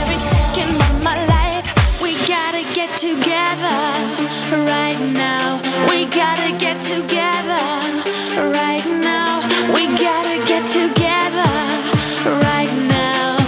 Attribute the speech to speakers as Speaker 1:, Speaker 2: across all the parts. Speaker 1: Every second of my life, we gotta get together right now. We gotta get together right now. We gotta get together right now.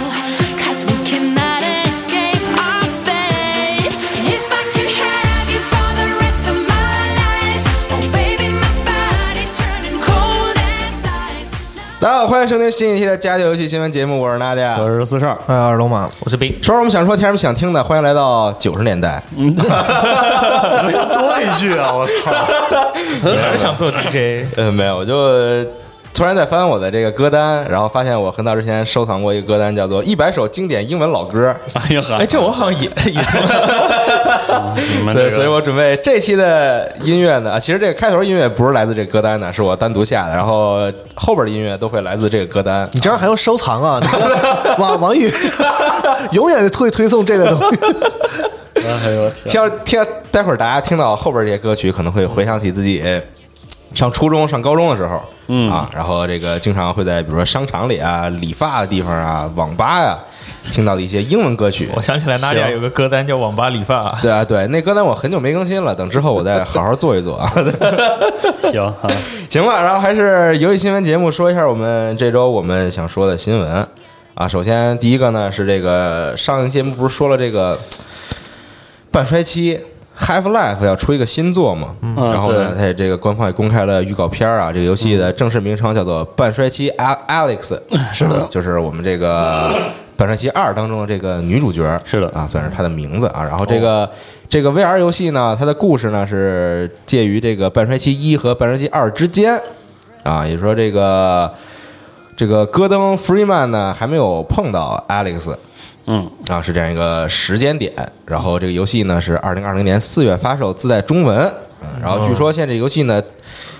Speaker 1: Cause we cannot escape our fate. If I could have you for the rest of my life, oh baby, my body's turning cold as ice.
Speaker 2: 大家好，欢迎收听新一期的《家庭游戏新闻节目》，我是娜姐，
Speaker 3: 我是四十二，
Speaker 4: 哎，二龙马，
Speaker 3: 我是冰。
Speaker 2: 说说我们想说，听我们想听的，欢迎来到九十年代。
Speaker 4: 多一句啊！我操，
Speaker 3: 还是想做 DJ，
Speaker 2: 呃，没有，我就突然在翻我的这个歌单，然后发现我很早之前收藏过一个歌单，叫做《一百首经典英文老歌
Speaker 5: 哎呀呵，
Speaker 3: 哎，这我好像也 也》。
Speaker 5: 你们
Speaker 2: 对，
Speaker 5: 这个
Speaker 2: 所以我准备这期的音乐呢，啊其实这个开头音乐不是来自这个歌单的，是我单独下的，然后后边的音乐都会来自这个歌单。
Speaker 4: 你这样还用收藏啊？你看王王宇永远会推送这个东西。
Speaker 2: 听听，待会儿大家听到后边这些歌曲，可能会回想起自己哎上初中、上高中的时候，嗯啊，然后这个经常会在比如说商场里啊、理发的地方啊、网吧呀、听到的一些英文歌曲。
Speaker 3: 我想起来，娜姐有个歌单叫《网吧理发》，
Speaker 2: 对啊，对，那歌单我很久没更新了，等之后我再好好做一做啊。
Speaker 5: 行啊，
Speaker 2: 行吧，然后还是游戏新闻节目说一下我们这周我们想说的新闻啊。首先第一个呢是这个上一节目不是说了这个半衰期 Half Life 要出一个新作嘛？
Speaker 5: 啊
Speaker 2: 然后呢，它也这个官方也公开了预告片儿啊。这个游戏的正式名称叫做《半衰期 Al- Alex》，是的，就是我们这个。半衰期二当中的这个女主角
Speaker 5: 是的
Speaker 2: 啊，算是她的名字啊。然后这个、这个 VR 游戏呢，它的故事呢是介于这个半衰期一和半衰期二之间啊，也就是说这个这个戈登 Freeman 呢还没有碰到 Alex，
Speaker 5: 嗯，
Speaker 2: 啊，是这样一个时间点。然后这个游戏呢是二零二零年四月发售，自带中文。嗯，然后据
Speaker 5: 哦
Speaker 2: 说现在这游戏呢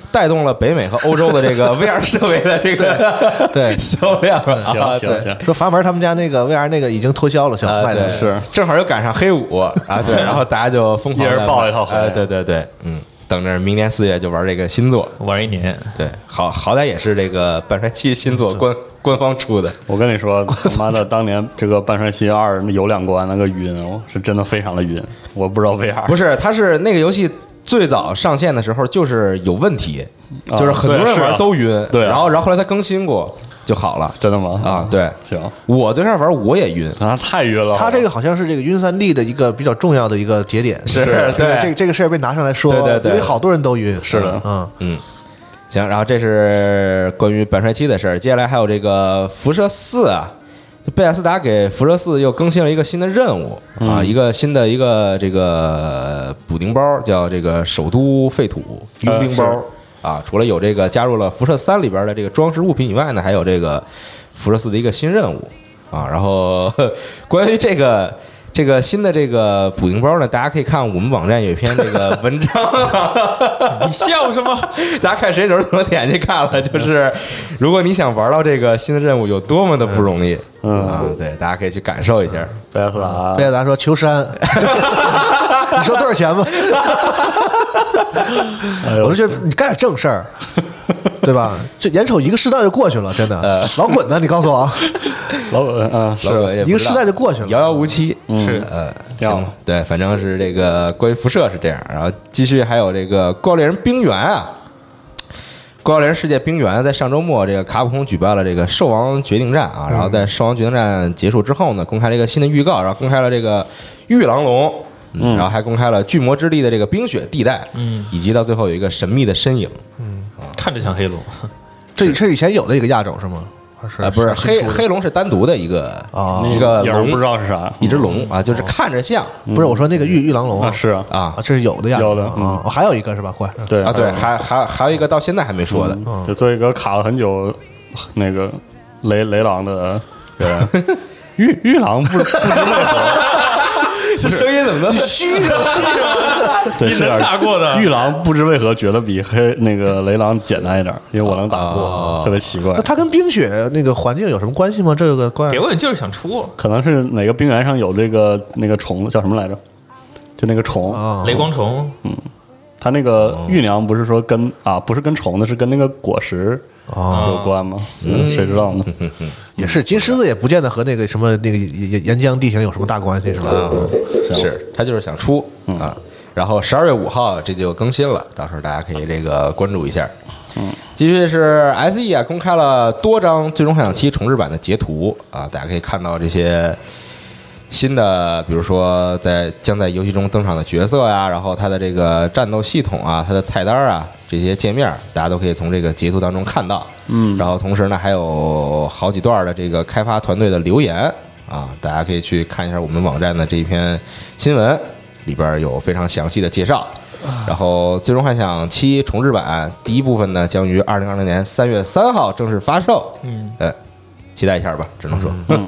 Speaker 2: 带动了北美和欧洲的这个 VR 设备的这个
Speaker 4: 对
Speaker 2: 销量了
Speaker 5: 行
Speaker 2: 啊。
Speaker 5: 行
Speaker 2: 对。
Speaker 5: 行，
Speaker 4: 说阀门他们家那个 VR 那个已经脱销了，小
Speaker 2: 啊，
Speaker 4: 卖的
Speaker 2: 对，正好又赶上黑五啊，对，然后大家就疯狂
Speaker 5: 一人
Speaker 2: 地
Speaker 5: 抱
Speaker 2: 买
Speaker 5: 一套回来
Speaker 2: 哎对对对，嗯，等着明年四月就玩这个新作，
Speaker 3: 玩一年，
Speaker 2: 对，好好歹也是这个半衰期新
Speaker 5: 嗯
Speaker 2: 作官官方出的，
Speaker 5: 我跟你说，他妈的，当年这个《半衰期二》那有两关那个晕，我是真的非常的晕，我不知道 VR
Speaker 2: 不是，它是那个游戏最早上线的时候就是有问题，
Speaker 5: 啊
Speaker 2: 就是很多
Speaker 5: 对
Speaker 2: 人
Speaker 5: 是啊
Speaker 2: 玩都晕，
Speaker 5: 对啊
Speaker 2: 然后然后后来它更新过就好了
Speaker 5: 真的吗？
Speaker 2: 啊，，对。
Speaker 5: 行，
Speaker 2: 我最开始玩我也晕，
Speaker 5: 啊，太晕了，
Speaker 4: 他这个好像是这个晕三 D 的一个比较重要的一个节点，
Speaker 2: 是
Speaker 4: 这个
Speaker 2: 对
Speaker 4: 这个这个事儿被拿上来说，
Speaker 2: 对对对
Speaker 4: 因为好多人都晕，
Speaker 5: 是的
Speaker 4: 嗯，
Speaker 2: 行，然后这是关于半衰期的事儿，接下来还有这个辐射四啊，就贝塞斯达给辐射四又更新了一个新的任务啊，一个新的一个这个补丁包叫这个首都废土佣
Speaker 5: 呃
Speaker 2: 兵包啊，除了有这个加入了辐射三里边的这个装饰物品以外呢，还有这个辐射四的一个新任务啊，然后 呵关于这个。这个新的这个补丁包呢，大家可以看我们网站有一篇这个文章、
Speaker 3: 你笑什么？嗯
Speaker 2: 大家看谁手指头点去看了，就是如果你想玩到这个新的任务有多么的不容易，
Speaker 5: 嗯
Speaker 2: 啊，对，大家可以去感受一下。
Speaker 5: 贝斯达
Speaker 4: 贝，亚达说求山，你说多少钱吧？
Speaker 5: 哎呦
Speaker 4: 我就觉得你干点正事儿，对吧？这眼瞅一个世代就过去了，真的，老滚呢！你告诉我啊，
Speaker 5: 老本啊，是
Speaker 2: 老葛也不知道
Speaker 4: 一个时代就过去了嗯
Speaker 2: 遥遥无期。
Speaker 3: 是
Speaker 2: 呃，
Speaker 5: 挺好
Speaker 2: 行，对，反正是这个关于辐射是这样，然后继续还有这个《怪物猎人冰原》啊，《怪物猎人世界冰原》在上周末，这个卡普空举办了这个兽王决定战
Speaker 4: 嗯
Speaker 2: 啊，然后在兽王决定战结束之后呢，公开了一个新的预告，然后公开了这个玉狼龙。嗯，然后还公开了巨魔之力的这个冰雪地带，
Speaker 3: 嗯，
Speaker 2: 以及到最后有一个神秘的身影，
Speaker 3: 看着像黑龙，
Speaker 4: 这是以前有的一个亚种是吗？还是
Speaker 2: 啊，不是
Speaker 4: 新
Speaker 2: 黑
Speaker 4: 出的
Speaker 2: 黑龙是单独的一个
Speaker 4: 哦
Speaker 2: 一个
Speaker 5: 影儿
Speaker 2: 龙，
Speaker 5: 不知道是啥，
Speaker 2: 一只龙啊，就是看着像
Speaker 4: 不是我说那个玉玉狼龙
Speaker 5: 啊，是啊，
Speaker 2: 啊
Speaker 4: 嗯啊，这是有的呀，
Speaker 5: 有的嗯
Speaker 4: 啊，哦还有一个是吧？快，
Speaker 5: 对
Speaker 2: 啊，对，
Speaker 5: 有
Speaker 2: 还嗯还还有一个到现在还没说的，
Speaker 5: 就作为一个卡了很久那个呃 雷雷狼的人，玉玉狼不不知为何
Speaker 2: 这 声音怎么能虚着？
Speaker 5: 对，
Speaker 3: 你
Speaker 5: 是
Speaker 3: 能
Speaker 5: 点
Speaker 3: 打过的
Speaker 5: 玉郎不知为何觉得比黑那个雷狼简单一点，因为我能打
Speaker 2: 哦
Speaker 5: 过，特别奇怪
Speaker 4: 那。它跟冰雪那个环境有什么关系吗？这个 关
Speaker 3: 别问，就是想出
Speaker 5: 可能是哪个冰原上有这个那个虫子叫什么来着？就那个虫，
Speaker 4: 啊，
Speaker 3: 雷光虫，
Speaker 5: 它那个玉娘不是说跟啊不是跟虫子，是跟那个果实有关吗？谁知道呢？
Speaker 4: 也是金狮子也不见得和那个什么那个岩岩浆地形有什么大关系，是吧？
Speaker 3: 嗯
Speaker 2: 是他就是想出啊。然后十二月五号这就更新了，到时候大家可以这个关注一下。继续是 S E 啊，公开了多张《最终幻想七》重置版的截图啊，大家可以看到这些新的，比如说在将在游戏中登场的角色呀、然后它的这个战斗系统啊，它的菜单啊，这些界面大家都可以从这个截图当中看到。嗯，然后同时呢，还有好几段的这个开发团队的留言啊，大家可以去看一下我们网站的这一篇新闻，里边有非常详细的介绍。然后《最终幻想七》重置版第一部分呢，将于二零二零年三月三号正式发售。嗯，呃，期待一下吧，只能说。嗯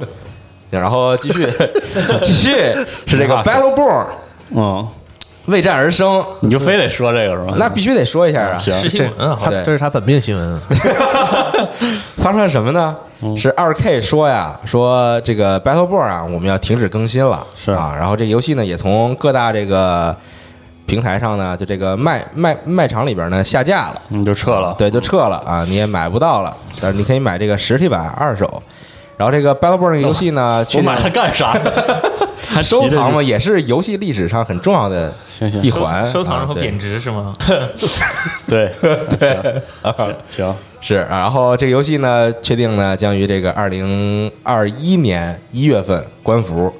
Speaker 2: 然后继续，继续是这个 Battleborn
Speaker 5: 嗯，
Speaker 2: 为战而生，
Speaker 5: 你就非得说这个是吧？
Speaker 2: 那必须得说一下啊。
Speaker 5: 行
Speaker 3: 是新闻啊，
Speaker 4: 它
Speaker 3: 好
Speaker 2: 对
Speaker 4: 这是它本命新闻，
Speaker 2: 发生了什么呢？
Speaker 5: 嗯
Speaker 2: 是二 K 说呀，说这个 Battleborn 啊，我们要停止更新了，
Speaker 5: 是
Speaker 2: 啊。然后这个游戏呢，也从各大这个平台上呢，就这个卖卖卖场里边呢下架了。
Speaker 5: 你就撤了。
Speaker 2: 对，就撤了啊，你也买不到了，但是你可以买这个实体版二手。然后这个 Battleborn 这个游戏呢，
Speaker 5: 我
Speaker 2: 去
Speaker 5: 买它干啥？还
Speaker 2: 收藏嘛，
Speaker 5: 吗？
Speaker 2: 也是游戏历史上很重要的
Speaker 5: 行行
Speaker 2: 一
Speaker 3: 收
Speaker 2: 环，
Speaker 3: 收藏然
Speaker 2: 啊
Speaker 3: 后
Speaker 2: 对
Speaker 3: 贬值是吗？
Speaker 5: 对对，行，
Speaker 2: 是，啊然后这个游戏呢，确定呢将于这个二零二一年一月份官服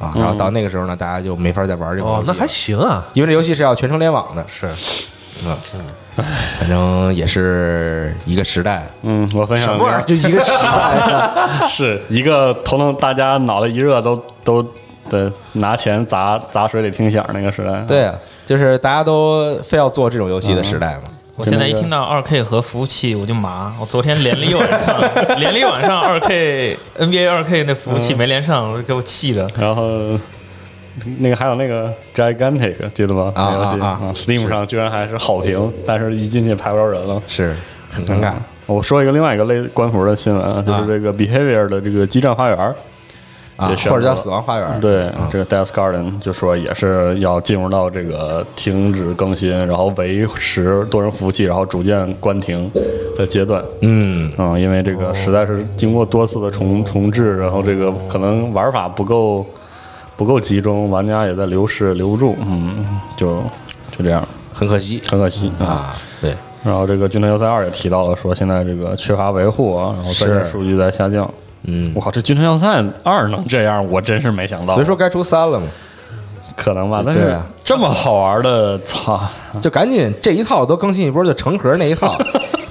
Speaker 2: 啊，然后
Speaker 5: 嗯
Speaker 2: 到那个时候呢，大家就没法再玩这个游戏了。，
Speaker 4: 哦那还行啊，
Speaker 2: 因为这游戏是要全程联网的，
Speaker 4: 是
Speaker 2: 啊，反正也是一个时代。
Speaker 5: 嗯，我分
Speaker 4: 什
Speaker 5: 享
Speaker 4: 么玩意儿？就一 个时代，
Speaker 5: 儿？是一个头疼，大家脑袋一热都都得拿钱砸砸水里听响那个时
Speaker 4: 嗯
Speaker 5: 代。
Speaker 2: 对，啊，就是大家都非要做这种游戏
Speaker 5: 嗯
Speaker 2: 的时代嘛。
Speaker 3: 我现在一听到二 K 和服务器我就麻，我昨天连了一晚上，连了一晚上二 K NBA 二 K 那服务器没连上，我给我气的。
Speaker 5: 然后那个还有那个 Gigantic 记得吗？
Speaker 2: 啊
Speaker 5: 那游戏
Speaker 2: 啊啊
Speaker 5: ，Steam 上居然还是好评，但是一进去排不着人了。
Speaker 2: 是很尴尬。
Speaker 5: 我说一个另外一个类官服的新闻啊，就是这个 Behavior 的这个激战花园，
Speaker 2: 啊，
Speaker 5: 也宣布
Speaker 2: 或者叫
Speaker 5: 了
Speaker 2: 死亡花园。啊
Speaker 5: 对，这个 Death Garden 就说也是要进入到这个停止更新，然后维持多人服务器，然后逐渐关停的阶段。
Speaker 2: 嗯，
Speaker 5: 嗯，因为这个实在是经过多次的重重置，然后这个可能玩法不够不够集中，玩家也在流失留不住，嗯，就就这样，
Speaker 2: 很可惜
Speaker 5: 很可惜啊。
Speaker 2: 啊。对，
Speaker 5: 然后这个《军团要塞二》也提到了，说现在这个缺乏维护啊，然后在线
Speaker 2: 是
Speaker 5: 数据在下降。
Speaker 2: 嗯
Speaker 5: 我，靠，这《军团要塞二》能这样，我真是没想到。
Speaker 2: 所以说该出三了嘛，
Speaker 5: 可能吧，但
Speaker 2: 对
Speaker 5: 是
Speaker 2: 啊
Speaker 5: 这么好玩的，操！
Speaker 2: 就赶紧这一套都更新一波，就成盒那一 套。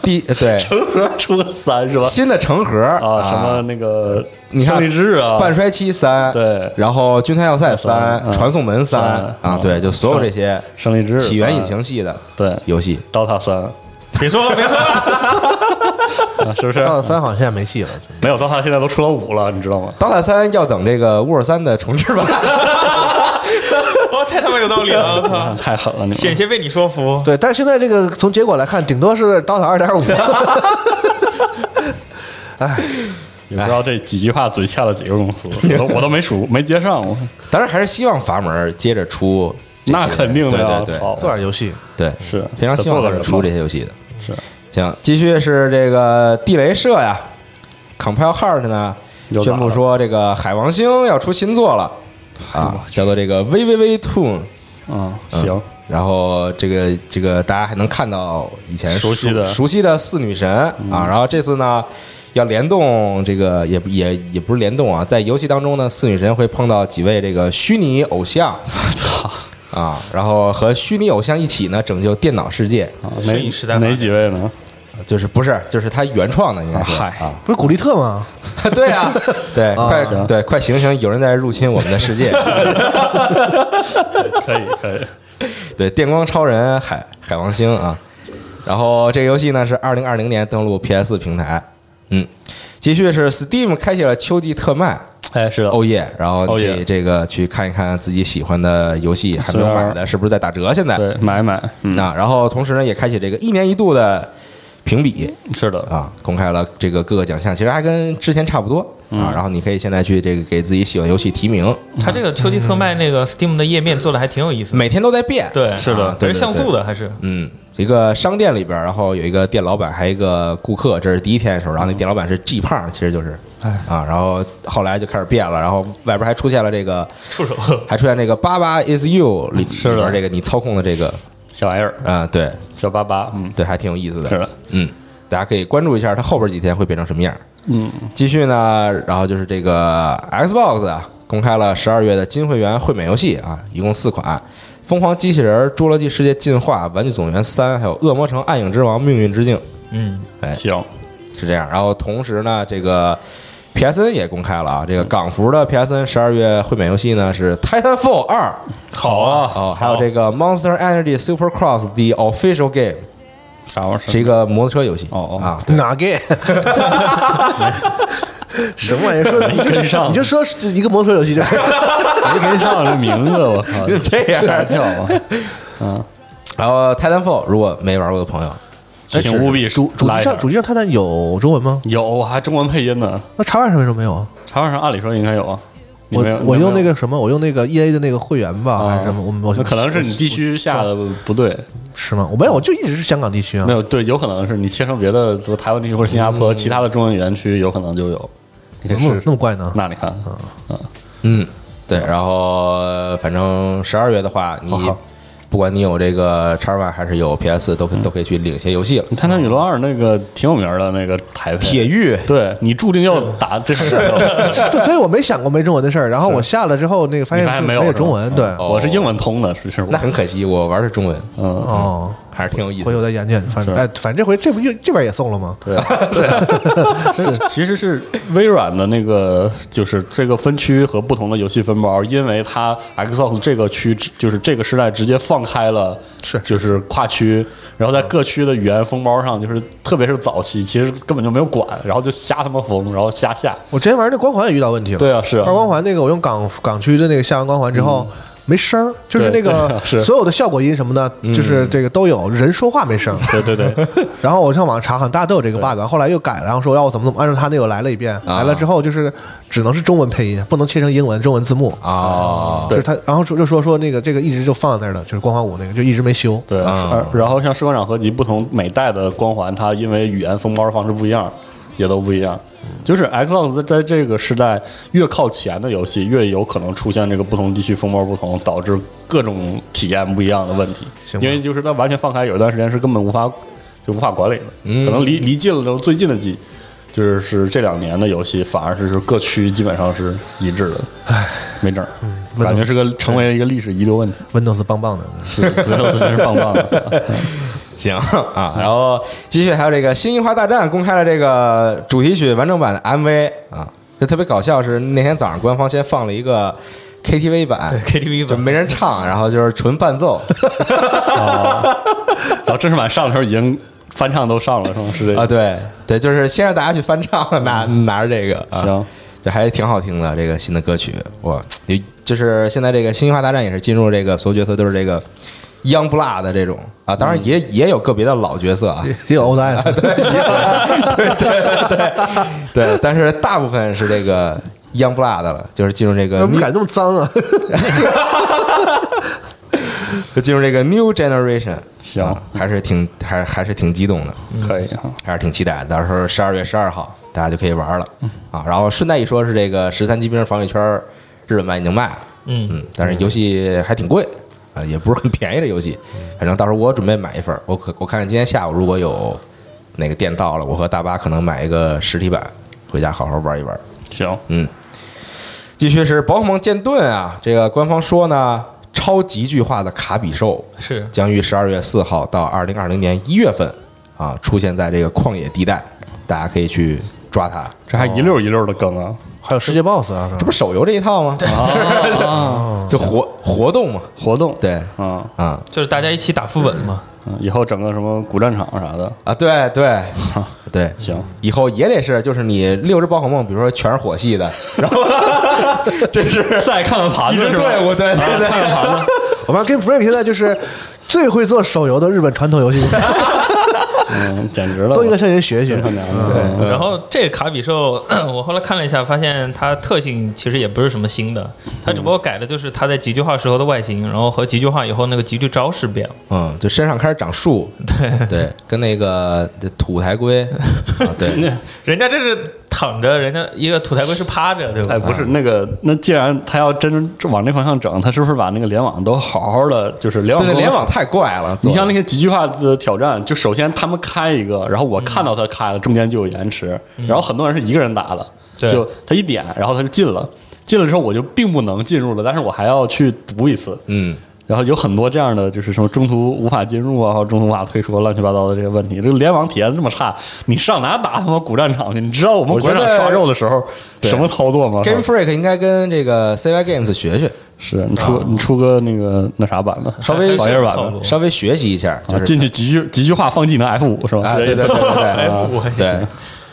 Speaker 2: 第对，
Speaker 5: 成盒出个三是吧？
Speaker 2: 新的成盒
Speaker 5: 啊，什么那个
Speaker 2: 你看
Speaker 5: 胜利之啊，
Speaker 2: 半衰期三，
Speaker 5: 对
Speaker 2: 然后军团要塞三
Speaker 5: 嗯，
Speaker 2: 传送门三
Speaker 5: 嗯
Speaker 2: 啊，对，就所有这些
Speaker 5: 胜利之
Speaker 2: 起源引
Speaker 5: 三
Speaker 2: 擎系的
Speaker 5: 对
Speaker 2: 游戏，
Speaker 5: ，DOTA 三
Speaker 3: 别说了，别说了，
Speaker 5: 啊，是不是？
Speaker 4: 到了三好像现在没戏了，真的
Speaker 5: 没有 DOTA 现在都出了五了，你知道吗？
Speaker 2: 《DOTA 三》要等这个《沃尔三》的重置版，
Speaker 3: 哇，太他妈有道理了，我操！
Speaker 5: 太狠了，你
Speaker 3: 险
Speaker 5: 们！
Speaker 3: 些被你说服。
Speaker 4: 对，但是现在这个从结果来看，顶多是 DOTA 二点五，
Speaker 5: 也不知道这几句话嘴欠了几个公司，我都我都没数，没接上我。
Speaker 2: 当然还是希望阀门接着出这些，
Speaker 5: 那肯定的呀，
Speaker 2: 对对
Speaker 5: 操
Speaker 4: 做点游戏，
Speaker 2: 对，对
Speaker 5: 是
Speaker 2: 非常希望
Speaker 5: 做
Speaker 2: 他
Speaker 5: 个
Speaker 2: 们
Speaker 5: 人
Speaker 2: 出
Speaker 5: 吧
Speaker 2: 这些游戏的。
Speaker 5: 是
Speaker 2: 行，继续是这个地雷社呀，Compile Heart 呢
Speaker 5: 又咋
Speaker 2: 宣
Speaker 5: 了
Speaker 2: 布说这个海王星要出新作了啊，叫做这个 VVV Tune。
Speaker 5: 嗯，行，
Speaker 2: 然后这个这个大家还能看到以前
Speaker 5: 熟悉的嗯
Speaker 2: 熟悉的四女神啊，然后这次呢要联动这个也也也不是联动啊，在游戏当中呢，四女神会碰到几位这个虚拟偶像
Speaker 5: 操
Speaker 2: 啊，然后和虚拟偶像一起呢拯救电脑世界，
Speaker 5: 啊
Speaker 3: 所以时代
Speaker 5: 哪
Speaker 3: 发
Speaker 5: 哪
Speaker 3: 展
Speaker 5: 几位呢？
Speaker 2: 就是不是就是他原创的应该是啊，
Speaker 4: 不是古力特吗？
Speaker 2: 对啊，对，
Speaker 4: 啊
Speaker 2: 快
Speaker 5: 行
Speaker 2: 对快醒醒，有人在入侵我们的世 界，
Speaker 5: 可以可以，
Speaker 2: 对，电光超人海海王星啊。然后这个游戏呢是二零二零年登陆 PS 平台，嗯，继续是 Steam 开启了秋季特卖，
Speaker 5: 哎，是的，
Speaker 2: 欧耶，然后
Speaker 5: 欧
Speaker 2: 你
Speaker 5: 耶
Speaker 2: 可以这个去看一看自己喜欢的游戏还没有买的，是不是在打折？现在
Speaker 5: 啊对，买买，嗯，
Speaker 2: 那然后同时呢，也开启这个一年一度的评比
Speaker 5: 是的，
Speaker 2: 啊，公开了这个各个奖项，其实还跟之前差不多
Speaker 5: 嗯
Speaker 2: 啊。然后你可以现在去这个给自己喜欢游戏提名，
Speaker 3: 它这个秋季特卖那个 Steam 的页面做的还挺有意思的，
Speaker 2: 每天都在变。
Speaker 3: 对，
Speaker 5: 是的哎
Speaker 2: 啊
Speaker 3: 还
Speaker 2: 对
Speaker 3: 是
Speaker 2: 对
Speaker 3: 像素
Speaker 2: 对
Speaker 3: 的，还是
Speaker 2: 嗯，一个商店里边儿，然后有一个店老板，还有一个顾客，这是第一天的时候，然后那店老板是 G 胖，其实就是，
Speaker 5: 哎
Speaker 2: 啊，然后后来就开始变了，然后外边还出现了这个，
Speaker 3: 触手。
Speaker 2: 还出现这个爸爸 is you 里
Speaker 5: 是的
Speaker 2: 里边这个你操控的这个，
Speaker 5: 小玩意儿，
Speaker 2: 啊，对
Speaker 5: 小巴巴，嗯，
Speaker 2: 对，还挺有意思的，
Speaker 5: 是的，
Speaker 2: 嗯，大家可以关注一下它后边几天会变成什么样。
Speaker 5: 嗯，
Speaker 2: 继续呢，然后就是这个 Xbox 啊，公开了十二月的金会员会免游戏啊，一共四款：《疯狂机器人》《侏罗纪世界进化》《玩具总动员三》，还有《恶魔城：暗影之王：命运之境》
Speaker 3: 嗯，
Speaker 5: 行，
Speaker 2: 是这样。然后同时呢，这个 PSN 也公开了啊，这个港服的 PSN 十二月会免游戏呢是《Titanfall 二》
Speaker 5: 好啊，
Speaker 2: 哦，还有这个《Monster Energy Supercross》The Official Game
Speaker 5: 啥玩意儿？
Speaker 2: 是一个摩托车游戏
Speaker 5: 嗯哦哦
Speaker 2: 啊，对
Speaker 4: 哪 个？什么玩意儿？ 说你就
Speaker 5: 跟上
Speaker 4: 你就说是一个摩托车游戏就可以 了。
Speaker 5: 没跟上这名字，我靠，
Speaker 2: 就这样
Speaker 5: 吓一跳啊！嗯，
Speaker 2: 然后《Titanfall》如果没玩过的朋友，
Speaker 5: 请务必
Speaker 4: 主主
Speaker 5: 拉
Speaker 4: 机
Speaker 5: 一下
Speaker 4: 上主机上它那有中文吗？
Speaker 5: 有还中文配音呢，
Speaker 4: 那叉 Y 上为什么没有啊？
Speaker 5: 茶碗上按理说应该有啊。你
Speaker 4: 我
Speaker 5: 没有
Speaker 4: 我
Speaker 5: 你没有
Speaker 4: 用那个什么，我用那个 E A 的那个会员吧，还是什么？我哦我
Speaker 5: 那可能是你地区下的不对，
Speaker 4: 是吗？我没有，我就一直是香港地区啊
Speaker 5: 没。有对，有可能是你切成别的，比如台湾地区或者新加
Speaker 4: 嗯
Speaker 5: 坡其他的中文园区，有可能就有。你可以
Speaker 4: 那么
Speaker 5: 试
Speaker 4: 那
Speaker 5: 试
Speaker 4: 么。怪 呢？
Speaker 5: 那你看，
Speaker 4: 嗯
Speaker 2: 嗯，对，然后呃反正十二月的话，你
Speaker 5: 好哦好
Speaker 2: 不管你有这个叉 Y 还是有 PS，都可都可以去领一些游戏了。
Speaker 5: 嗯你《探探雨龙二》那个挺有名的那个台配，
Speaker 2: 铁玉
Speaker 5: 对你注定要打这事儿。
Speaker 4: 对，所以我没想过没中文的事儿。然后我下了之后，那个发现
Speaker 5: 你发现
Speaker 4: 是没
Speaker 5: 没有
Speaker 4: 有中文，对，
Speaker 2: 哦
Speaker 5: 我是英文通的，是是我
Speaker 2: 那很可惜，我玩的是中文，
Speaker 5: 嗯，
Speaker 4: 哦，
Speaker 2: 还是挺有意思
Speaker 4: 回头
Speaker 2: 的。
Speaker 4: 再研究。反正
Speaker 5: 是
Speaker 4: 哎，反正这回这不又这边也送了吗？
Speaker 5: 对啊 对啊，这个其实是微软的那个，就是这个分区和不同的游戏分包，因为它 Xbox 这个区就是这个时代直接放开了，
Speaker 4: 是
Speaker 5: 就是跨区，然后在各区的语言封包上，就是特别是早期，其实根本就没有管，然后就瞎他妈封，然后瞎下，
Speaker 4: 我之前玩那光环也遇到问题了。
Speaker 5: 对啊是啊
Speaker 4: 玩光环那个，我用港港区的那个下完光环之后。没声儿，就是
Speaker 5: 对
Speaker 4: 那个
Speaker 5: 对是
Speaker 4: 所有的效果音什么的，就是这个都有人说话没声儿。
Speaker 5: 对对对，
Speaker 4: 然后我上网查，好像大家都有这个 bug，后来又改了，然后说要我怎么怎么，按照他那个来了一遍，来了之后就是只能是中文配音，不能切成英文中文字幕。
Speaker 2: 哦，
Speaker 4: 就是他，然后说就说说那个这个一直就放在那儿的，就是光环五那个就一直没修。
Speaker 5: 对，
Speaker 2: 啊
Speaker 5: 是然后像士官长合集，不同每代的光环，它因为语言封包的方式不一样，也都不一样。就是 Xbox 在在这个时代越靠前的游戏，越有可能出现这个不同地区封包不同，导致各种体验不一样的问题。
Speaker 4: 行吧
Speaker 5: 因为就是它完全放开，有一段时间是根本无法就无法管理的，
Speaker 2: 嗯
Speaker 5: 可能离离近了之后，最近的几。就是是这两年的游戏，反而是是各区基本上是一致的，唉，没整儿，
Speaker 4: 问
Speaker 5: 感
Speaker 4: 到
Speaker 5: 觉是个成为一个历史遗留问题，
Speaker 4: Windows 棒棒的，
Speaker 5: 是，格斗斯真是棒棒的，
Speaker 2: 行啊，然后继续还有这个《新樱花大战》公开了这个主题曲完整版的 MV 啊，这特别搞笑是那天早上官方先放了一个 KTV 版
Speaker 3: KTV
Speaker 2: 就
Speaker 3: 版
Speaker 2: 没人唱，然后就是纯伴奏，
Speaker 5: 然后正式版上的时候已经翻唱都上了，是吗？是这
Speaker 2: 啊，
Speaker 5: 个？
Speaker 2: 对对，就是先让大家去翻唱，拿拿着这个，啊、
Speaker 5: 行，
Speaker 2: 这还挺好听的这个新的歌曲，哇，也就是现在这个《新化大战》也是进入这个所有角色都是这个 young blood 的这种啊，当然也、也有个别的老角色啊，
Speaker 4: 也也有 Old S，
Speaker 2: 对，但是大部分是这个 young blood 了，就是进入这个
Speaker 4: 怎么
Speaker 2: new,
Speaker 4: 敢那么脏啊？
Speaker 2: 就进入这个 new generation，
Speaker 5: 行
Speaker 2: 啊还是挺还还是挺激动的。
Speaker 5: 可以啊哈。
Speaker 2: 还是挺期待的。到时候十二月十二号大家就可以玩了啊。然后顺带一说，是这个十三级兵防御圈儿日本版已经卖了，
Speaker 3: 嗯
Speaker 2: 但是游戏还挺贵啊，也不是很便宜的游戏。反正到时候我准备买一份儿，我可我看今天下午如果有哪个店到了，我和大巴可能买一个实体版回家好好玩一玩。
Speaker 5: 行，
Speaker 2: 嗯，继续是宝可梦剑盾啊，这个官方说呢，超级巨化的卡比兽
Speaker 3: 是
Speaker 2: 将于十二月四号到二零二零年一月份啊出现在这个旷野地带，大家可以去抓它。
Speaker 5: 这还一溜一溜的更啊，
Speaker 4: 还有世界 BOSS 啊，
Speaker 2: 这不是手游这一套吗？ 就活活动嘛，啊
Speaker 5: 活动
Speaker 2: 对
Speaker 5: 啊，
Speaker 2: 啊，
Speaker 3: 就是大家一起打副本嘛，
Speaker 5: 嗯以后整个什么古战场啥的，
Speaker 2: 啊，对 对对，
Speaker 5: 行，
Speaker 2: 以后也得是，就是你六只宝可梦，比如说全是火系的，然后 这是
Speaker 5: 再看看 盘
Speaker 2: 一
Speaker 5: 子
Speaker 2: 支
Speaker 5: 是吧？
Speaker 2: 队伍，对对对，
Speaker 5: 看看盘子，
Speaker 4: 我们 Game Freak 现在就是最会做手游的日本传统游戏，
Speaker 5: 嗯，简直了，
Speaker 4: 都应该向人学一学
Speaker 5: 真。他娘的，嗯
Speaker 3: 然后这卡比兽， 我后来看了一下，发现它特性其实也不是什么新的，它只不过改的就是它在极巨化时候的外形，然后和极巨化以后那个极巨招式变了。
Speaker 2: 嗯，就身上开始长树，对对，跟那个这土台 龟，啊对，
Speaker 3: 人家这是躺着，人家一个土台龟是趴着，对吧？啊
Speaker 5: 哎，不是那个，那既然他要真往那方向整，他是不是把那个联网都好好的，就是联网
Speaker 2: 对对，
Speaker 5: 公司
Speaker 2: 联网太怪了，做
Speaker 5: 你像
Speaker 2: 的
Speaker 5: 那些极巨化的挑战，就首先他们开一个，然后我看到他开了，中间就有延迟，
Speaker 2: 嗯
Speaker 5: 然后很多人是一个人打的，
Speaker 3: 对
Speaker 5: 就他一点，然后他就进了，进了之后我就并不能进入了，但是我还要去读一次，
Speaker 2: 嗯，
Speaker 5: 然后有很多这样的就是什么中途无法进入啊，或者中途无法退出啊乱七八糟的这些问题。这个联网体验这么差，你上哪打他妈古战场去？你知道我们
Speaker 2: 我
Speaker 5: 古
Speaker 2: 觉得
Speaker 5: 战场刷肉的时候什么操作吗
Speaker 2: Game Freak 应该跟这个 CY Games 学学，
Speaker 5: 是你出你出个那个那啥版的，
Speaker 2: 啊
Speaker 5: 啊
Speaker 2: 稍 微
Speaker 5: 网页版
Speaker 3: 套
Speaker 5: 的
Speaker 3: 路。
Speaker 2: 稍微学习一下，
Speaker 5: 啊
Speaker 2: 就，是
Speaker 5: 进去几句几句话放技能 F 五是吧？
Speaker 2: 啊，对对对对对
Speaker 3: F 五还
Speaker 5: 啊
Speaker 3: 行
Speaker 2: 对，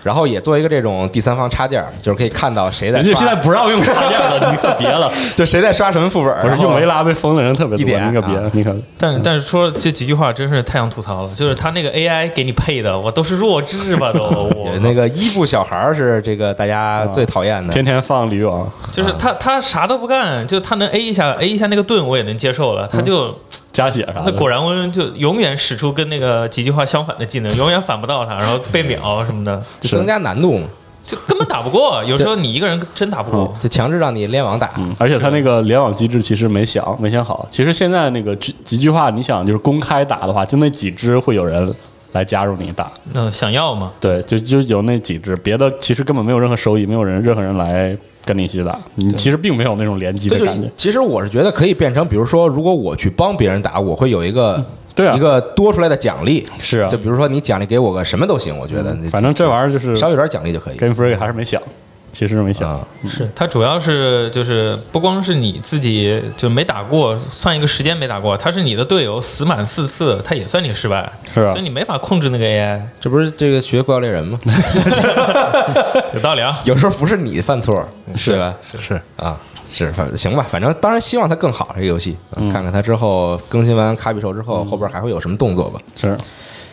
Speaker 2: 然后也做一个这种第三方插件，就是可以看到谁在
Speaker 5: 人家现在
Speaker 2: 刷，
Speaker 5: 不让用插件了，你可 别了。
Speaker 2: 就谁在刷什么副本，
Speaker 5: 不是
Speaker 2: 然后
Speaker 5: 用维拉被封的人特别
Speaker 2: 一
Speaker 5: 多，
Speaker 2: 点
Speaker 5: 你可别
Speaker 2: 啊，
Speaker 5: 你可
Speaker 3: 但但是说这几句话真是太想吐槽了，就是他那个 AI 给你配的，我都是弱智吧都，我
Speaker 2: 有那个伊布小孩儿是这个大家最讨厌的
Speaker 5: 啊天，天放鲤鱼王，
Speaker 3: 就是他他啥都不干，就他能 A 一下 A 一下那个盾我也能接受了，他就、
Speaker 5: 加血啥
Speaker 3: 那
Speaker 5: 的。
Speaker 3: 果然温就永远使出跟那个几句话相反的 技能，永远反不到他，然后被秒什么的，
Speaker 2: 就增加难度嘛，
Speaker 3: 就根本打不过。有时候你一个人真打不过。
Speaker 2: 就强制让你联网打，
Speaker 5: 嗯，而且他那个联网机制其实没想没想好。其实现在那个几几句话，你想就是公开打的话，就那几只会有人来加入你打。
Speaker 3: 嗯、想要嘛？
Speaker 5: 对，就就有那几只，别的其实根本没有任何收益，没有人任何人来跟你一起打。你其实并没有那种联机的
Speaker 2: 对，就
Speaker 5: 感觉。
Speaker 2: 其实我是觉得可以变成，比如说，如果我去帮别人打，我会有一个
Speaker 5: 对啊
Speaker 2: 一个多出来的奖励。
Speaker 5: 是啊嗯
Speaker 2: 就比如说你奖励给我个什么都行，我觉得你
Speaker 5: 反正这玩意儿就是
Speaker 2: 稍有点奖励就可以。
Speaker 5: 跟 Free 还是没想，其实没想。
Speaker 2: 啊，
Speaker 3: 是它主要是就是不光是你自己就没打过，算一个时间没打过，他是你的队友死满四次，他也算你失败，
Speaker 5: 是啊
Speaker 3: 所以你没法控制那个 AI，
Speaker 2: 这不是这个学怪物猎人吗？
Speaker 3: 有道理啊。
Speaker 2: 有时候不是你犯错，是吧？
Speaker 4: 是
Speaker 2: 啊，是反行吧，反正当然希望它更好这个游戏，嗯
Speaker 5: 嗯
Speaker 2: 看看它之后更新完卡比兽之后，后边还会有什么动作吧。
Speaker 5: 是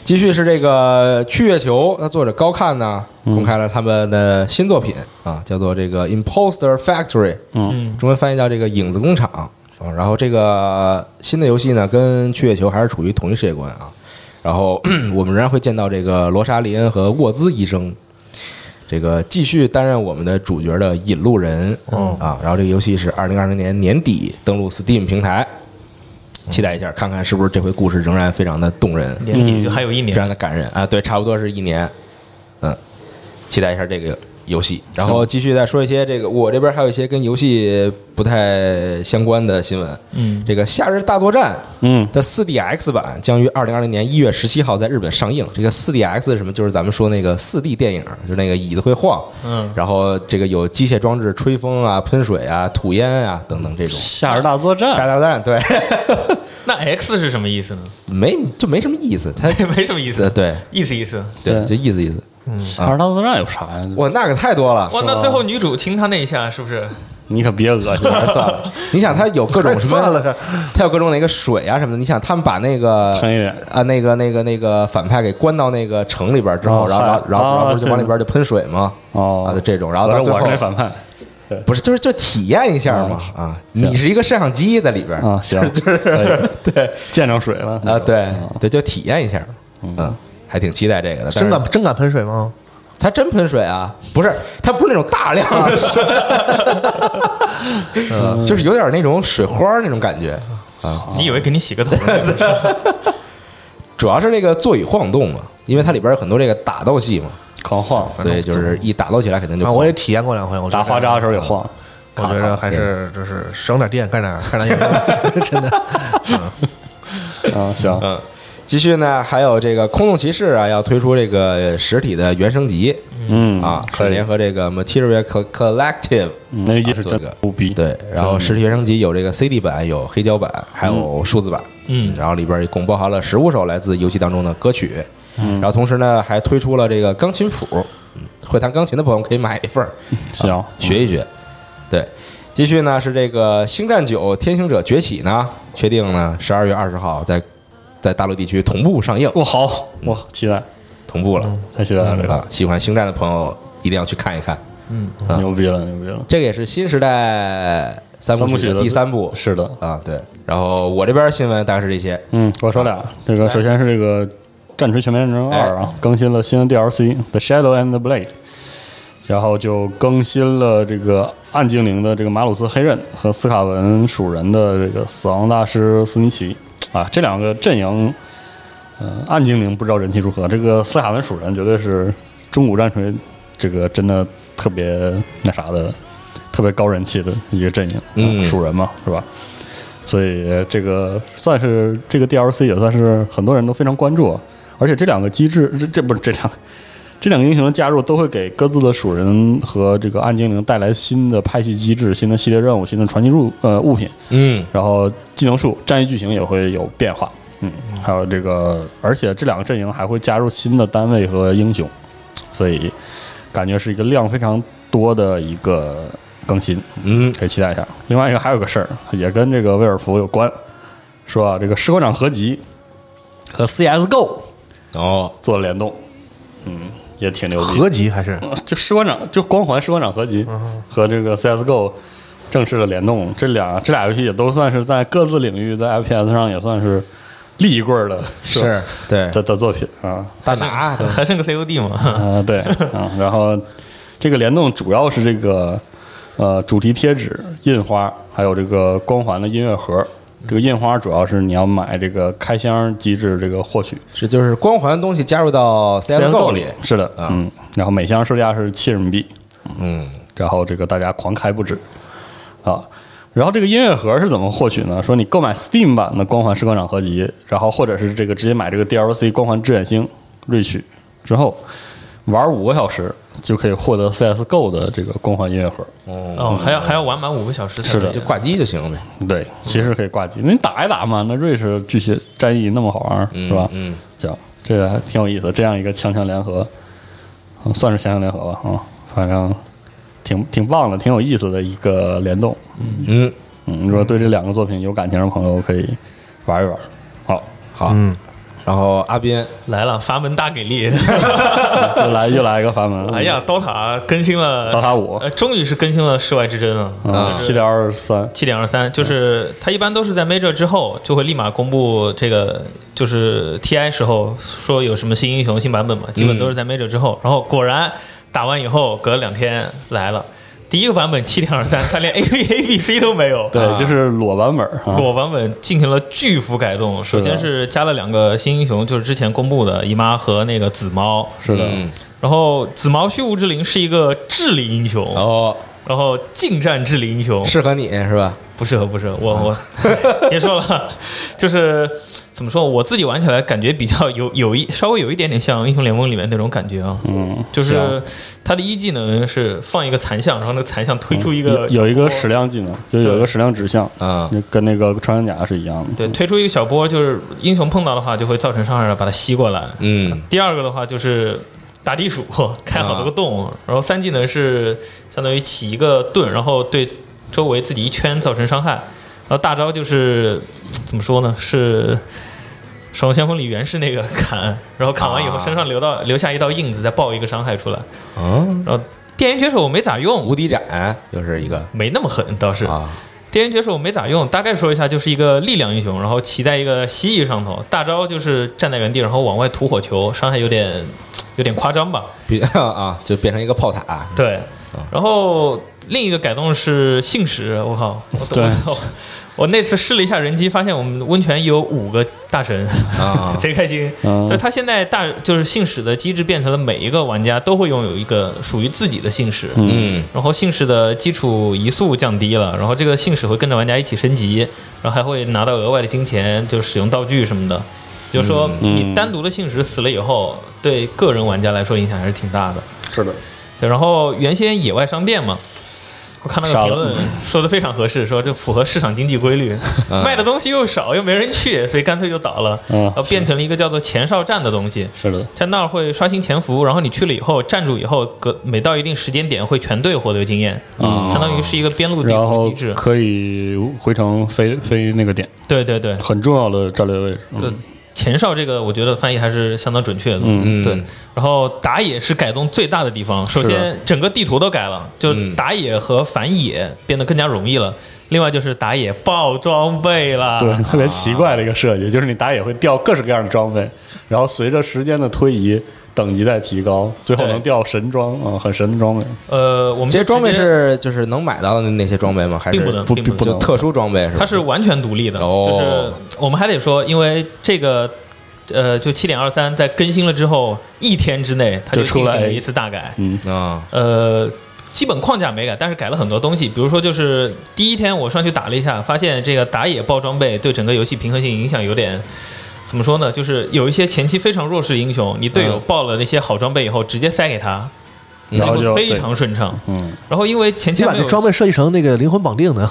Speaker 2: 继续是这个《去月球》，它作者高看呢公开了他们的新作品啊，叫做这个《Imposter Factory》，
Speaker 5: 嗯，
Speaker 2: 中文翻译叫这个影子工厂啊。然后这个新的游戏呢，跟《去月球》还是处于同一世界观啊。然后 我们仍然会见到这个罗莎莉恩和沃兹医生，这个继续担任我们的主角的引路人、啊。然后这个游戏是二零二零年年底登陆 Steam 平台，期待一下，看看是不是这回故事仍然非常的动人。
Speaker 5: 嗯
Speaker 3: 年底就还有一
Speaker 2: 非
Speaker 3: 年，
Speaker 2: 常的感人啊，对，差不多是一年，嗯，期待一下这个游戏，然后继续再说一些这个，我这边还有一些跟游戏不太相关的新闻，
Speaker 3: 嗯
Speaker 2: 这个《夏日大作战》
Speaker 5: 嗯
Speaker 2: 的 4DX 版将于2020年1月17号在日本上映，这个 4DX 是什么？就是咱们说那个 4D 电影，就是那个椅子会晃，
Speaker 3: 嗯
Speaker 2: 然后这个有机械装置吹风啊、喷水啊、吐烟啊等等这种。
Speaker 5: 夏日大作
Speaker 2: 夏
Speaker 5: 战
Speaker 2: 日大作战对，
Speaker 3: 那 X 是什么意思呢？
Speaker 2: 没就没什么意思，它
Speaker 3: 没什么意思，
Speaker 2: 呃对
Speaker 3: 意思意思。
Speaker 2: 对
Speaker 5: 对
Speaker 2: 就意思意思。
Speaker 5: 夏日大作战有啥呀？
Speaker 2: 哇，那可太多了，
Speaker 5: 啊
Speaker 3: 哇，那最后女主亲他那一下是不是？
Speaker 5: 你可别恶心，
Speaker 2: 还是哎算了。你想，它有各种什么？
Speaker 4: 算了，
Speaker 2: 它有各种那个水啊什么的。你想，他们把那个
Speaker 5: 喷一点
Speaker 2: 啊，那个那个那个反派给关到那个城里边之后，
Speaker 5: 哦
Speaker 2: 然后然后
Speaker 5: 嗨
Speaker 2: 然后
Speaker 5: 啊
Speaker 2: 然后不是就往
Speaker 5: 这
Speaker 2: 里边就喷水吗？啊，
Speaker 5: 哦
Speaker 2: 就这种。然后
Speaker 5: 反
Speaker 2: 到
Speaker 5: 正
Speaker 2: 最
Speaker 5: 我
Speaker 2: 后
Speaker 5: 是那反派
Speaker 2: 不是，就是就体验一下嘛啊！你是一个摄像机在里边
Speaker 5: 啊，行，就是 对 见着水了
Speaker 2: 啊，对对，就体验一下，嗯，还挺期待这个的。
Speaker 4: 真
Speaker 2: 但
Speaker 4: 敢
Speaker 2: 是
Speaker 4: 真敢喷水吗？
Speaker 2: 它真喷水啊？不是，它不是那种大量 的水，嗯 就是有点那种水花那种感觉。
Speaker 5: 哦
Speaker 3: 你以为给你洗个头呢？
Speaker 2: 主要是这个座椅晃动嘛，因为它里边有很多这个打斗戏嘛，
Speaker 5: 狂晃，
Speaker 2: 所以就是一打斗起来肯定就
Speaker 4: 啊，
Speaker 2: 晃。
Speaker 4: 我也体验过两回，我觉
Speaker 5: 打
Speaker 4: 得
Speaker 5: 花渣的时候也晃，
Speaker 4: 我觉得还是就是省点电，干 点干点游戏， 真的。
Speaker 2: 嗯
Speaker 5: 啊，行，
Speaker 2: 继续呢，还有这个《空洞骑士》啊，要推出这个实体的原声集，
Speaker 5: 嗯
Speaker 2: 啊，
Speaker 5: 可
Speaker 2: 是
Speaker 5: 以
Speaker 2: 联，合这个 Material Co- Collective
Speaker 5: 嗯那个意识
Speaker 2: 做
Speaker 5: 真
Speaker 2: 一个
Speaker 5: 牛逼，
Speaker 2: 对，然后实体原声集有这个 CD 版，有黑胶版，还有数字版，
Speaker 3: 嗯
Speaker 2: 然后里边一共包含了十五首来自游戏当中的歌曲，然后同时呢还推出了这个钢琴谱，嗯会弹钢琴的朋友可以买一份儿，
Speaker 5: 行
Speaker 2: 啊学一学。对，继续呢是这个《星战九：天行者崛起》呢，确定呢十二月二十号在在大陆地区同步上映，
Speaker 5: 哇，好，哇，期待，
Speaker 2: 同步了
Speaker 5: 太期待了，这
Speaker 2: 啊！喜欢星战的朋友一定要去看一看，啊
Speaker 5: 个牛逼了，牛逼了，
Speaker 2: 这个也是新时代三部曲的第三部
Speaker 5: 是的，
Speaker 2: 啊，对。然后我这边新闻大概是这些，
Speaker 5: 嗯，我说俩，这个首先是这个《战锤全面战争二》啊，更新了新的 DLC《The Shadow and the Blade》，然后就更新了这个暗精灵的这个马鲁斯黑刃和斯卡文属人的这个死亡大师斯尼奇啊，这两个阵营，嗯、暗精灵不知道人气如何，这个斯卡文属人绝对是中古战锤这个真的特别那啥的，特别高人气的一个阵营，
Speaker 2: 嗯
Speaker 5: 啊属人嘛，是吧？所以这个算是这个 DLC 也算是很多人都非常关注啊，而且这两个机制，这这不是这两个这两个英雄的加入都会给各自的属人和这个暗精灵带来新的派系机制、新的系列任务、新的传奇入呃物品，
Speaker 2: 嗯
Speaker 5: 然后技能树、战役剧情也会有变化。嗯，还有这个，而且这两个阵营还会加入新的单位和英雄，所以感觉是一个量非常多的一个更新。
Speaker 2: 嗯
Speaker 5: 可以期待一下。另外一个还有个事儿，也跟这个威尔福有关，说啊，这个士官长合集和 CSGO
Speaker 2: 哦，
Speaker 5: 做联动，嗯，也挺牛逼
Speaker 4: 合。集还 是
Speaker 5: 就士官长，就光环士官长合集和这个 CSGO 正式的联动，这俩这俩游戏也都算是在各自领域在 FPS 上也算是立一棍儿的，吧
Speaker 2: 是对
Speaker 5: 的的作品啊。
Speaker 2: 大拿
Speaker 3: 还剩个 COD 嘛？
Speaker 5: 啊，对，啊，然后这个联动主要是这个呃主题贴纸、印花，还有这个光环的音乐盒。这个印花主要是你要买这个开箱机制这个获取
Speaker 2: 是就是光环东西加入到 CSGO 里，
Speaker 5: 是的，
Speaker 2: 啊
Speaker 5: 嗯，然后每箱售价是七人民币，
Speaker 2: 嗯
Speaker 5: 然后这个大家狂开不止啊。然后这个音乐盒是怎么获取呢？说你购买 Steam 版的《光环士官长》合集，然后或者是这个直接买这个 DLC《光环之远星》瑞曲之后，玩五个小时就可以获得 CSGO 的这个光环音乐盒。
Speaker 3: 哦，还要还要玩满五个小时才
Speaker 5: 是的
Speaker 3: 可以
Speaker 2: 就挂机就行呗，
Speaker 5: 对，其实可以挂机，那你打一打嘛。那瑞士巨蟹战役那么好玩儿，
Speaker 2: 嗯
Speaker 5: 是吧？
Speaker 2: 嗯，
Speaker 5: 行，这个还挺有意思，这样一个强强联合，嗯算是强强联合吧，啊、反正挺挺棒的，挺有意思的一个联动。
Speaker 2: 嗯，
Speaker 5: 嗯，如果对这两个作品有感情的朋友可以玩一玩。好，
Speaker 2: 好，然后阿斌，
Speaker 3: 来了，阀门大给力！
Speaker 5: 又来又来一个阀门，
Speaker 3: 哎呀，刀塔更新了，
Speaker 5: 刀塔五
Speaker 3: 呃，终于是更新了世外之争了。
Speaker 5: 啊，七点二三，
Speaker 3: 七点二三，就是它一般都是在 Major 之后就会立马公布这个，就是 TI 时候说有什么新英雄、新版本嘛，
Speaker 5: 嗯
Speaker 3: 基本都是在 Major 之后。然后果然打完以后，隔两天来了第一个版本七点二三，它连 A B A B C 都没有。啊
Speaker 5: 对，就是裸版本儿啊，
Speaker 3: 裸版本进行了巨幅改动，
Speaker 5: 是
Speaker 3: 首
Speaker 5: 的
Speaker 3: 先是加了两个新英雄，就是之前公布的姨妈和那个紫猫。
Speaker 5: 是的，
Speaker 2: 嗯
Speaker 3: 然后紫毛虚无之灵是一个智力英雄，
Speaker 2: 然后
Speaker 3: 然后近战智力英雄
Speaker 2: 适合你是吧？
Speaker 3: 不适合，不适合我 我别说了，就是怎么说，我自己玩起来感觉比较有 有一稍微有一点点像英雄联盟里面那种感觉啊，
Speaker 5: 嗯，
Speaker 3: 就是它的一技能是放一个残像，然后那个残像推出嗯一个
Speaker 5: 有有一
Speaker 3: 小
Speaker 5: 个
Speaker 3: 波
Speaker 5: 矢量技能，就是有一个矢量指向，
Speaker 2: 啊，
Speaker 5: 就跟那个穿山甲是一样的。
Speaker 3: 对，推出一个小波，就是英雄碰到的话就会造成伤害，然后把它吸过来。
Speaker 2: 嗯
Speaker 3: 第二个的话就是打地鼠， 开好多个洞，然后三技能是相当于起一个盾，然后对周围自己一圈造成伤害。然后大招就是怎么说呢？是《守望先锋》里原是那个砍，然后砍完以后
Speaker 2: 啊
Speaker 3: 身上留到留下一道印子，再爆一个伤害出来。
Speaker 2: 啊，
Speaker 3: 然后电音绝手我 没咋用，
Speaker 2: 无敌斩又是一个
Speaker 3: 没那么狠倒是。
Speaker 2: 啊，
Speaker 3: 电音角手没咋用，大概说一下，就是一个力量英雄，然后骑在一个蜥蜴上头，大招就是站在原地，然后往外吐火球，伤害有点有点夸张吧？
Speaker 2: 比 啊就变成一个炮塔，啊
Speaker 3: 对。然后另一个改动是信使，我靠，我
Speaker 5: 对
Speaker 3: 我 我那次试了一下人机，发现我们温泉有五个大神，
Speaker 2: 啊
Speaker 3: 贼开心。
Speaker 5: 嗯
Speaker 3: 就是他现在大就是信使的机制变成了每一个玩家都会拥有一个属于自己的信使，
Speaker 2: 嗯
Speaker 3: 然后信使的基础移速降低了，然后这个信使会跟着玩家一起升级，然后还会拿到额外的金钱，就是使用道具什么的。就是说，
Speaker 5: 嗯
Speaker 3: 你单独的信使死了以后，对个人玩家来说影响还是挺大的。
Speaker 5: 是的，
Speaker 3: 对，然后原先野外商店嘛，我看那个
Speaker 5: 傻
Speaker 3: 评
Speaker 5: 了
Speaker 3: 论说的非常合适，说这符合市场经济规律，卖的东西又少又没人去，所以干脆就倒了，
Speaker 5: 嗯
Speaker 3: 然后变成了一个叫做前哨站的东西。
Speaker 5: 是的，
Speaker 3: 在那儿会刷新潜伏，然后你去了以后站住以后，隔每到一定时间点会全队获得经验，
Speaker 5: 哦
Speaker 3: 相当于是一个边路地
Speaker 5: 然
Speaker 3: 图
Speaker 5: 后
Speaker 3: 机制。
Speaker 5: 可以回程飞飞那个点，
Speaker 3: 对对对，
Speaker 5: 很重要的战略位置。
Speaker 3: 呃
Speaker 5: 嗯，
Speaker 3: 前哨这个我觉得翻译还是相当准确的。
Speaker 5: 嗯
Speaker 2: 嗯
Speaker 3: 对。然后打野是改动最大的地方，首
Speaker 5: 是
Speaker 3: 先
Speaker 5: 的
Speaker 3: 整个地图都改了，就
Speaker 2: 嗯
Speaker 3: 打野和反野变得更加容易了。另外就是打野爆装备了，
Speaker 5: 对， 特别奇怪的一个设计，就是你打野会掉各式各样的装备，然后随着时间的推移，等级在提高，最后
Speaker 3: 对
Speaker 5: 能掉神装啊、很神的装备。
Speaker 3: 呃，我们
Speaker 2: 这
Speaker 3: 就
Speaker 2: 些装备
Speaker 3: 直接
Speaker 2: 是就是能买到的那些装备吗？还是
Speaker 3: 并不能，并
Speaker 5: 不
Speaker 3: 能
Speaker 2: 就
Speaker 5: 能
Speaker 2: 特殊装备是吧？
Speaker 3: 它是完全独立的，
Speaker 2: 哦
Speaker 3: 就是我们还得说，因为这个。呃，就七点二三在更新了之后，一天之内它
Speaker 5: 就
Speaker 3: 进行
Speaker 5: 出来
Speaker 3: 了一次大改。
Speaker 5: 嗯，
Speaker 2: 啊，
Speaker 3: 呃，基本框架没改，但是改了很多东西。比如说，就是第一天我上去打了一下，发现这个打野爆装备对整个游戏平衡性影响有点。怎么说呢？就是有一些前期非常弱势的英雄，你队友
Speaker 2: 嗯
Speaker 3: 爆了那些好装备以后，直接塞给他，
Speaker 5: 然后
Speaker 3: 那
Speaker 5: 就
Speaker 3: 个非常顺畅。
Speaker 5: 嗯，
Speaker 3: 然后因为前期还
Speaker 4: 你把
Speaker 3: 没
Speaker 4: 这
Speaker 3: 有
Speaker 4: 装备设计成那个灵魂绑定的，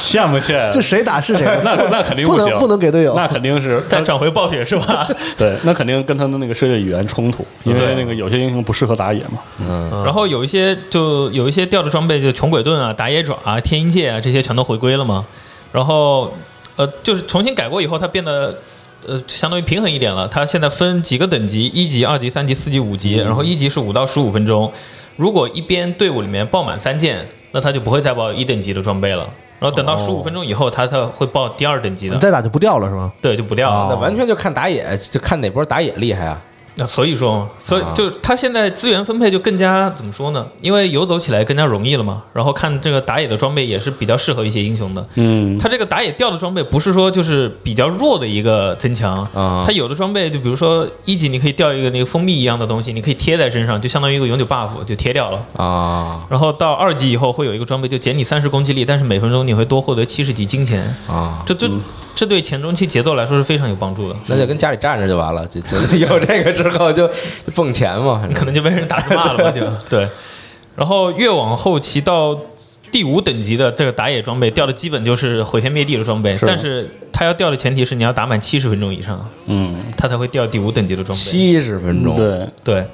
Speaker 5: 欠不欠？
Speaker 4: 这谁打是谁。
Speaker 5: 那那肯定
Speaker 4: 不能
Speaker 5: 行，
Speaker 4: 不能给队友
Speaker 5: 那肯定 是
Speaker 3: 再转回暴雪是吧？
Speaker 5: 对，那肯定跟他的那个设计语言冲突，因为
Speaker 3: 对
Speaker 5: 那个有些英雄不适合打野嘛。
Speaker 2: 嗯，
Speaker 3: 然后有一些就有一些掉的装备，就穷鬼盾啊、打野爪啊、天鹰戒啊，这些全都回归了嘛。然后呃，就是重新改过以后，它变得呃相当于平衡一点了。它现在分几个等级：一级、二级、三级、四级、五级。然后一级是五到十五分钟。如果一边队伍里面爆满三件，那他就不会再爆一等级的装备了。然后等到十五分钟以后，他才会爆第二等级
Speaker 4: 你
Speaker 3: 的，
Speaker 4: 再打就不掉了是吗？
Speaker 3: 对，就不掉了
Speaker 4: 哦。
Speaker 2: 那完全就看打野，就看哪波打野厉害啊。
Speaker 3: 那所以说嘛，所以
Speaker 2: 啊
Speaker 3: 就他现在资源分配就更加怎么说呢？因为游走起来更加容易了嘛。然后看这个打野的装备也是比较适合一些英雄的。
Speaker 5: 嗯，
Speaker 3: 他这个打野掉的装备不是说就是比较弱的一个增强，
Speaker 2: 啊
Speaker 3: 他有的装备就比如说一级你可以掉一个那个蜂蜜一样的东西，你可以贴在身上，就相当于一个永久 buff 就贴掉了。
Speaker 2: 啊
Speaker 3: 然后到二级以后会有一个装备就减你三十攻击力，但是每分钟你会多获得七十级金钱，
Speaker 2: 啊，
Speaker 3: 这这这对前中期节奏来说是非常有帮助的。
Speaker 2: 那就跟家里站着就完了，就 就有这个之后就就蹦钱嘛，反
Speaker 3: 可
Speaker 2: 正
Speaker 3: 能就被人打字骂了吧，就对。然后越往后期到第五等级的这个打野装备掉的基本就是毁天灭地的装备，
Speaker 5: 是
Speaker 3: 但是它要掉的前提是你要打满七十分钟以上，
Speaker 5: 嗯，
Speaker 3: 它才会掉第五等级的装备。
Speaker 2: 七十分钟，
Speaker 5: 对，
Speaker 3: 对。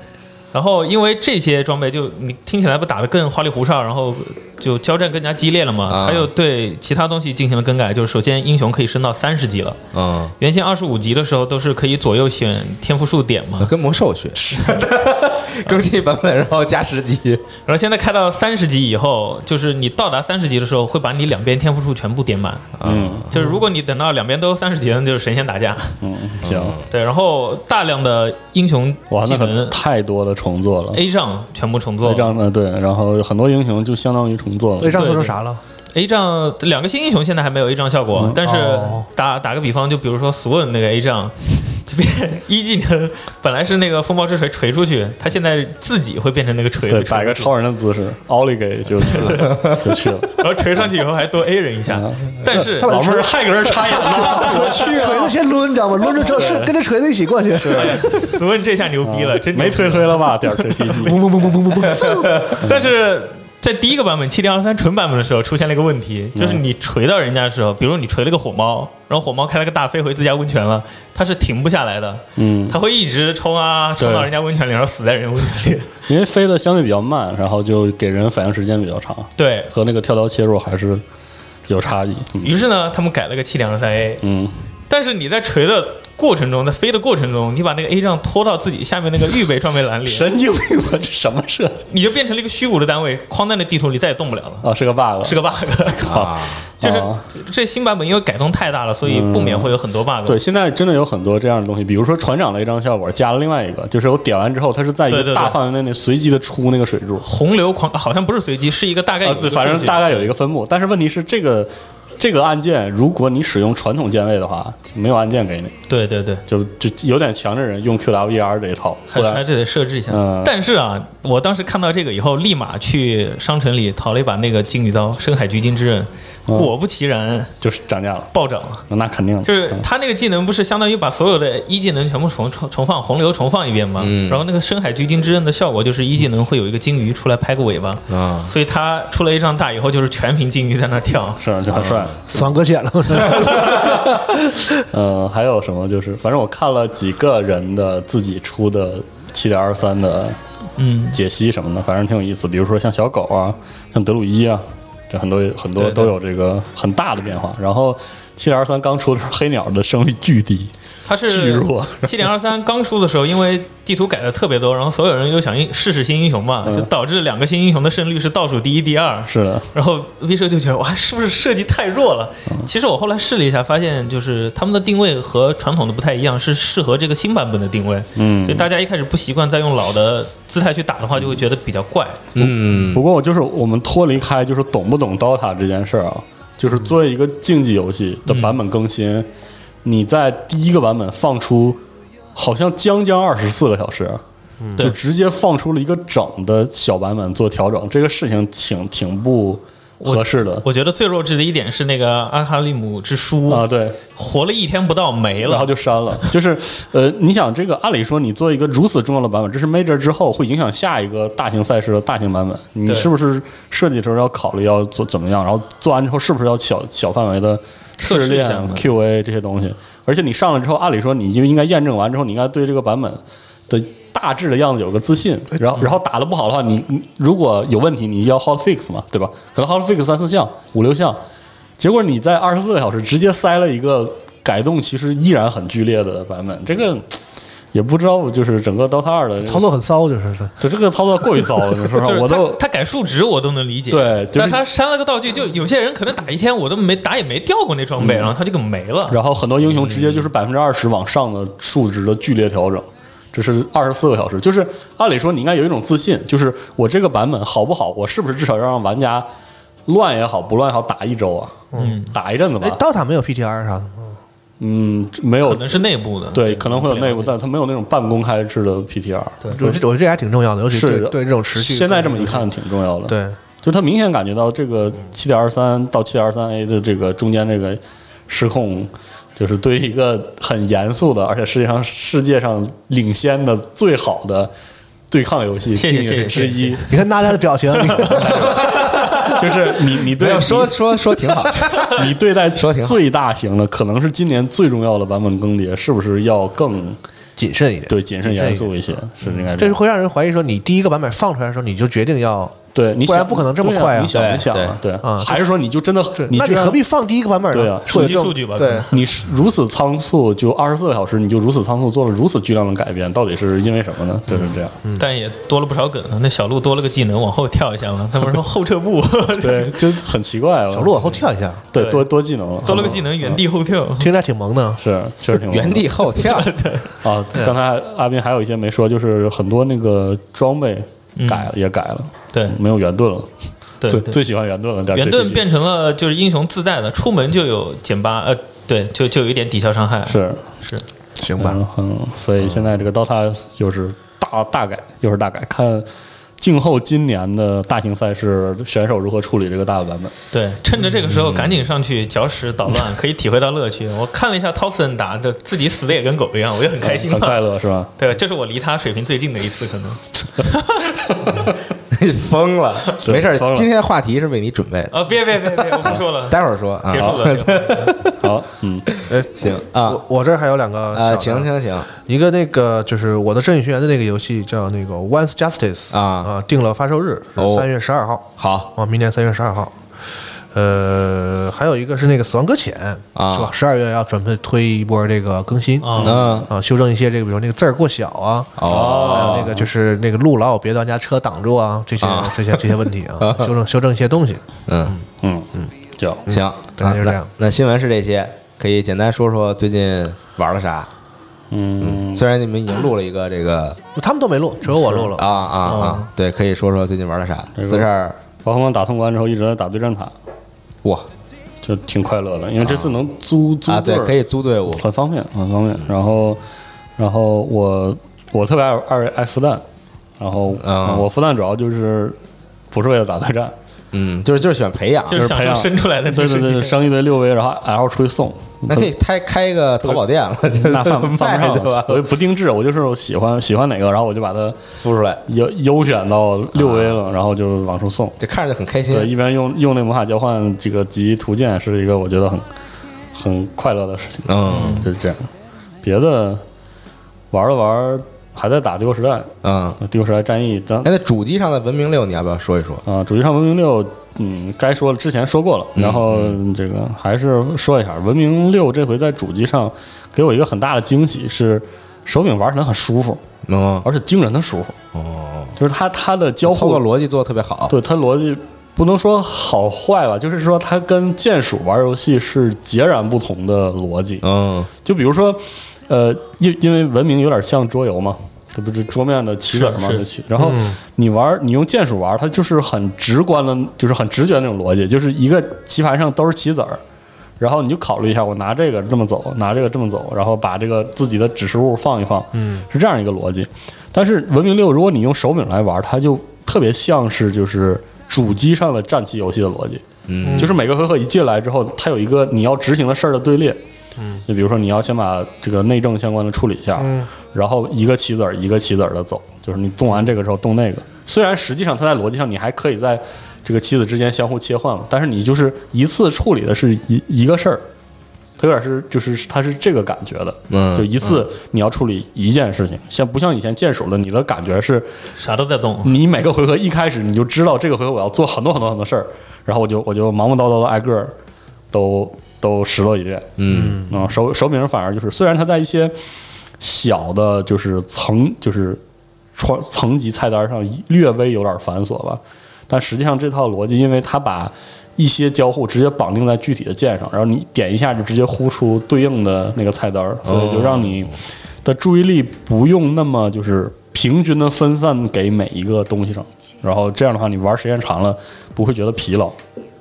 Speaker 3: 然后因为这些装备就你听起来不打得更花里胡哨，然后就交战更加激烈了嘛。
Speaker 2: 啊
Speaker 3: 它又对其他东西进行了更改，就是首先英雄可以升到三十级了，
Speaker 2: 嗯，
Speaker 3: 原先二十五级的时候都是可以左右选天赋数点嘛，
Speaker 2: 跟魔兽学， 更新版本然后加十级，
Speaker 3: 然后现在开到三十级以后，就是你到达三十级的时候，会把你两边天赋数全部点满。
Speaker 5: 嗯
Speaker 3: 就是如果你等到两边都三十级了，那就是神仙打 架。
Speaker 5: 嗯，行，
Speaker 3: 对，然后大量的英雄
Speaker 5: 哇，
Speaker 3: 技
Speaker 5: 那可
Speaker 3: 能
Speaker 5: 太多的重做了。
Speaker 3: A 账全部重做
Speaker 5: A 仗呢？对，然后很多英雄就相当于重做
Speaker 4: 那
Speaker 5: 了。
Speaker 4: 让做成啥了？
Speaker 3: A 账两个新英雄现在还没有 A 账效
Speaker 5: 嗯
Speaker 3: 果，但是
Speaker 4: 哦
Speaker 3: 打打个比方，就比如说 Swan 那个 A 账，就变 一技能本来是那个风暴之锤锤出去，他现在自己会变成那个锤，
Speaker 5: 对，
Speaker 3: 锤
Speaker 5: 摆个
Speaker 3: 出去
Speaker 5: 超人的姿势，奥利 给就去了，就去了。
Speaker 3: 然后锤上去以后还多 A 人一下，但是
Speaker 4: 他把
Speaker 5: 嗯老妹儿还搁这插眼呢，我去啊
Speaker 4: 锤子先抡，你知道吗？抡着之后是跟着锤子一起过去，
Speaker 3: Swan 这下牛逼了，真牛
Speaker 5: 没
Speaker 3: 逼
Speaker 5: 推推了吧？点儿推 PG，
Speaker 4: 嘣嘣嘣嘣嘣嘣 嘣，
Speaker 3: 但是在第一个版本七零二三纯版本的时候，出现了一个问题，就是你锤到人家的时候，比如你锤了个火猫，然后火猫开了个大飞回自家温泉了，它是停不下来的，
Speaker 5: 嗯，
Speaker 3: 它会一直冲啊，冲到人家温泉里，然后死在人家温泉里。
Speaker 5: 因为飞的相对比较慢，然后就给人反应时间比较长，
Speaker 3: 对
Speaker 5: 和那个跳刀切入还是有差异。嗯
Speaker 3: 于是呢，他们改了个七零二三 A，
Speaker 5: 嗯，
Speaker 3: 但是你在锤的过程中，在飞的过程中，你把那个 A 杖拖到自己下面那个预备装备栏里，
Speaker 5: 神经病吧，这什么设计
Speaker 3: 你就变成了一个虚无的单位，框在那地图里，再也动不了了。
Speaker 5: 啊？是个 bug，
Speaker 3: 是个 bug，
Speaker 5: 啊，
Speaker 3: 就是
Speaker 5: 啊
Speaker 3: 这新版本因为改动太大了，所以不免会有很多 bug。
Speaker 5: 对，现在真的有很多这样的东西，比如说船长的一张效果加了另外一个，就是我点完之后，它是在一
Speaker 3: 对对对
Speaker 5: 个大范围内内随机的出那个水柱，
Speaker 3: 洪流狂好像不是随机，是一个大概有
Speaker 5: 啊
Speaker 3: 一个，
Speaker 5: 反
Speaker 3: 顺
Speaker 5: 正
Speaker 3: 序
Speaker 5: 大概有一个分布。但是问题是，这个这个按键，如果你使用传统键位的话，就没有按键给你，
Speaker 3: 对对对，
Speaker 5: 就就有点强制人用 QWER 这一套。
Speaker 3: 还
Speaker 5: 后
Speaker 3: 是还
Speaker 5: 来
Speaker 3: 是得设置一下
Speaker 5: 嗯。
Speaker 3: 但是啊，我当时看到这个以后，立马去商城里淘了一把那个金鱼刀，深海橘金之刃，
Speaker 5: 嗯
Speaker 3: 果不其然
Speaker 5: 就是涨价了，
Speaker 3: 暴涨。
Speaker 5: 那肯定的
Speaker 3: 就是
Speaker 5: 嗯
Speaker 3: 他那个技能不是相当于把所有的 E 一技能全部重重重放洪流重放一遍吗？
Speaker 5: 嗯
Speaker 3: 然后那个深海巨鲸之刃的效果就是一技能会有一个鲸鱼出来拍个尾巴，
Speaker 2: 啊
Speaker 3: 所以他出了一张大以后就是全屏鲸鱼在那跳。
Speaker 5: 是就很帅。
Speaker 4: 死亡搁浅了。
Speaker 5: 嗯，还有什么？就是反正我看了几个人的自己出的七点二三的
Speaker 3: 嗯，
Speaker 5: 解析什么的，反正挺有意思。比如说像小狗啊，像德鲁伊啊，这很多很多
Speaker 3: 对对
Speaker 5: 都有这个很大的变化。然后七点二三刚出的时候，黑鸟的胜率巨低，
Speaker 3: 他
Speaker 5: 巨
Speaker 3: 是
Speaker 5: 弱
Speaker 3: 七点二三刚出的时候，因为地图改的特别多，然后所有人又想一试试新英雄嘛，
Speaker 5: 嗯
Speaker 3: 就导致两个新英雄的胜率是倒数第一、第二。
Speaker 5: 是的，
Speaker 3: 然后 V 社就觉得哇，是不是设计太弱了？
Speaker 5: 嗯
Speaker 3: 其实我后来试了一下，发现就是他们的定位和传统的不太一样，是适合这个新版本的定位。
Speaker 5: 嗯
Speaker 3: 所以大家一开始不习惯再用老的姿态去打的话，就会觉得比较怪。
Speaker 2: 嗯
Speaker 5: 不过我就是我们脱离开就是懂不懂 DOTA 这件事儿啊，就是作为一个竞技游戏的版本更新，你在第一个版本放出好像将将二十四个小时。就
Speaker 3: 对
Speaker 5: 直接放出了一个整的小版本做调整，这个事情挺挺不合适的
Speaker 3: 我觉得最弱智的一点是那个阿哈利姆之书，
Speaker 5: 啊！对，
Speaker 3: 活了一天不到没
Speaker 5: 然后
Speaker 3: 了。
Speaker 5: 就删了。就是呃，你想这个，按理说你做一个如此重要的版本，这是 major 之后会影响下一个大型赛事的大型版本，你
Speaker 3: 对
Speaker 5: 是不是设计的时候要考虑要做怎么样？然后做完之后是不是要小小范围的
Speaker 3: 测试
Speaker 5: 试
Speaker 3: 一
Speaker 5: 炼
Speaker 3: 下嘛、
Speaker 5: QA 这些东西？而且你上了之后，按理说你就应该验证完之后，你应该对这个版本的。大致的样子有个自信，然后然后打的不好的话，你你如果有问题，你要 hot fix 嘛，对吧？可能 hot fix 三四项、五六项，结果你在二十四个小时直接塞了一个改动，其实依然很剧烈的版本，这个也不知道，就是整个 DOTA 二的这个
Speaker 4: 操，作很骚，就是是
Speaker 5: 就这个操作过于骚了，你说实话，
Speaker 3: 就是
Speaker 5: 啊我都
Speaker 3: 他他改数值我都能理解，
Speaker 5: 对就是
Speaker 3: 但他删了个道具，就有些人可能打一天我都没打也没掉过那装
Speaker 5: 嗯
Speaker 3: 备，然后他就给没了。
Speaker 5: 然后很多英雄直接就是百分之二十往上的数值的剧烈调整，这是二十四个小时。就是按理说你应该有一种自信，就是我这个版本好不好，我是不是至少要让玩家乱也好，不乱也好打一周啊，嗯，打一阵子
Speaker 4: 哎
Speaker 5: 吧，
Speaker 4: ，DOTA 没有 PTR 啥的吗？
Speaker 5: 嗯，没有
Speaker 3: 可能是内部的，
Speaker 5: 对，可能会有内部，
Speaker 3: 的。
Speaker 5: 但它没有那种半公开制的 PTR。
Speaker 3: 对
Speaker 4: 我这我这还挺重要的，尤其
Speaker 5: 是
Speaker 4: 对对这种持续。
Speaker 5: 现在这么一，看挺重要的。，
Speaker 4: 对，
Speaker 5: 就他明显感觉到这个七点二三到七点二三 A 的这个中间这个失控，就是对于一个很严肃的，而且世界上世界上领先的最好的对抗游戏
Speaker 3: 谢
Speaker 5: 竞
Speaker 3: 谢
Speaker 5: 技之
Speaker 3: 谢谢
Speaker 5: 一，
Speaker 4: 你看大家的表情，你
Speaker 5: 就是你你
Speaker 2: 没
Speaker 5: 对
Speaker 2: 有说说说挺 好，
Speaker 5: 你 对待
Speaker 2: 说挺好
Speaker 5: 最大型的，可能是今年最重要的版本更迭，是不是要更
Speaker 4: 谨慎一点。
Speaker 5: 对谨慎
Speaker 4: 谨慎
Speaker 5: 严
Speaker 4: 一点
Speaker 5: 肃一些？是应该样
Speaker 4: 这是会让人怀疑说，你第一个版本放出来的时候，你就决定要
Speaker 5: 对，你
Speaker 4: 不然
Speaker 5: 想
Speaker 4: 不可能这么快啊
Speaker 5: 对你想一想啊，对
Speaker 4: 啊
Speaker 5: 还是说你就真的
Speaker 4: 对，
Speaker 5: 你
Speaker 4: 那
Speaker 5: 居
Speaker 4: 你
Speaker 5: 然
Speaker 4: 何必放第一个版本呢？
Speaker 5: 对啊
Speaker 4: 会有这种
Speaker 3: 统计数据吧可
Speaker 4: 对
Speaker 3: 能，
Speaker 5: 你是如此仓促，就二十四个小时，你就如此仓促做了如此巨量的改变，到底是因为什么呢？就是这样，
Speaker 3: 嗯但也多了不少梗。那小鹿多了个技能，往后跳一下嘛。他们说后撤步，
Speaker 5: 对，就很奇怪啊。
Speaker 4: 小鹿往后跳一下，
Speaker 5: 对
Speaker 3: 对
Speaker 5: 多多技能了，啊
Speaker 3: 多了个技能原地后跳。
Speaker 5: 嗯
Speaker 4: 听着还挺萌
Speaker 2: 嗯
Speaker 4: 的。啊
Speaker 5: 是确实挺
Speaker 2: 原地后 跳，
Speaker 5: 啊。刚才阿斌还有一些没说，就是很多那个装备改了也改了，
Speaker 3: 对
Speaker 5: 没有圆盾了，
Speaker 3: 对
Speaker 5: 嗯最
Speaker 3: 对
Speaker 5: 最喜欢圆盾了，在
Speaker 3: 圆盾
Speaker 5: RPG
Speaker 3: 变成了就是英雄自带的，出门就有减八，呃，对，就就有一点抵消伤害。
Speaker 5: 是
Speaker 3: 是，
Speaker 4: 行吧，
Speaker 5: 嗯嗯，所以现在这个 DOTA 就是大大改，又是大改，看静候今年的大型赛事选手如何处理这个大的版本。
Speaker 3: 对，趁着这个时
Speaker 5: 嗯
Speaker 3: 候赶紧上去搅屎捣 乱，可以体会到乐趣。我看了一下 Thompson 打的，自己死的也跟狗一样，我就很开心
Speaker 5: 嗯
Speaker 3: 啊
Speaker 5: 很快
Speaker 3: 了。
Speaker 5: 乐是吧？
Speaker 3: 对，这是我离他水平最近的一次，可能。
Speaker 2: 疯了，没事儿
Speaker 5: 疯，了
Speaker 2: 今天话题是为你准备的，
Speaker 3: 啊，别别别别，我不说 了，
Speaker 2: 待会儿说啊
Speaker 3: 结束，了。这个
Speaker 5: 好，嗯，
Speaker 4: 哎，
Speaker 2: 行啊
Speaker 4: 我我这儿还有两个小
Speaker 2: 啊，
Speaker 4: 的
Speaker 2: 行行行，
Speaker 4: 一个那个就是我的《正义学员》的那个游戏叫那个《Once Justice》
Speaker 2: 啊
Speaker 4: 啊，定了发售日
Speaker 2: 哦
Speaker 4: 是三月十二号
Speaker 2: 好
Speaker 4: 啊，明年三月十二号。呃，还有一个是那个《死亡搁浅》
Speaker 2: 啊
Speaker 4: 是吧？十二月要准备推一波这个更新
Speaker 3: 啊
Speaker 2: 嗯
Speaker 4: 啊，修正一些这个，比如那个字儿过小啊，
Speaker 2: 哦
Speaker 4: 还有那个就是那个路老有别的玩家车挡住啊，这些
Speaker 2: 啊
Speaker 4: 这些这些 问题啊，修正修正一些东西。
Speaker 2: 嗯
Speaker 5: 嗯嗯，叫
Speaker 2: 行，啊
Speaker 4: 大概就是
Speaker 2: 那
Speaker 4: 这样
Speaker 2: 那新闻是这些，可以简单说说最近玩了啥。
Speaker 5: 嗯，
Speaker 2: 虽然你们已经录了一个这个
Speaker 4: 他们都没录，只有我录了
Speaker 2: 啊。啊啊，对，可以说说最近玩了啥。
Speaker 5: 哦这个
Speaker 2: 四十二，
Speaker 5: 王峰打通关之后一直在打对战塔，
Speaker 2: 哇，
Speaker 5: 就挺快乐的，因为这次能租租
Speaker 2: 啊，
Speaker 5: 队
Speaker 2: 对，
Speaker 5: 儿哦
Speaker 2: 可以租队伍
Speaker 5: 很方便，很方便。然后，然后我我特别爱爱爱复旦，然后、
Speaker 2: 嗯
Speaker 5: 我复旦主要就是不是为了打 对战，
Speaker 2: 嗯，就是就是喜欢培养，
Speaker 3: 就是享
Speaker 5: 培
Speaker 3: 受
Speaker 5: 养
Speaker 3: 生出来的
Speaker 5: 对对对，
Speaker 3: 知
Speaker 5: 对
Speaker 3: 识
Speaker 5: 生一堆六 V，然后 L 出去送，
Speaker 2: 那可以开开一个淘宝店了，就是
Speaker 5: 那犯犯不
Speaker 2: 卖
Speaker 5: 上
Speaker 2: 对吧
Speaker 5: 了，？我就不定制，我就是我喜欢喜欢哪个，然后我就把它
Speaker 2: 孵出来，
Speaker 5: 优优选到六 V
Speaker 2: 啊
Speaker 5: 了，然后就往出送。
Speaker 2: 这看着就很开
Speaker 5: 对，
Speaker 2: 心。
Speaker 5: 一边用用那魔法交换这个集图鉴是一个我觉得很很快乐的事情。
Speaker 2: 嗯
Speaker 5: 就是这样。别的玩了玩，还在打《帝国时代》
Speaker 2: 嗯，
Speaker 5: 《帝国时代战役》当
Speaker 2: 哎，那主机上的《文明六》，你要不要说一说？
Speaker 5: 啊，主机上《文明六》，嗯，该说的之前说过
Speaker 2: 嗯
Speaker 5: 了，然后这个还是说一下，《文明六》这回在主机上给我一个很大的惊喜是。手柄玩起来很舒服，
Speaker 2: 嗯，
Speaker 5: 而且惊人的舒服。哦，就是它它的交
Speaker 2: 操
Speaker 5: 互
Speaker 2: 作逻辑做的特别好。
Speaker 5: 对它逻辑不能说好坏吧，就是说它跟键鼠玩游戏是截然不同的逻辑。
Speaker 2: 嗯，
Speaker 5: 就比如说，呃，因因为文明有点像桌游嘛，这不是桌面的棋子嘛，
Speaker 3: 是嗯
Speaker 5: 就棋。然后你玩，你用键鼠玩，它就是很直观的，就是很直觉的那种逻辑，就是一个棋盘上都是棋子儿。然后你就考虑一下，我拿这个这么走，拿这个这么走，然后把这个自己的指示物放一放，嗯，是这样一个逻辑。但是文明六，如果你用手柄来玩，它就特别像是就是主机上的战棋游戏的逻辑，嗯，就是每个回合一进来之后，它有一个你要执行的事儿的队列，嗯，就比如说你要先把这个内政相关的处理一下，嗯，然后一个棋子儿一个棋子儿的走，就是你动完这个之后动那个。虽然实际上它在逻辑上你还可以在这个棋子之间相互切换嘛，但是你就是一次处理的是一一个事儿，它有点是就是它是这个感觉的，
Speaker 2: 嗯
Speaker 5: 就一次你要处理一件事情，像不像以前键鼠的，你的感觉是
Speaker 3: 啥都在动，
Speaker 5: 你每个回合一开始你就知道这个回合我要做很多很多很多事儿，然后我就我就忙忙叨叨的挨个儿都都拾掇一遍。嗯啊，手手柄反而就是，虽然它在一些小的，就是层就是窗层级菜单上略微有点繁琐吧，但实际上这套逻辑，因为它把一些交互直接绑定在具体的键上，然后你点一下就直接呼出对应的那个菜单儿，所以就让你的注意力不用那么就是平均的分散给每一个东西上，然后这样的话你玩时间长了不会觉得疲劳。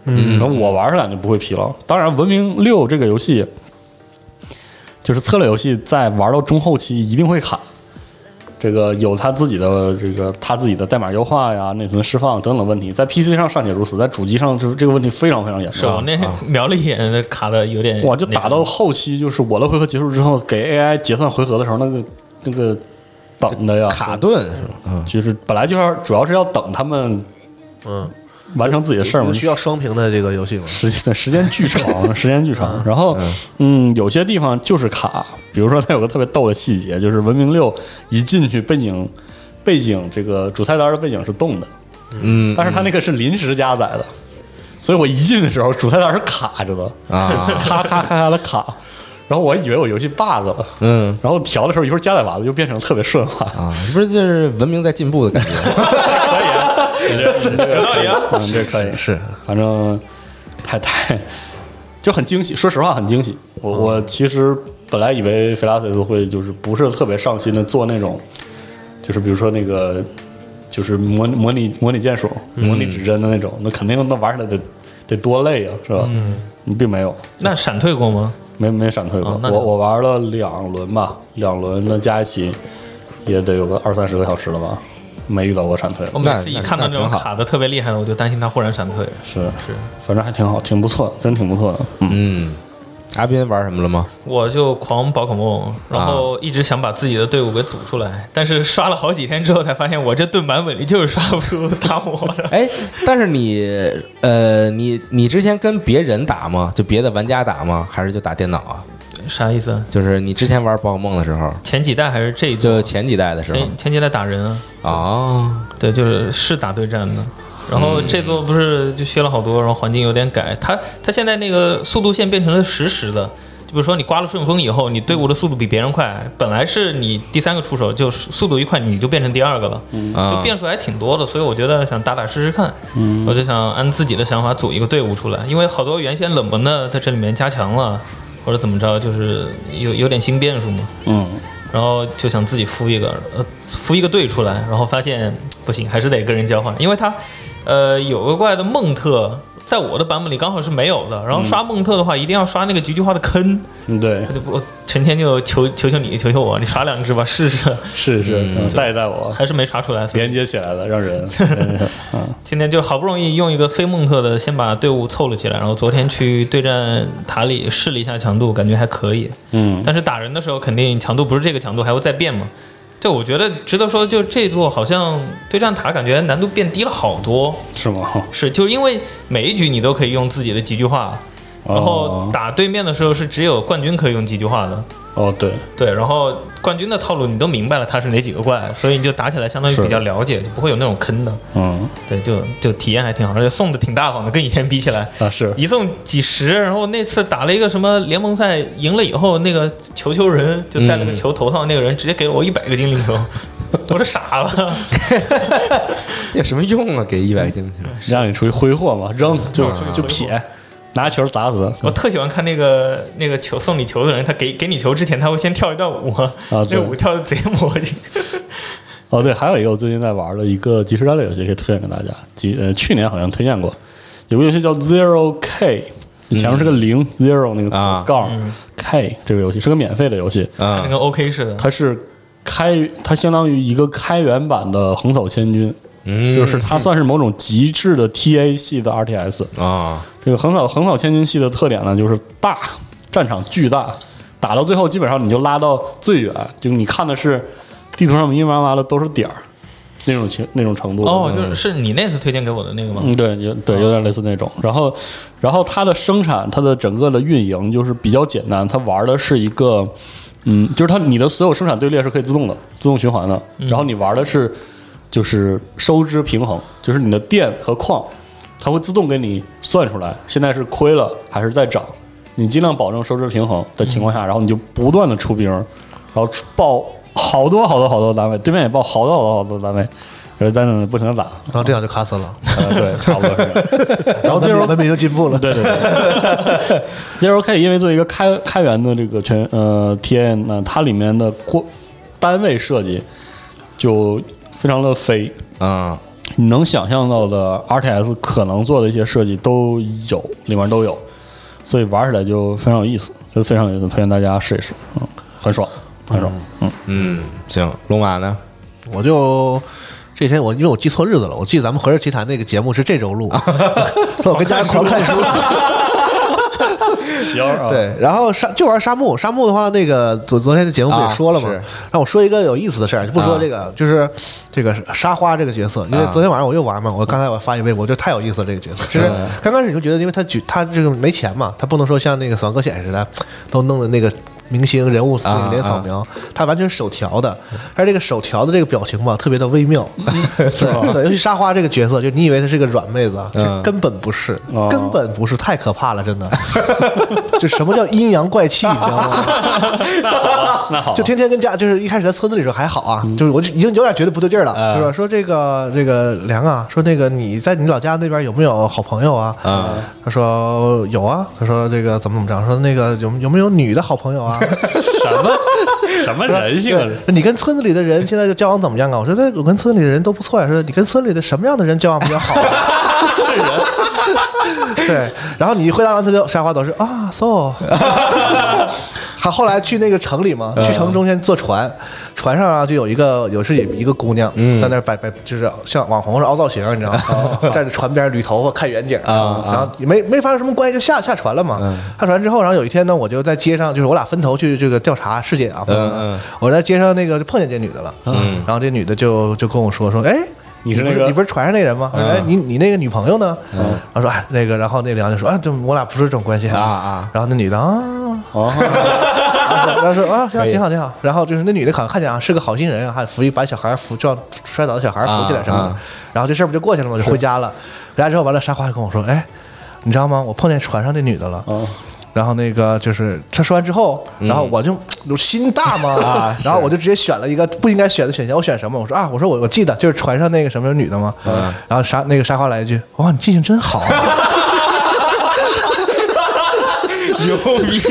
Speaker 5: 嗯，那我玩儿上来就不会疲劳。当然，《文明六》这个游戏就是策略游戏，在玩到中后期一定会卡。这个有它自己的这个它自己的代码优化呀、内存释放等等问题，在 PC 上尚且如此，在主机上就是这个问题非常非常严重。
Speaker 3: 是吧？啊那瞄了一眼，卡的有点，
Speaker 5: 啊哇，就打到后期，就是我的回合结束之后，给 AI 结算回合的时候，那个那个等的呀，
Speaker 2: 卡顿是吧？嗯
Speaker 5: 就是本来就要主要是要等他们
Speaker 4: 嗯，
Speaker 5: 完成自己的事儿嘛
Speaker 4: 有，需要双屏的这个游戏吗？
Speaker 5: 时间时间巨长，时间巨长。然后，嗯，有些地方就是卡，比如说它有个特别逗的细节，就是《文明六》一进去，背景背景这个主菜单的背景是动的，
Speaker 2: 嗯
Speaker 5: 但是它那个是临时加载的，所以我一进的时候，主菜单是卡着的，
Speaker 2: 啊，
Speaker 5: 咔咔咔咔的卡。然后我以为我游戏 bug 了，
Speaker 2: 嗯
Speaker 5: 然后调的时候一会儿加载完了就变成特别顺滑，
Speaker 2: 啊，是不是就是文明在进步的感觉？
Speaker 3: 有道理啊。
Speaker 5: 嗯，这可以
Speaker 4: 是，
Speaker 5: 反正太太就很惊喜，说 实话很惊喜。我、
Speaker 3: 嗯
Speaker 5: 我其实本来以为菲拉斯会就是不是特别上心的做那种，就是比如说那个就是模模拟模拟键鼠、
Speaker 3: 嗯
Speaker 5: 模拟指针的那种，那肯定那玩起来得得多累啊，是吧？嗯，并没有，
Speaker 3: 那闪退过吗？
Speaker 5: 没没闪退过。
Speaker 3: 哦那
Speaker 5: 我
Speaker 3: 就
Speaker 5: 我玩了两轮吧，两轮那加一起也得有个二三十个小时了吧，没遇到过闪退。
Speaker 3: 我每次一看到哦那
Speaker 2: 那
Speaker 3: 种
Speaker 2: 挺好
Speaker 3: 卡的特别厉害的，我就担心他忽然闪退。
Speaker 5: 是是，反正还挺好，挺不错，真挺不错的。嗯。
Speaker 2: 嗯，阿斌玩什么了吗？
Speaker 3: 我就狂宝可梦，然后一直想把自己的队伍给组出来，但是刷了好几天之后才发现，我这盾版本里就是刷不出打我的。
Speaker 2: 哎，但是你呃，你你之前跟别人打吗？就别的玩家打吗？还是就打电脑啊？
Speaker 3: 啥意思？
Speaker 2: 就是你之前玩宝可梦的时候，
Speaker 3: 前几代还是这一
Speaker 2: 就
Speaker 3: 座？
Speaker 2: 前几代的时候
Speaker 3: 前前几代打人啊？
Speaker 2: 哦，
Speaker 3: 对，就是是打对战的。然后这座不是就削了好多，然后环境有点改，它它现在那个速度线变成了实时的。就比如说你刮了顺风以后，你队伍的速度比别人快，本来是你第三个出手，就是速度一快你就变成第二个了，就
Speaker 2: 啊
Speaker 3: 变数还挺多的。所以我觉得想打打试试看，我就想按自己的想法组一个队伍出来，因为好多原先冷门的在这里面加强了，或者怎么着，就是有有点新变数嘛。
Speaker 5: 嗯，
Speaker 3: 然后就想自己孵一个，呃，孵一个队出来，然后发现不行，还是得跟人交换，因为他，呃，有个怪的孟特，在我的版本里刚好是没有的。然后刷梦特的话，一定要刷那个菊菊花的坑。
Speaker 5: 嗯，对
Speaker 3: 我，就不我成天就求求求你，求求我，你刷两只吧，试试。
Speaker 5: 是是，嗯带一带我，
Speaker 3: 还是没刷出来。所以
Speaker 5: 连接起来了，让人，嗯嗯
Speaker 3: 今天就好不容易用一个非梦特的先把队伍凑了起来，然后昨天去对战塔里试了一下强度，感觉还可以。
Speaker 5: 嗯，
Speaker 3: 但是打人的时候肯定强度不是这个强度，还会再变嘛。对，我觉得值得说，就这座好像对战塔感觉难度变低了好多，
Speaker 5: 是吗？
Speaker 3: 是就是因为每一局你都可以用自己的几句话，然后
Speaker 5: 哦
Speaker 3: 打对面的时候是只有冠军可以用几句话的，
Speaker 5: 哦，对，
Speaker 3: 对，然后冠军的套路你都明白了他是哪几个怪，所以你就打起来相当于
Speaker 5: 是
Speaker 3: 比较了解，就不会有那种坑的，
Speaker 5: 嗯
Speaker 3: 对，就就体验还挺好，而且送的挺大方的，跟以前比起来，
Speaker 5: 啊是，
Speaker 3: 一送几十，然后那次打了一个什么联盟赛，赢了以后，那个球球人就带了个球头上，那个人直接给了我一百个精灵球， 我都傻了。
Speaker 2: 有什么用啊？给一百个金 球，
Speaker 5: 让你出去挥霍嘛，扔
Speaker 3: 嗯
Speaker 5: 就就撇，拿球砸死，
Speaker 3: 我特喜欢看那个那个球送你球的人，他给给你球之前，他会先跳一段舞，那
Speaker 5: 对
Speaker 3: 舞跳的贼魔性。
Speaker 5: 哦，对，还有一个我最近在玩的一个即时战略游戏，可以推荐给大家。几呃，去年好像推荐过，有个游戏叫 Zero K，前面是个
Speaker 3: 嗯
Speaker 5: 零、Zero 那个词
Speaker 2: 啊
Speaker 5: 杠、K 这个游戏是个免费的游戏，
Speaker 3: 那个 OK 似的，
Speaker 5: 它是开它相当于一个开源版的横扫千军，
Speaker 2: 嗯
Speaker 5: 就是它算是某种极致的 TA 系的 RTS。
Speaker 2: 啊，
Speaker 5: 这个横扫横扫千军系的特点呢，就是大，战场巨大，打到最后基本上你就拉到最远，就是你看的是地图上密密麻麻的都是点儿，那种情那种程度。
Speaker 3: 哦，就是是你那次推荐给我的那个吗？
Speaker 5: 嗯，对，有对，有点类似那种。然后，然后它的生产，它的整个的运营就是比较简单，它玩的是一个，嗯，就是它你的所有生产队列是可以自动的、自动循环的。然后你玩的是就是收支平衡，就是你的电和矿，它会自动给你算出来，现在是亏了还是在涨。你尽量保证收支平衡的情况下，然后你就不断的出兵，然后出爆好多好多好多单位，对面也爆好多好多好多单位，然后在那不停的打。
Speaker 4: 然后这样就卡死 了。
Speaker 5: 呃，对，差不多是。然后
Speaker 4: 咱
Speaker 5: Zero
Speaker 4: 们咱们已经进步了，
Speaker 5: 对对 对，Zero K 因为作为一个开开源的这个全呃 TA 呢，它里面的过单位设计就非常的飞，
Speaker 2: 嗯
Speaker 5: 你能想象到的 RTS 可能做的一些设计都有，里面都有，所以玩起来就非常有意思，就非常有意思，推荐大家试一试，嗯，很爽，很爽，嗯，
Speaker 2: 嗯，行，龙马呢？
Speaker 4: 我就。这天我因为我记错日子了，我记得咱们《何氏奇谈》那个节目是这周录，我跟家里狂看书。
Speaker 5: 行啊，
Speaker 4: 对，然后沙就玩沙漠，沙漠的话，那个昨昨天的节目不也说了吗
Speaker 2: 啊是？
Speaker 4: 让我说一个有意思的事儿，就不说这个，就是这个沙花这个角色，因为
Speaker 2: 啊
Speaker 4: 昨天晚上我又玩嘛，我刚才我发一微博，我觉得太有意思了这个角色。就是刚开始你就觉得，因为他举他这个没钱嘛，他不能说像那个《死亡搁浅》似的，都弄的那个。明星人物那个脸扫描，他完全是手调的，而这个手调的这个表情吧，特别的微妙，
Speaker 5: 嗯
Speaker 4: 对对，尤其沙花这个角色，就你以为她是个软妹子啊，这根本不是，
Speaker 5: 哦
Speaker 4: 根本不是，太可怕了，真的。 就什么叫阴阳怪气，你知道吗？
Speaker 5: 那好，嗯
Speaker 4: 就天天跟家，就是一开始在村子里时候还好啊，就是我就已经有点觉得不对劲儿了，
Speaker 2: 嗯
Speaker 4: 就是说说这个这个梁啊，说那个你在你老家那边有没有好朋友啊？
Speaker 2: 嗯
Speaker 4: 他说有啊，他说这个怎么怎么着，说那个有有没有女的好朋友啊？
Speaker 5: 什么 什么人 性啊
Speaker 4: 对，你跟村子里的人现在就交往怎么样啊？我说这我跟村里的人都不错呀、说你跟村里的什么样的人交往比较 好、啊？这人。对，然后你一回答完，他就沙发都是啊，so。他后来去那个城里嘛，去城
Speaker 5: 嗯
Speaker 4: 中间坐船，船上啊就有一个有是一个姑娘
Speaker 5: 嗯
Speaker 4: 在那儿摆摆，就是像网红似的凹造型，你知道吗？
Speaker 5: 哦
Speaker 4: 站在船边捋头发看远景
Speaker 2: 啊
Speaker 4: 然后也没没发生什么关系，就下下船了嘛。
Speaker 5: 嗯
Speaker 4: 下船之后，然后有一天呢，我就在街上，就是我俩分头去这个调查事件啊，
Speaker 2: 嗯嗯
Speaker 4: 我在街上那个就碰见这女的了，嗯，然后这女的就就跟我说说，哎。
Speaker 5: 你是
Speaker 4: 不
Speaker 5: 那个嗯
Speaker 4: 你不是船上那人吗？我说哎，你你那个女朋友呢？然后说哎，那个，然后那梁就说啊，这我俩不是这种关系
Speaker 2: 啊啊
Speaker 4: 然后那女的啊，
Speaker 5: 哦，
Speaker 4: 然后说啊，行
Speaker 2: 可以
Speaker 4: 挺好挺好。然后就是那女的好像看起来啊是个好心人啊，还扶一把小孩扶，就让摔倒的小孩扶起来什么的。
Speaker 2: 啊啊
Speaker 4: 然后这事儿不就过去了吗？就回家了。回家之后完了，沙花就跟我说，哎，你知道吗？我碰见船上那女的了。
Speaker 5: 哦
Speaker 4: 然后那个就是他说完之后，然后我就我心大嘛，
Speaker 2: 嗯 啊
Speaker 4: 然后我就直接选了一个不应该选的选项，我选什么？我说啊，我说我我记得就是船上那个什么女的嘛，
Speaker 2: 嗯
Speaker 4: 然后沙那个沙花来一句，哇，你记性真好、啊，
Speaker 2: 牛逼！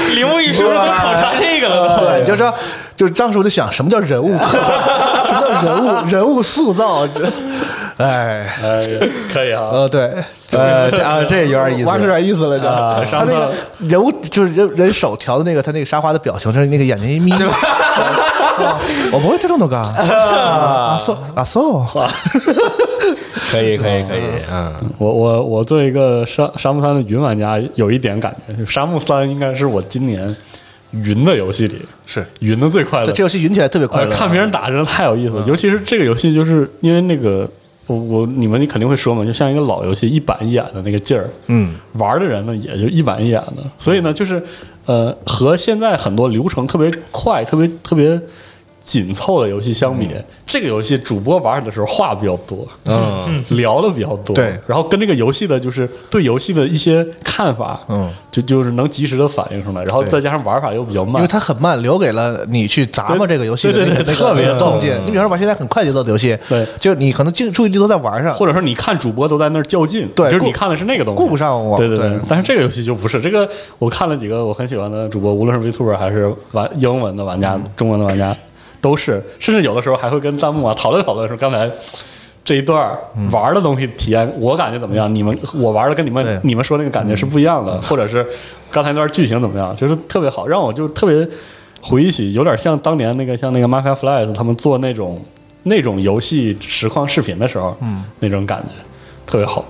Speaker 3: 铃木一说都考察这个 了都。
Speaker 4: 对，你就说，就是当时我就想，什么叫人物刻画，什么叫人物人物塑造， 哎，
Speaker 5: 哎，可以啊，
Speaker 4: 呃，对，
Speaker 2: 呃，这啊，这有点意思。
Speaker 4: 挖出点意思来
Speaker 2: 啊
Speaker 4: 着。他那个人物就是人人手调的那个，他那个沙发的表情，就是那个眼睛一眯。 啊我不会这种的嘎啊啊，so 啊 so，
Speaker 2: 可 以，可以，可以，嗯，
Speaker 5: 我我我作为一个沙沙漠三的云玩家，有一点感觉，沙漠三应该是我今年云的游戏里
Speaker 4: 是
Speaker 5: 云的最快乐
Speaker 4: 这。这游戏云起来特别快
Speaker 5: 呃，
Speaker 4: 乐。啊嗯
Speaker 5: 看别人打真的太有意思了，尤其是这个游戏，就是因为那个我我你们肯定会说嘛，就像一个老游戏一板一眼的那个劲儿，嗯，玩的人呢也就一板一眼的，所以呢就是呃和现在很多流程特别快、特别特别紧凑的游戏相
Speaker 4: 嗯
Speaker 5: 比，这个游戏主播玩的时候话比较多，嗯，聊的比较多，
Speaker 4: 对
Speaker 5: 然后跟这个游戏的就是对游戏的一些看法，
Speaker 4: 嗯，
Speaker 5: 就就是能及时的反映出来，然后
Speaker 4: 对
Speaker 5: 再加上玩法又比较慢，
Speaker 4: 因为它很慢，留给了你去砸嘛
Speaker 5: 对
Speaker 4: 这个游戏的
Speaker 5: 对
Speaker 4: 那
Speaker 5: 对
Speaker 4: 个
Speaker 5: 对
Speaker 4: 那
Speaker 5: 特
Speaker 4: 个
Speaker 5: 别
Speaker 4: 那个
Speaker 5: 逗
Speaker 4: 动静。你比方说玩现在很快节奏的游戏，
Speaker 5: 对
Speaker 4: 就你可能精注意力都在玩上，
Speaker 5: 或者说你看主播都在那儿较劲，
Speaker 4: 对
Speaker 5: 就是
Speaker 4: 顾
Speaker 5: 你看的是那个东西，
Speaker 4: 顾不上我
Speaker 5: 对对
Speaker 4: 对
Speaker 5: 但是这个游戏就不是这个，我看了几个我很喜欢的主播，无论是 Vtuber 还是玩英文的玩家、中文的玩家，都是，甚至有的时候还会跟弹幕啊讨论讨论说 刚才。这一段儿玩的东西体验，我感觉怎么样？你们我玩的跟你们
Speaker 4: 对
Speaker 5: 你们说那个感觉是不一
Speaker 4: 嗯
Speaker 5: 样的，或者是刚才那段剧情怎么样？就是特别好，让我就特别回忆起，有点像当年那个像那个 Mafia Flies 他们做那种那种游戏实况视频的时候，嗯，那种感觉特别好，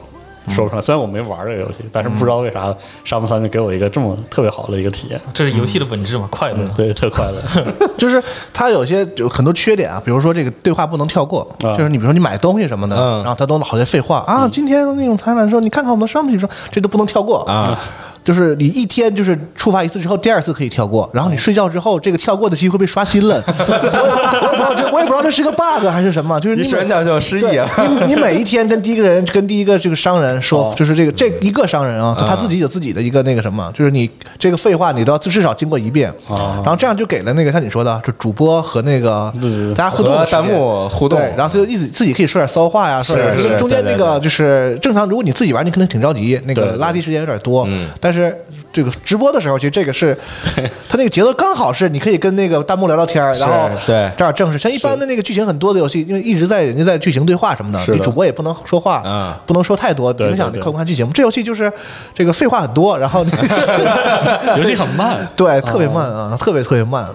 Speaker 4: 嗯
Speaker 5: 说不上来。虽然我没玩这个游戏，但是不知道为啥《沙漠三》就给我一个这么特别好的一个体验，
Speaker 3: 这是游戏的本质嘛，快乐。
Speaker 4: 嗯
Speaker 5: 对，特快乐。
Speaker 4: 就是它有些有很多缺点啊，比如说这个对话不能跳过，
Speaker 5: 啊
Speaker 4: 就是你比如说你买东西什么的，
Speaker 2: 嗯
Speaker 4: 然后他都好些废话啊。今天那种裁判说，你看看我们商品说，这都不能跳过
Speaker 2: 啊。
Speaker 4: 就是你一天就是触发一次之后，第二次可以跳过，然后你睡觉之后，这个跳过的机会被刷新了。 我也我也不知道这我也不知道这是个 bug 还是什么，就是
Speaker 2: 你
Speaker 4: 你
Speaker 2: 睡完
Speaker 4: 每
Speaker 2: 觉就失忆
Speaker 4: 对
Speaker 2: 啊，
Speaker 4: 你你每一天跟第一个人跟第一个这个商人说
Speaker 5: 哦，
Speaker 4: 就是这个这一个商人
Speaker 2: 嗯
Speaker 4: 啊，他他自己有自己的一个那个什么，就是你这个废话你都要至少经过一遍，
Speaker 2: 哦
Speaker 4: 然后这样就给了那个像你说的，就主播和那个
Speaker 5: 对对对
Speaker 4: 大家互动的
Speaker 2: 和
Speaker 4: 时间
Speaker 2: 弹幕互动
Speaker 4: 对然后就一直自己可以说点骚话呀，说点
Speaker 2: 是是
Speaker 4: 中间那
Speaker 2: 对对
Speaker 4: 个就是正常，如果你自己玩，你可能挺着急，那
Speaker 5: 对
Speaker 4: 个
Speaker 5: 对
Speaker 4: 拉低时间有点多
Speaker 2: 嗯，
Speaker 4: 但是。这个直播的时候，其实这个是，他那个节奏刚好是你可以跟那个弹幕聊聊天儿，然后
Speaker 2: 对
Speaker 4: 这儿正式。像一般的那个剧情很多的游戏，因为一直在人家在剧情对话什么的，
Speaker 5: 是的啊
Speaker 4: 你主播也不能说话，
Speaker 2: 嗯
Speaker 4: 不能说太多，
Speaker 5: 对
Speaker 4: 影响你
Speaker 5: 对
Speaker 4: 看不看剧情。这游戏就是这个废话很 多，然后你
Speaker 5: 游戏很慢，
Speaker 4: 对特别慢
Speaker 5: 哦
Speaker 4: 啊，特别特别慢。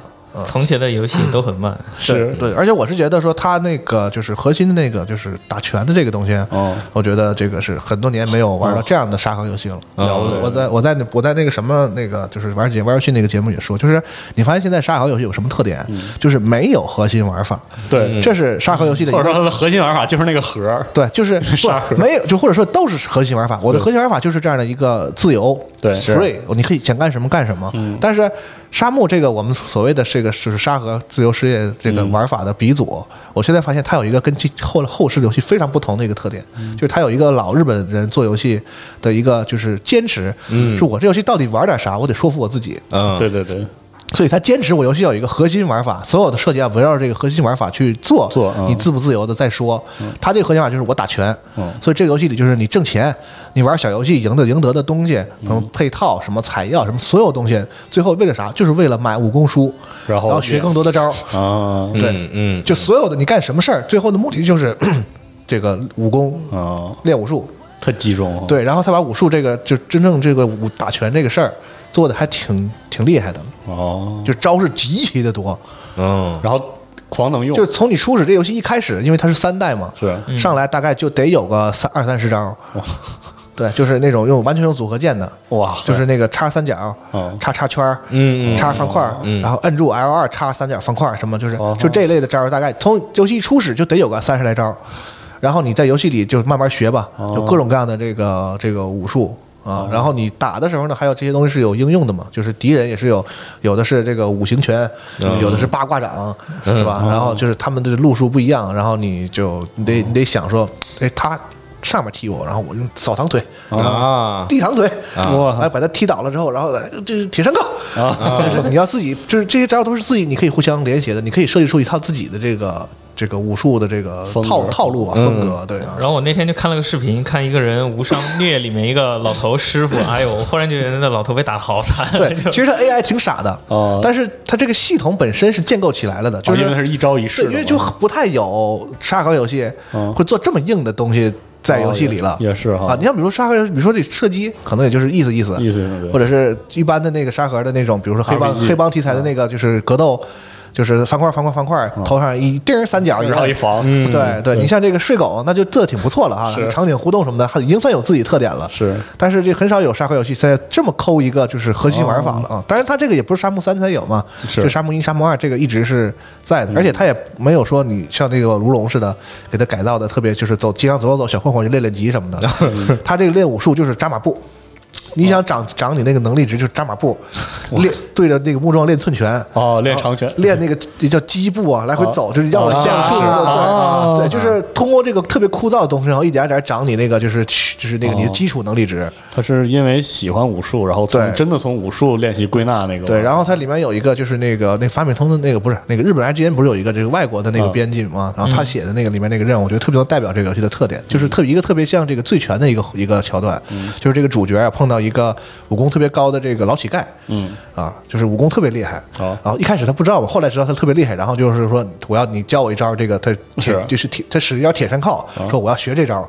Speaker 3: 从前的游戏都很慢，
Speaker 5: 是
Speaker 4: 对，而且我是觉得说他那个就是核心的那个就是打拳的这个东西，
Speaker 5: 哦
Speaker 4: 我觉得这个是很多年没有玩到这样的沙盒游戏了。
Speaker 2: 了
Speaker 5: 解
Speaker 4: 我在我在那我在那个什么那个就是玩节玩游戏那个节目也说，就是你发现现在沙盒游戏有什么特点，就是没有核心玩法，
Speaker 5: 嗯对，嗯
Speaker 4: 这是沙盒游戏的一
Speaker 5: 或者
Speaker 4: 个
Speaker 5: 说它的核心玩法就是那个盒儿，
Speaker 4: 对，就是
Speaker 5: 沙盒
Speaker 4: 不没有，就或者说都是核心玩法。我的核心玩法就是这样的一个自由，
Speaker 5: 对是嗯
Speaker 4: ，free，你可以想干什么干什么。但是沙漠这个我们所谓的这个就是沙盒自由世界这
Speaker 5: 嗯
Speaker 4: 个玩法的鼻祖，我现在发现它有一个跟其后后世游戏非常不同的一个特点，
Speaker 5: 嗯
Speaker 4: 就是它有一个老日本人做游戏的一个就是坚持，
Speaker 5: 嗯
Speaker 4: 是我这游戏到底玩点啥，我得说服我自己。
Speaker 2: 嗯，
Speaker 5: 对对对，
Speaker 4: 所以他坚持我游戏要有一个核心玩法，所有的设计要啊围绕着这个核心玩法去做。
Speaker 5: 做嗯
Speaker 4: 你自不自由的再说。他这个核心玩法就是我打拳
Speaker 5: 嗯，
Speaker 4: 所以这个游戏里就是你挣钱，你玩小游戏赢的赢得的东西，什么配套、什么采药、什么所有东西，最后为了啥？就是为了买武功书，
Speaker 5: 然
Speaker 4: 然
Speaker 5: 后
Speaker 4: 后学更多的招儿。
Speaker 5: 啊
Speaker 4: 对，
Speaker 2: 嗯，
Speaker 4: 就所有的你干什么事儿，最后的目的就是这个武功
Speaker 5: 啊，
Speaker 4: 练武术。
Speaker 5: 特集中，，
Speaker 4: 对，然后他把武术这个就真正这个武打拳这个事儿做的还挺挺厉害的，
Speaker 5: 哦，
Speaker 4: 就招式极其的多。
Speaker 2: 嗯，
Speaker 5: 然后狂能用，
Speaker 4: 就嗯从你初始这游戏一开始，因为它是三代嘛，
Speaker 5: 是
Speaker 4: 上来大概就得有个三二三十招，对，就是那种用完全用组合键的，
Speaker 5: 哇塞啊
Speaker 4: 就是那个叉三角
Speaker 5: 哦，
Speaker 4: 叉叉圈儿，
Speaker 2: 嗯嗯
Speaker 4: 叉方块儿，然后摁住 L 二叉三角方块儿，什么就是
Speaker 5: 哦
Speaker 4: 就这类的招儿，大概从游戏一初始就得有个三十来招儿，然后你在游戏里就慢慢学吧，
Speaker 2: 哦
Speaker 4: 就各种各样的这个这个武术。啊，然后你打的时候呢，还有这些东西是有应用的嘛，就是敌人也是有，有的是这个五行拳，
Speaker 2: 哦
Speaker 4: 有的是八卦掌，
Speaker 2: 嗯
Speaker 4: 是吧？然后就是他们的路数不一样，然后你就你得你得想说，哎，他上面踢我，然后我用扫堂腿，
Speaker 2: 啊，
Speaker 4: 地堂腿，
Speaker 5: 哇
Speaker 4: 哎，把他踢倒了之后，然后来这是铁山靠，
Speaker 5: 啊
Speaker 4: 就是你要自己，就是这些招都是自己，你可以互相联携的，你可以设计出一套自己的这个这个武术的这个
Speaker 5: 风格嗯
Speaker 4: 套套路啊风格，对 啊。
Speaker 3: 然后我那天就看了个视频，看一个人《无伤虐》里面一个老头师傅，哎呦，我忽然就觉得那老头被打得好惨。
Speaker 4: 对，
Speaker 3: 就
Speaker 4: 其实 AI 挺傻的，
Speaker 5: 哦
Speaker 4: 但是它这个系统本身是建构起来了的，就是
Speaker 5: 因为它是一招一式
Speaker 4: 对，
Speaker 5: 的
Speaker 4: 因为
Speaker 5: 嘛
Speaker 4: 就不太有沙盒游戏
Speaker 5: 嗯
Speaker 4: 会做这么硬的东西在游戏里了，
Speaker 5: 哦也也是哈
Speaker 4: 啊。你像比如沙盒游戏，比如说这射击，可能也就是意思意思，
Speaker 5: 意思意思对
Speaker 4: 或者是一般的那个沙盒的那种，比如说黑帮
Speaker 5: RPG
Speaker 4: 黑帮题材的那个，就是格斗。就是方块方块方块，
Speaker 5: 嗯
Speaker 4: 头上一钉儿三角，
Speaker 5: 绕一防嗯
Speaker 4: 对对，
Speaker 5: 对
Speaker 4: 你像这个睡狗，那就做的挺不错了哈，场景互动什么的，它已经算有自己特点了。
Speaker 5: 是
Speaker 4: 但是这很少有沙盒游戏现在这么抠一个就是核心玩法了啊！当然，它这个也不是沙漠三才有嘛，
Speaker 5: 哦是
Speaker 4: 就沙漠一、沙漠二这个一直是在的，而且它也没有说你像这个如龙似的给它改造的特别就是走街上走走走，小混混就练练级什么 的。它这个练武术就是扎马步。你想长长你那个能力值就是扎马步，练对着那个木桩练寸拳，
Speaker 5: 哦，练长拳，
Speaker 4: 练那个这叫基步啊，来回走，就是绕着架
Speaker 5: 啊
Speaker 4: 子对
Speaker 5: 啊
Speaker 4: 对对，就是通过这个特别枯燥的东西，然后一点点长你那个就是就是
Speaker 5: 哦
Speaker 4: 那个你的基础能力值。
Speaker 5: 他是因为喜欢武术，然后从
Speaker 4: 对
Speaker 5: 真的从武术练习归纳那个。
Speaker 4: 对，然后它里面有一个就是那个那发明通的那个不是那个日本 IGN 不是有一个这个外国的那个
Speaker 5: 嗯嗯
Speaker 4: 编辑嘛，然后他写的那个里面那个任务，我觉得特别能代表这个游戏的特点，就是特一个特别像这个醉拳的一个一个桥段，就是这个主角啊碰到一个武功特别高的这个老乞丐，
Speaker 5: 嗯，
Speaker 4: 啊，就是武功特别厉害，
Speaker 5: 哦
Speaker 4: 然后一开始他不知道嘛，后来知道他特别厉害，然后就是说我要你教我一招这个，他铁
Speaker 5: 是嗯
Speaker 4: 就是铁，他使一招铁山靠，说我要学这招，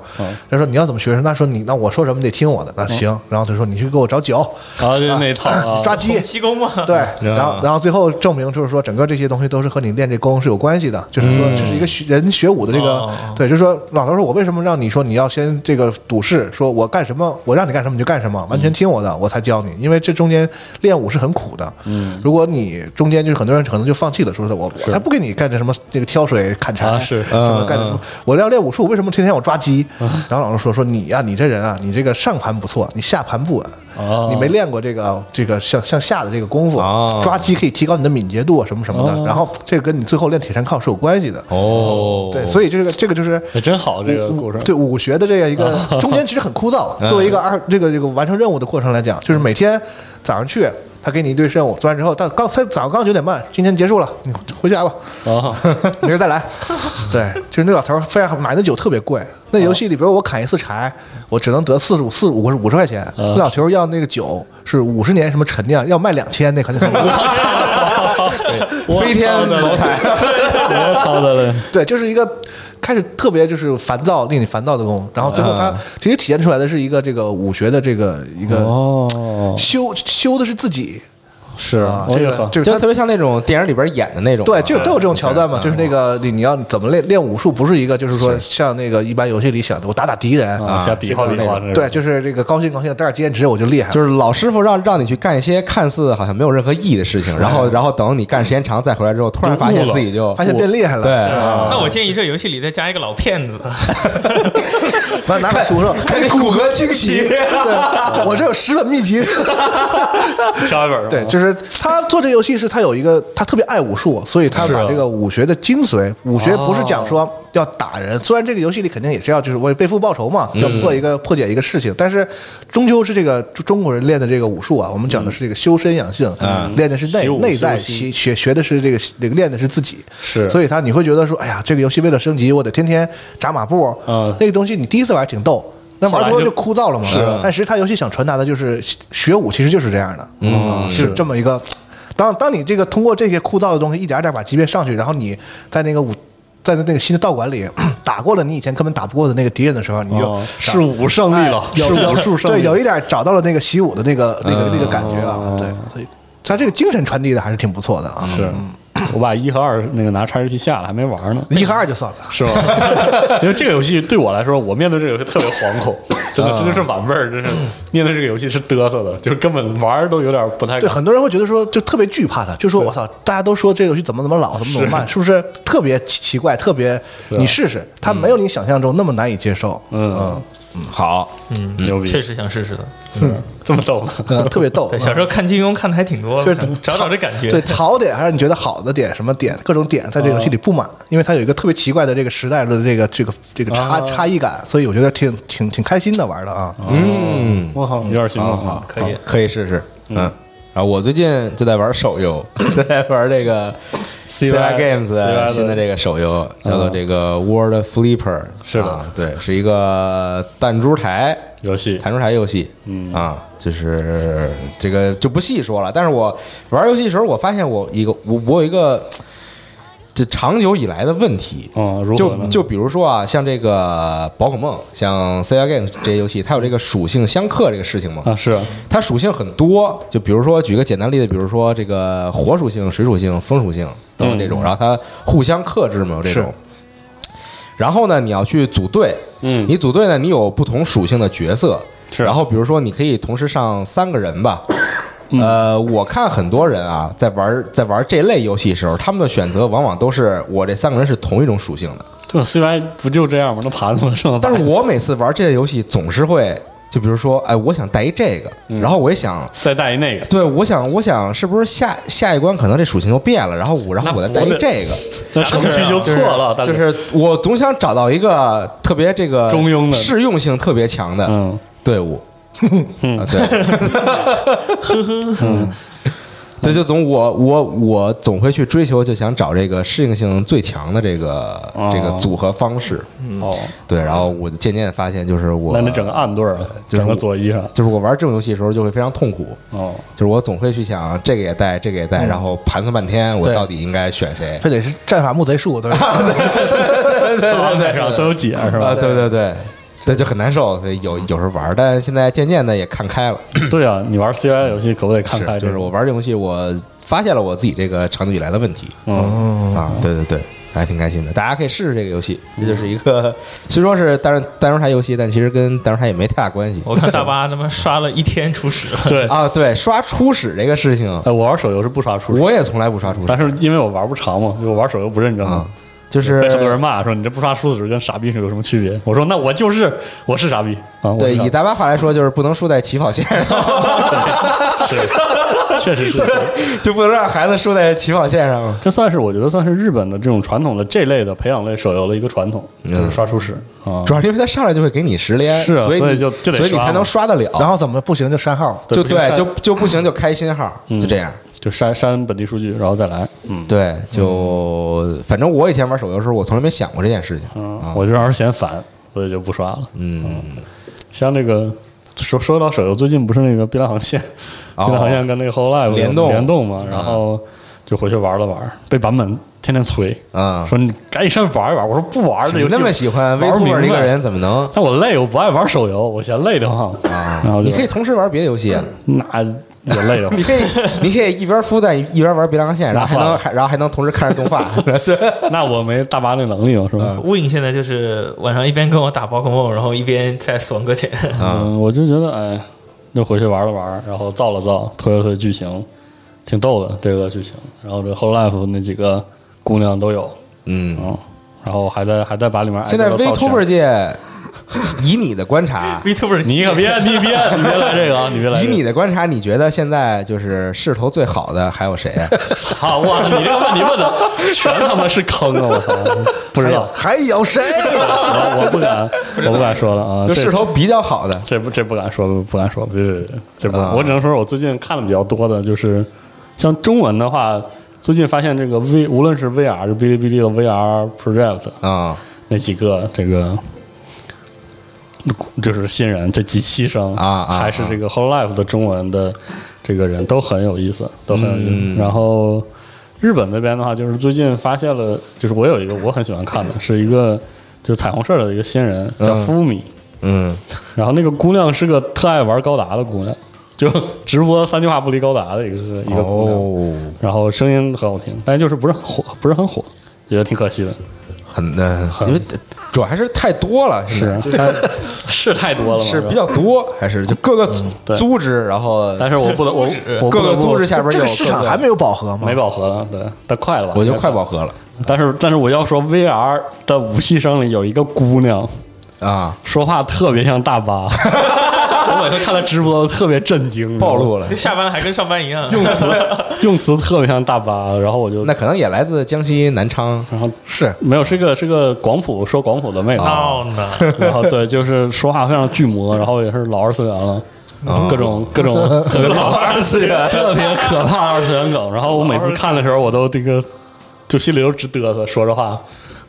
Speaker 4: 他说你要怎么学？那说你那我说什么你得听我的，
Speaker 5: 嗯
Speaker 4: 那行，然后他说你去给我找脚，
Speaker 5: 啊，就那一套啊，
Speaker 4: 抓鸡，
Speaker 3: 七功 嘛，
Speaker 4: 对，
Speaker 2: 嗯
Speaker 4: 然后然后最后证明就是说，整个这些东西都是和你练这功是有关系的，就是说这是一个学人学武的这个
Speaker 3: 哦，
Speaker 4: 对，就是说老头说，我为什么让你说你要先这个赌誓，说我干什么，我让你干什么你就干什么，完全听我的，我才教你，因为这中间练武是很苦的，嗯，如果你中间就是很多人可能就放弃了，说是我我才不给你干这什么这个挑水砍柴
Speaker 5: 啊是
Speaker 4: 什么干什么，我要练武术，为什么天天我抓鸡？然后老头说说你呀、你这人啊，你这个上盘不错，你下盘不稳，
Speaker 5: 哦
Speaker 4: 你没练过这个这个向向下的这个功夫，
Speaker 2: 哦
Speaker 4: 抓鸡可以提高你的敏捷度啊，什么什么的。然后这个跟你最后练铁山靠是有关系的。
Speaker 2: 哦
Speaker 4: 对，所以这个这个就是
Speaker 5: 哎真好这个故事。
Speaker 4: 对武学的这样一个
Speaker 2: 哦
Speaker 4: 中间其实很枯燥。
Speaker 2: 嗯
Speaker 4: 作为一个二这个这个完成任务的过程来讲，就是每天早上去。他给你一堆任务，做完之后，到刚才早上刚九点半，今天结束了，你 回家吧，
Speaker 5: 啊，
Speaker 4: 明儿再来。对，就是那老头儿非常买的酒特别贵，那游戏里边我砍一次柴，我只能得四十五四五五十块钱，
Speaker 2: 嗯
Speaker 4: 那老头儿要那个酒是五十年什么陈酿，要卖两千，那肯定很贵。
Speaker 2: 飞天楼台，
Speaker 5: 我操的 嘞！
Speaker 4: 对，就是一个开始特别就是烦躁，令你烦躁的功，然后最后他其实体现出来的是一个这个武学的这个一个
Speaker 5: 哦，
Speaker 4: 修修的是自己
Speaker 5: 是
Speaker 4: 啊
Speaker 5: 啊，，
Speaker 4: 这
Speaker 5: 个
Speaker 4: 个
Speaker 5: 好
Speaker 4: 就是
Speaker 2: 就
Speaker 4: 他
Speaker 2: 特别像那种电影里边演的那种啊，
Speaker 4: 对，就都有这种桥段嘛，
Speaker 2: 嗯
Speaker 4: 就是那个你你要怎么练练武术，不是一个就是说像那个一般游戏里想的，我打打敌人
Speaker 5: 啊，瞎比划比划，
Speaker 4: 对，就是这个高兴高兴，打点兼职我就厉害了，
Speaker 2: 就是老师傅让让你去干一些看似好像没有任何意义的事情，然后然后等你干时间长再回来之后，突然发现自己就
Speaker 4: 发现变厉害了。
Speaker 2: 对，
Speaker 3: 那我建议这游戏里再加一个老骗子，
Speaker 4: 拿拿本书上，看你骨骼清奇。对，我这有十本秘 籍。
Speaker 5: 瞎一本儿
Speaker 4: 对，就是他做这游戏是他有一个他特别爱武术，所以他
Speaker 5: 是
Speaker 4: 把
Speaker 5: 啊
Speaker 4: 这个武学的精髓，武学不是讲说要打人，虽然这个游戏里肯定也是要就是为为父报仇嘛，要破一个破解一个事情，但是终究是这个中中国人练的这个武术啊，我们讲的是这个修身养性，练的是内
Speaker 5: 习武
Speaker 4: 内在
Speaker 5: 修心
Speaker 4: 习学学的是这个这个练的是自己，
Speaker 5: 是
Speaker 4: 所以他你会觉得说，哎呀，这个游戏为了升级，我得天天扎马步，
Speaker 5: 嗯
Speaker 4: 那个东西你第一次玩挺逗。那玩多了
Speaker 5: 后来
Speaker 4: 就
Speaker 5: 就
Speaker 4: 枯燥了嘛。是但其实他游戏想传达的就是学武其实就是这样的，嗯，是这么一个。当当你这个通过这些枯燥的东西一点点把级别上去，然后你在那个武。在那个新的道馆里 打过了你以前根本打不过的那个敌人的时候，你就
Speaker 5: 哦是武胜利了
Speaker 4: 哎有
Speaker 5: 是武
Speaker 4: 有
Speaker 5: 术胜利
Speaker 4: 对，有一点找到了那个习武的那个那个那个感觉啊，对，所以他这个精神传递的还是挺不错的啊。
Speaker 5: 是，我把一和二那个拿叉 G 下了，还没玩呢。
Speaker 4: 一和二就算了，
Speaker 5: 是吧？ 因为这个游戏对我来说，我面对这个游戏特别惶 恐，真的，这就是晚辈儿，真是面对这个游戏是嘚瑟的，就是根本玩儿都有点不太
Speaker 4: 对，
Speaker 5: 敢。
Speaker 4: 很多人会觉得说，就特别惧怕它，就说我操，大家都说这游戏怎么怎么老，怎么怎么慢，是不是特别奇奇怪，特别你试试，它没有你想象中那么难以接受，
Speaker 5: 嗯，
Speaker 2: 好，
Speaker 3: 嗯，
Speaker 5: 牛逼
Speaker 3: 确实想试试的。
Speaker 5: 这 么逗呢？
Speaker 4: 嗯，特别 逗。
Speaker 3: 对，小时候看金庸看的还挺多
Speaker 4: 就
Speaker 3: 的，
Speaker 4: 是
Speaker 3: 想找找这感觉。
Speaker 4: 对，槽点还是你觉得好的点，什么点，各种点在这个游戏里不满，因为它有一个特别奇怪的这个时代的这个这个这个差差异感，所以我觉得挺挺挺开心的玩的啊。
Speaker 5: 嗯，我靠，有点心动啊！
Speaker 3: 可以
Speaker 2: 嗯 可以试试，嗯。然后我最近就在玩手游，在玩这个《 CY
Speaker 5: CY
Speaker 2: Games 新的这个手游叫做这个 World Flipper，
Speaker 5: 嗯是的
Speaker 2: 啊对，是一个弹珠台
Speaker 5: 游戏，
Speaker 2: 弹珠台游戏，
Speaker 5: 嗯
Speaker 2: 啊，就是这个就不细说了。但是我玩游戏的时候，我发现我一个我我有一个这长久以来的问题，
Speaker 5: 嗯，如何
Speaker 2: 就
Speaker 5: 呢？
Speaker 2: 就比如说啊，像这个宝可梦、像 CY Games 这些游戏，它有这个属性相克这个事情嘛，
Speaker 5: 啊是啊
Speaker 2: 它属性很多，就比如说举个简单例子，比如说这个火属性、水属性、风属性等等这
Speaker 5: 嗯
Speaker 2: 种，然后它互相克制嘛，有这种
Speaker 4: 是。
Speaker 2: 然后呢，你要去组队，
Speaker 5: 嗯
Speaker 2: 你组队呢，你有不同属性的角色，
Speaker 5: 是
Speaker 2: 然后比如说你可以同时上三个人吧。
Speaker 5: 嗯
Speaker 2: 呃，我看很多人啊，在玩在玩这类游戏的时候，他们的选择往往都是我这三个人是同一种属性的，
Speaker 5: 对 CY 不就这样吗？那盘子剩了，
Speaker 2: 但是我每次玩这类游戏总是会，就比如说，哎，我想带一这个，
Speaker 5: 嗯
Speaker 2: 然后我也想
Speaker 5: 再带一那个，
Speaker 2: 对，我想，我想是不是下下一关可能这属性就变了，然后我然后我再带一
Speaker 5: 那不是
Speaker 2: 这个，
Speaker 5: 那程序就
Speaker 2: 就
Speaker 5: 错
Speaker 2: 是
Speaker 5: 了，大哥
Speaker 2: 就是我总想找到一个特别这个
Speaker 5: 中庸的
Speaker 2: 适用性特别强的
Speaker 5: 嗯，
Speaker 2: 队 伍，啊对，对，就总我我我总会去追求，就想找这个适应性最强的这个这个
Speaker 5: 哦
Speaker 2: 组合方式，
Speaker 5: 哦，
Speaker 2: 对，然后我就渐渐发现，就是我
Speaker 5: 那你整个暗对儿了，
Speaker 2: 就是嗯
Speaker 5: 整
Speaker 2: 我
Speaker 5: 个左一上，
Speaker 2: 就是我玩这种游戏的时候就会非常痛苦，
Speaker 5: 哦，
Speaker 2: 就是我总会去想这个也带，这个也
Speaker 5: 嗯
Speaker 2: 带，然后盘算半天，我
Speaker 4: 对
Speaker 2: 到底应该选谁？
Speaker 4: 非得是战法木贼术， 对吧？
Speaker 5: 都安排上都有解是
Speaker 2: 啊，
Speaker 5: 吧？
Speaker 2: 对对对，对就很难受，所以有有时候玩儿，但现在渐渐的也看开了。
Speaker 5: 对啊，你玩 CY 游戏可不得看
Speaker 2: 是
Speaker 5: 开，
Speaker 2: 就是我，玩这游戏，我发现了我自己这个长久以来的问题
Speaker 5: 嗯，嗯
Speaker 2: 啊，对对对。还挺开心的，大家可以试试这个游戏。这就是一个虽说是单人单人台游戏，但其实跟单人台也没太大关系
Speaker 3: 我看大巴他妈刷了一天初始，
Speaker 5: 对，
Speaker 2: 啊。对，刷初始这个事情，
Speaker 5: 哎，我玩手游是不刷初始，
Speaker 2: 我也从来不刷初始
Speaker 5: 但是因为我玩不长嘛，就我玩手游不认真嘛
Speaker 2: 啊，，就是
Speaker 5: 被很多人骂说你这不刷初始跟傻逼是有什么区别？我说那我就是我是傻逼啊！我
Speaker 2: 对
Speaker 5: 是傻
Speaker 2: 以
Speaker 5: 逼
Speaker 2: 大巴话来说，就是不能输在起跑线上，
Speaker 5: 确实是，
Speaker 2: 就不能让孩子输在起跑线上。
Speaker 5: 这算是我觉得算是日本的这种传统的这类的培养类手游的一个传统，就是刷初始啊
Speaker 2: 主。要是因为他上来就会给你十连，
Speaker 5: 是啊
Speaker 2: 所以
Speaker 5: 所以
Speaker 2: 你
Speaker 5: 就就得
Speaker 2: 所以你
Speaker 5: 刷
Speaker 2: 才
Speaker 5: 嘛
Speaker 2: 能刷得了。
Speaker 4: 然后怎么不行就删号，
Speaker 5: 对
Speaker 2: 就
Speaker 5: 不行
Speaker 2: 对，
Speaker 5: 删
Speaker 2: 就就不行就开新号，就这样。
Speaker 5: 就删删本地数据，然后再来。嗯
Speaker 2: 对，就反正我以前玩手游的时候，我从来没想过这件事情
Speaker 5: 嗯
Speaker 2: 啊，。
Speaker 5: 我就让人嫌烦，所以就不刷了。
Speaker 2: 嗯，
Speaker 5: 像那个说说到手游，最近不是那个《碧蓝航线》
Speaker 2: 哦
Speaker 5: 碧蓝航线》跟那个《Whole Life》
Speaker 2: 联动嗯
Speaker 5: 联动嘛，然后就回去玩了玩，被版本天天催
Speaker 2: 啊
Speaker 5: 说你赶紧上去玩一玩。我说不玩这
Speaker 2: 你
Speaker 5: 游戏，
Speaker 2: 那么喜欢微
Speaker 5: 玩
Speaker 2: 兔
Speaker 5: 明白
Speaker 2: 一个人，怎么能
Speaker 5: 但我累，我不爱玩手游，我嫌累得慌
Speaker 2: 啊
Speaker 5: 然后？就
Speaker 2: 你可以同时玩别的游戏啊，
Speaker 5: 那也累得 慌
Speaker 2: 你。 可以你可以一边孵蛋一边玩别狼线，然后还能
Speaker 5: 那算了
Speaker 2: 还然后还能同时看着动 画。对，
Speaker 5: 那我没大巴那能力嘛，是
Speaker 2: 嗯
Speaker 5: 吧？
Speaker 3: Win 现在就是晚上一边跟我打宝可梦，然后一边在死亡搁浅。
Speaker 5: 嗯，我就觉得哎，就回去玩了玩，然后造了造，推了推剧情，挺逗的这个剧情。然后这 Whole Life 那几个姑娘都有，
Speaker 2: 嗯，
Speaker 5: 嗯，然后还在还在把里面
Speaker 2: 现在
Speaker 5: 挨个
Speaker 2: v
Speaker 5: 造
Speaker 2: t u
Speaker 5: 全
Speaker 2: b e r 界，以你的观察，
Speaker 3: Vtuber，
Speaker 5: 你可别你别你别来这个啊，你别来
Speaker 2: 以
Speaker 5: 这个、
Speaker 2: 你的观察，你觉得现在就是势头最好的还有谁 啊？
Speaker 5: 好哇，你这个问题问的全他妈是坑啊！我操，不知道，
Speaker 4: 还有谁？
Speaker 5: 我我不 敢，我不敢说了啊，
Speaker 2: 就
Speaker 5: 这
Speaker 2: 势头比较好的，
Speaker 5: 这不这不敢说，不敢说，别别别，这不敢。
Speaker 2: 啊
Speaker 5: 我只能说，我最近看的比较多的就是，像中文的话，最近发现这个 V，无论是 VR，就哔哩哔哩的 VR Project
Speaker 2: 啊
Speaker 5: 那几个这个。就是新人这几期生
Speaker 2: 啊啊
Speaker 5: 还是这个 Whole Life 的中文的这个人都很有意思，都很有意思。
Speaker 2: 嗯
Speaker 5: 然后日本那边的话，就是最近发现了，就是我有一个我很喜欢看的，是一个就是彩虹社的一个新人叫
Speaker 2: 嗯
Speaker 5: 夫米，
Speaker 2: 嗯
Speaker 5: 然后那个姑娘是个特爱玩高达的姑娘，就直播三句话不离高达的一个一个姑娘，
Speaker 2: 哦，
Speaker 5: 然后声音很好听，但就是不是很火，不是很火，觉得挺可惜的。
Speaker 2: 很呃，因为主要还是啊太多了，现在
Speaker 5: 是
Speaker 2: 就
Speaker 5: 但是太多了嘛，
Speaker 2: 是
Speaker 5: 吧
Speaker 2: 比较多，还是就各个
Speaker 5: 嗯对
Speaker 2: 组织，然后
Speaker 5: 但是我不能我我
Speaker 2: 各个组
Speaker 5: 组
Speaker 2: 织
Speaker 5: 织
Speaker 2: 下边
Speaker 4: 这
Speaker 2: 有
Speaker 4: 个市场
Speaker 2: 各个
Speaker 4: 还没有饱和吗？
Speaker 5: 没饱和了，对，但快了吧？
Speaker 2: 我就快饱和了
Speaker 5: 但是但是我要说 VR 的武器生里有一个姑娘
Speaker 2: 啊，
Speaker 5: 说话特别像 大巴，我每次看她直播特别震惊，
Speaker 2: 暴露了
Speaker 3: 这。 下班还跟上班一样，
Speaker 5: 用词用词特别像大巴，然后我就
Speaker 2: 那可能也来自江西南昌，
Speaker 5: 然后
Speaker 4: 是
Speaker 5: 没有，是个是个广普说广普的妹子，
Speaker 3: 闹呢。
Speaker 5: 然后对，就是说话非常巨魔，然后也是老二次元了。
Speaker 2: 哦
Speaker 5: 各种各种 各种老二次元，特别可怕的二次元梗。然后我每次看的时候，我都这个就心里都直嘚瑟。说实话，啊、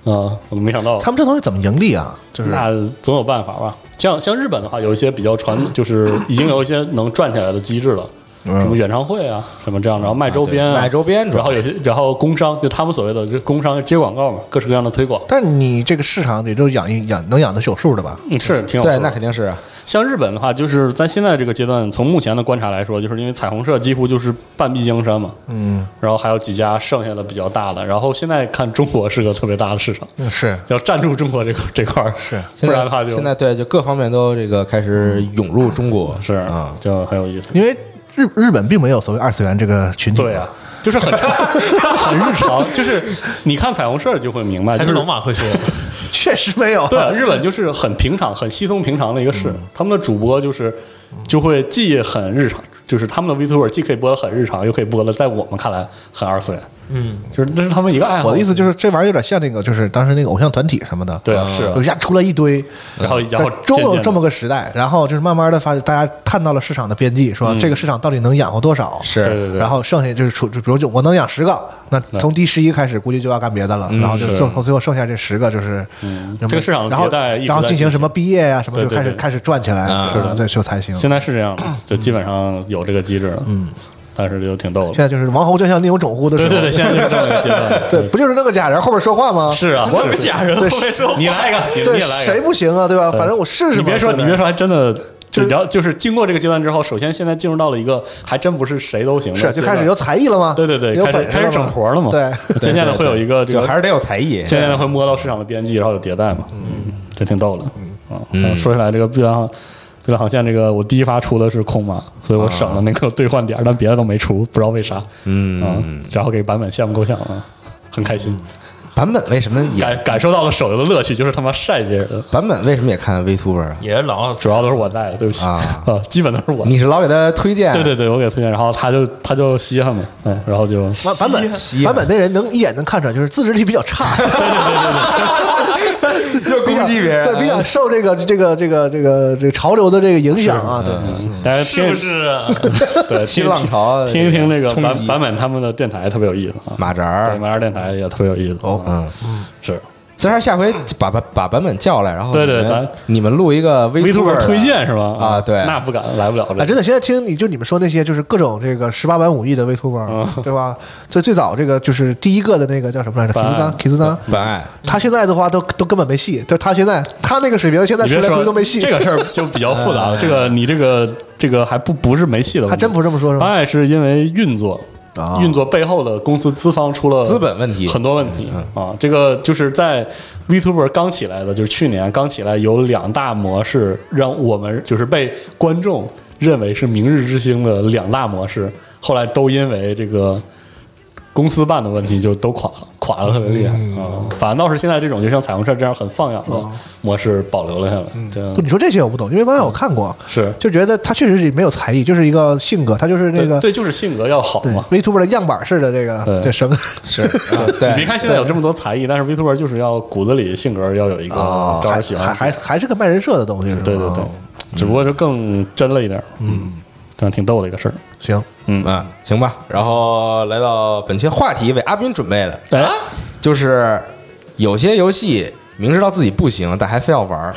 Speaker 5: 我都没想到
Speaker 4: 他们这东西怎么盈利啊？就是
Speaker 5: 那总有办法吧？像像日本的话，有一些比较传，就是已经有一些能赚起来的机制了，什么演唱会啊，什么这样，然后卖周边、
Speaker 2: 嗯啊对卖周边主要
Speaker 5: 然后有些，然后工商，就他们所谓的就工商接广告嘛，各式各样的推广，
Speaker 4: 但你这个市场得就养一养，能养得是有数的吧？
Speaker 5: 嗯是挺有
Speaker 2: 对，
Speaker 5: 趣的
Speaker 2: 那肯定是啊
Speaker 5: 像日本的话，就是在现在这个阶段，从目前的观察来说，就是因为彩虹社几乎就是半壁江山嘛，嗯，然后还有几家剩下的比较大的，然后现在看中国是个特别大的市场，
Speaker 4: 嗯，是
Speaker 5: 要站住中国这块这块儿
Speaker 4: 是
Speaker 2: 现
Speaker 5: 不
Speaker 2: 在
Speaker 5: 然的话就嗯
Speaker 2: 现在对，就各方面都这个开始涌入中国，
Speaker 5: 是
Speaker 2: 啊，
Speaker 5: 就很有意思，
Speaker 4: 因为日日本并没有所谓二次元这个群体嘛，
Speaker 5: 对啊，就是很 很日常，就是你看彩虹社就会明白，
Speaker 3: 还
Speaker 5: 就是是
Speaker 3: 龙马会 说，
Speaker 4: 确实没有。
Speaker 5: 对，日本就是很平常、很稀松平常的一个事。
Speaker 3: 嗯
Speaker 5: 他们的主播就是就会既很日常，就是他们的 Vtuber 既可以播的很日常，又可以播的在我们看来很二次元。嗯，就是那是他们一个爱好。
Speaker 4: 我的意思就是，这玩意儿有点像那个，就是当时那个偶像团体什么的，
Speaker 5: 对啊是啊
Speaker 3: 嗯
Speaker 5: 嗯
Speaker 4: 一下出来一堆，
Speaker 5: 然后然后
Speaker 4: 在终
Speaker 5: 渐
Speaker 4: 有
Speaker 5: 渐
Speaker 4: 这么个时代，然后就是慢慢的发现，大家看到了市场的边际，
Speaker 5: 嗯
Speaker 4: 说这个市场到底能养活多少，
Speaker 2: 是
Speaker 5: 对对对
Speaker 4: 然后剩下就是出，就比如就我能养十个，那从第十一开始估计就要干别的了，然后就是最后最后剩下这十个就是那么
Speaker 5: 嗯这个市场的
Speaker 4: 然后
Speaker 5: 迭代一直
Speaker 4: 然后
Speaker 5: 在
Speaker 4: 进
Speaker 5: 进
Speaker 4: 行
Speaker 5: 行
Speaker 4: 什么毕业呀什么
Speaker 5: 对
Speaker 4: 就
Speaker 5: 对
Speaker 4: 开始
Speaker 5: 对啊
Speaker 4: 开始转起来，是的，对，就才行。
Speaker 5: 现在是这样的，就基本上有这个机制了。嗯，但是就挺逗
Speaker 4: 现
Speaker 5: 的。
Speaker 4: 在就是王侯将相宁有种乎的时
Speaker 5: 对
Speaker 4: 候，
Speaker 5: 对对，现在就是这么一个阶段。
Speaker 4: 对，不就是那个假人后面说话吗？
Speaker 5: 是啊，
Speaker 3: 我们假人
Speaker 4: 对
Speaker 3: 会说，
Speaker 5: 你来一个，你
Speaker 4: 对，
Speaker 5: 你也来一
Speaker 4: 谁
Speaker 5: 个。
Speaker 4: 不行啊？对吧？反正我试试
Speaker 5: 你
Speaker 4: 嘛。
Speaker 5: 别说，
Speaker 4: 对
Speaker 5: 你
Speaker 4: 不对
Speaker 5: 别说，还真的。就聊就是经过这个阶段之后，首先现在进入到了一个还真不是谁都行的阶
Speaker 4: 是
Speaker 5: 段，
Speaker 4: 就开始有才艺了吗？
Speaker 5: 对对对，
Speaker 4: 有
Speaker 5: 开始
Speaker 4: 本事
Speaker 5: 开始
Speaker 4: 了
Speaker 5: 整
Speaker 4: 吗
Speaker 5: 活儿了嘛，
Speaker 4: 对，
Speaker 5: 渐渐的会有一个这
Speaker 2: 就
Speaker 5: 个
Speaker 2: 还是得有才艺，
Speaker 5: 渐渐的会摸到市场的边际，然后有迭代嘛，嗯，这挺逗的，嗯啊，说起来这个碧蓝航碧蓝航线这个，我第一发出的是空码，所以我
Speaker 4: 啊
Speaker 5: 省了那个兑换点儿，但别的都没出，不知道为啥，嗯，然后给版本羡慕够呛啊，很开心，
Speaker 2: 版本为什么也
Speaker 5: 感感受到了手游的乐趣，就是他妈晒别人，
Speaker 2: 版本为什么也看 VTuber 啊？
Speaker 3: 也是老
Speaker 5: 主要都是我带的，对不起
Speaker 2: 啊
Speaker 5: 啊，基本都是我。
Speaker 2: 你是老给他推荐，啊
Speaker 5: 对对对，我给推荐，然后他就他就稀罕嘛，嗯，然后就
Speaker 4: 版版
Speaker 5: 啊
Speaker 4: 本
Speaker 2: 吸啊
Speaker 4: 版本那人能一眼能看出来，就是自制力比较差，
Speaker 2: 又攻击别人，
Speaker 4: 对，比较受这个这个这个这个这个潮流的这个影响啊，对，
Speaker 5: 大家
Speaker 3: 是
Speaker 5: 听
Speaker 3: 不是啊？
Speaker 5: 对，
Speaker 2: 新
Speaker 5: 听
Speaker 2: 浪潮
Speaker 5: 听一听那个
Speaker 2: 冲
Speaker 5: 版
Speaker 2: 击
Speaker 5: 版本他们的电台特别有意思啊，
Speaker 2: 马扎
Speaker 5: 对
Speaker 2: 儿，
Speaker 5: 马扎电台也特别有意思。
Speaker 4: 哦
Speaker 5: 嗯，是
Speaker 2: 自然下回把把把版本叫来，然后
Speaker 5: 对对
Speaker 2: 你们
Speaker 5: 咱
Speaker 2: 你们录一个
Speaker 5: Vtuber
Speaker 2: VTuber
Speaker 5: 推荐是吧？
Speaker 2: 啊对
Speaker 5: 那不敢来不了这
Speaker 4: 啊，真的，现在听你就你们说那些就是各种这个十八般武艺的 Vtuber，对 吧？最最早这个就是第一个的那个叫什么来着
Speaker 5: 本案
Speaker 4: ？Kizuna，Kizuna，
Speaker 2: 本爱，
Speaker 4: 他现在的话都都根本没戏，就他现在他那个水平，现在
Speaker 5: 你
Speaker 4: 出来
Speaker 5: 别
Speaker 4: 估
Speaker 5: 说
Speaker 4: 计都没戏。
Speaker 5: 这个事儿就比较复 杂了。这个你这个这个还不不是没戏的问题，
Speaker 4: 还真不这么说是吗
Speaker 5: 当然是因为运作
Speaker 4: 啊。
Speaker 5: 运作背后的公司资方出了
Speaker 2: 资本问题嗯
Speaker 5: 很多问题啊，这个就是在 VTuber 刚起来的，就是去年刚起来，有两大模式让我们就是被观众认为是明日之星的两大模式，后来都因为这个公司办的问题就都垮了，垮的特别厉害啊。反倒是现在这种就像彩虹社这样很放养的模式保留了下来，这样
Speaker 4: 不，你说这些我不懂，因为网友我看过，
Speaker 5: 是
Speaker 4: 就觉得他确实是没有才艺，就是一个性格，他就是那
Speaker 5: 对
Speaker 4: 个
Speaker 5: 对，就是性格要好
Speaker 4: 对
Speaker 5: 嘛。
Speaker 4: Vtuber 的样板式的这个
Speaker 5: 对
Speaker 4: 这生
Speaker 2: 是 啊
Speaker 5: 你别
Speaker 2: 对，
Speaker 5: 看现在有这么多才艺，但是 Vtuber 就是要骨子里性格要有一个招
Speaker 4: 还
Speaker 5: 人喜欢
Speaker 4: 啊还
Speaker 5: 的地方，
Speaker 4: 还还是个卖人设的东西，
Speaker 2: 嗯
Speaker 4: 是吧？
Speaker 5: 对对对
Speaker 4: 哦，
Speaker 5: 只不过就更真了一点，嗯，这样挺逗的一个事儿。
Speaker 4: 行，
Speaker 2: 嗯，行吧。然后来到本期话题，为阿斌准备的
Speaker 5: 哎，
Speaker 2: 就是有些游戏明知道自己不行，但还非要玩 儿，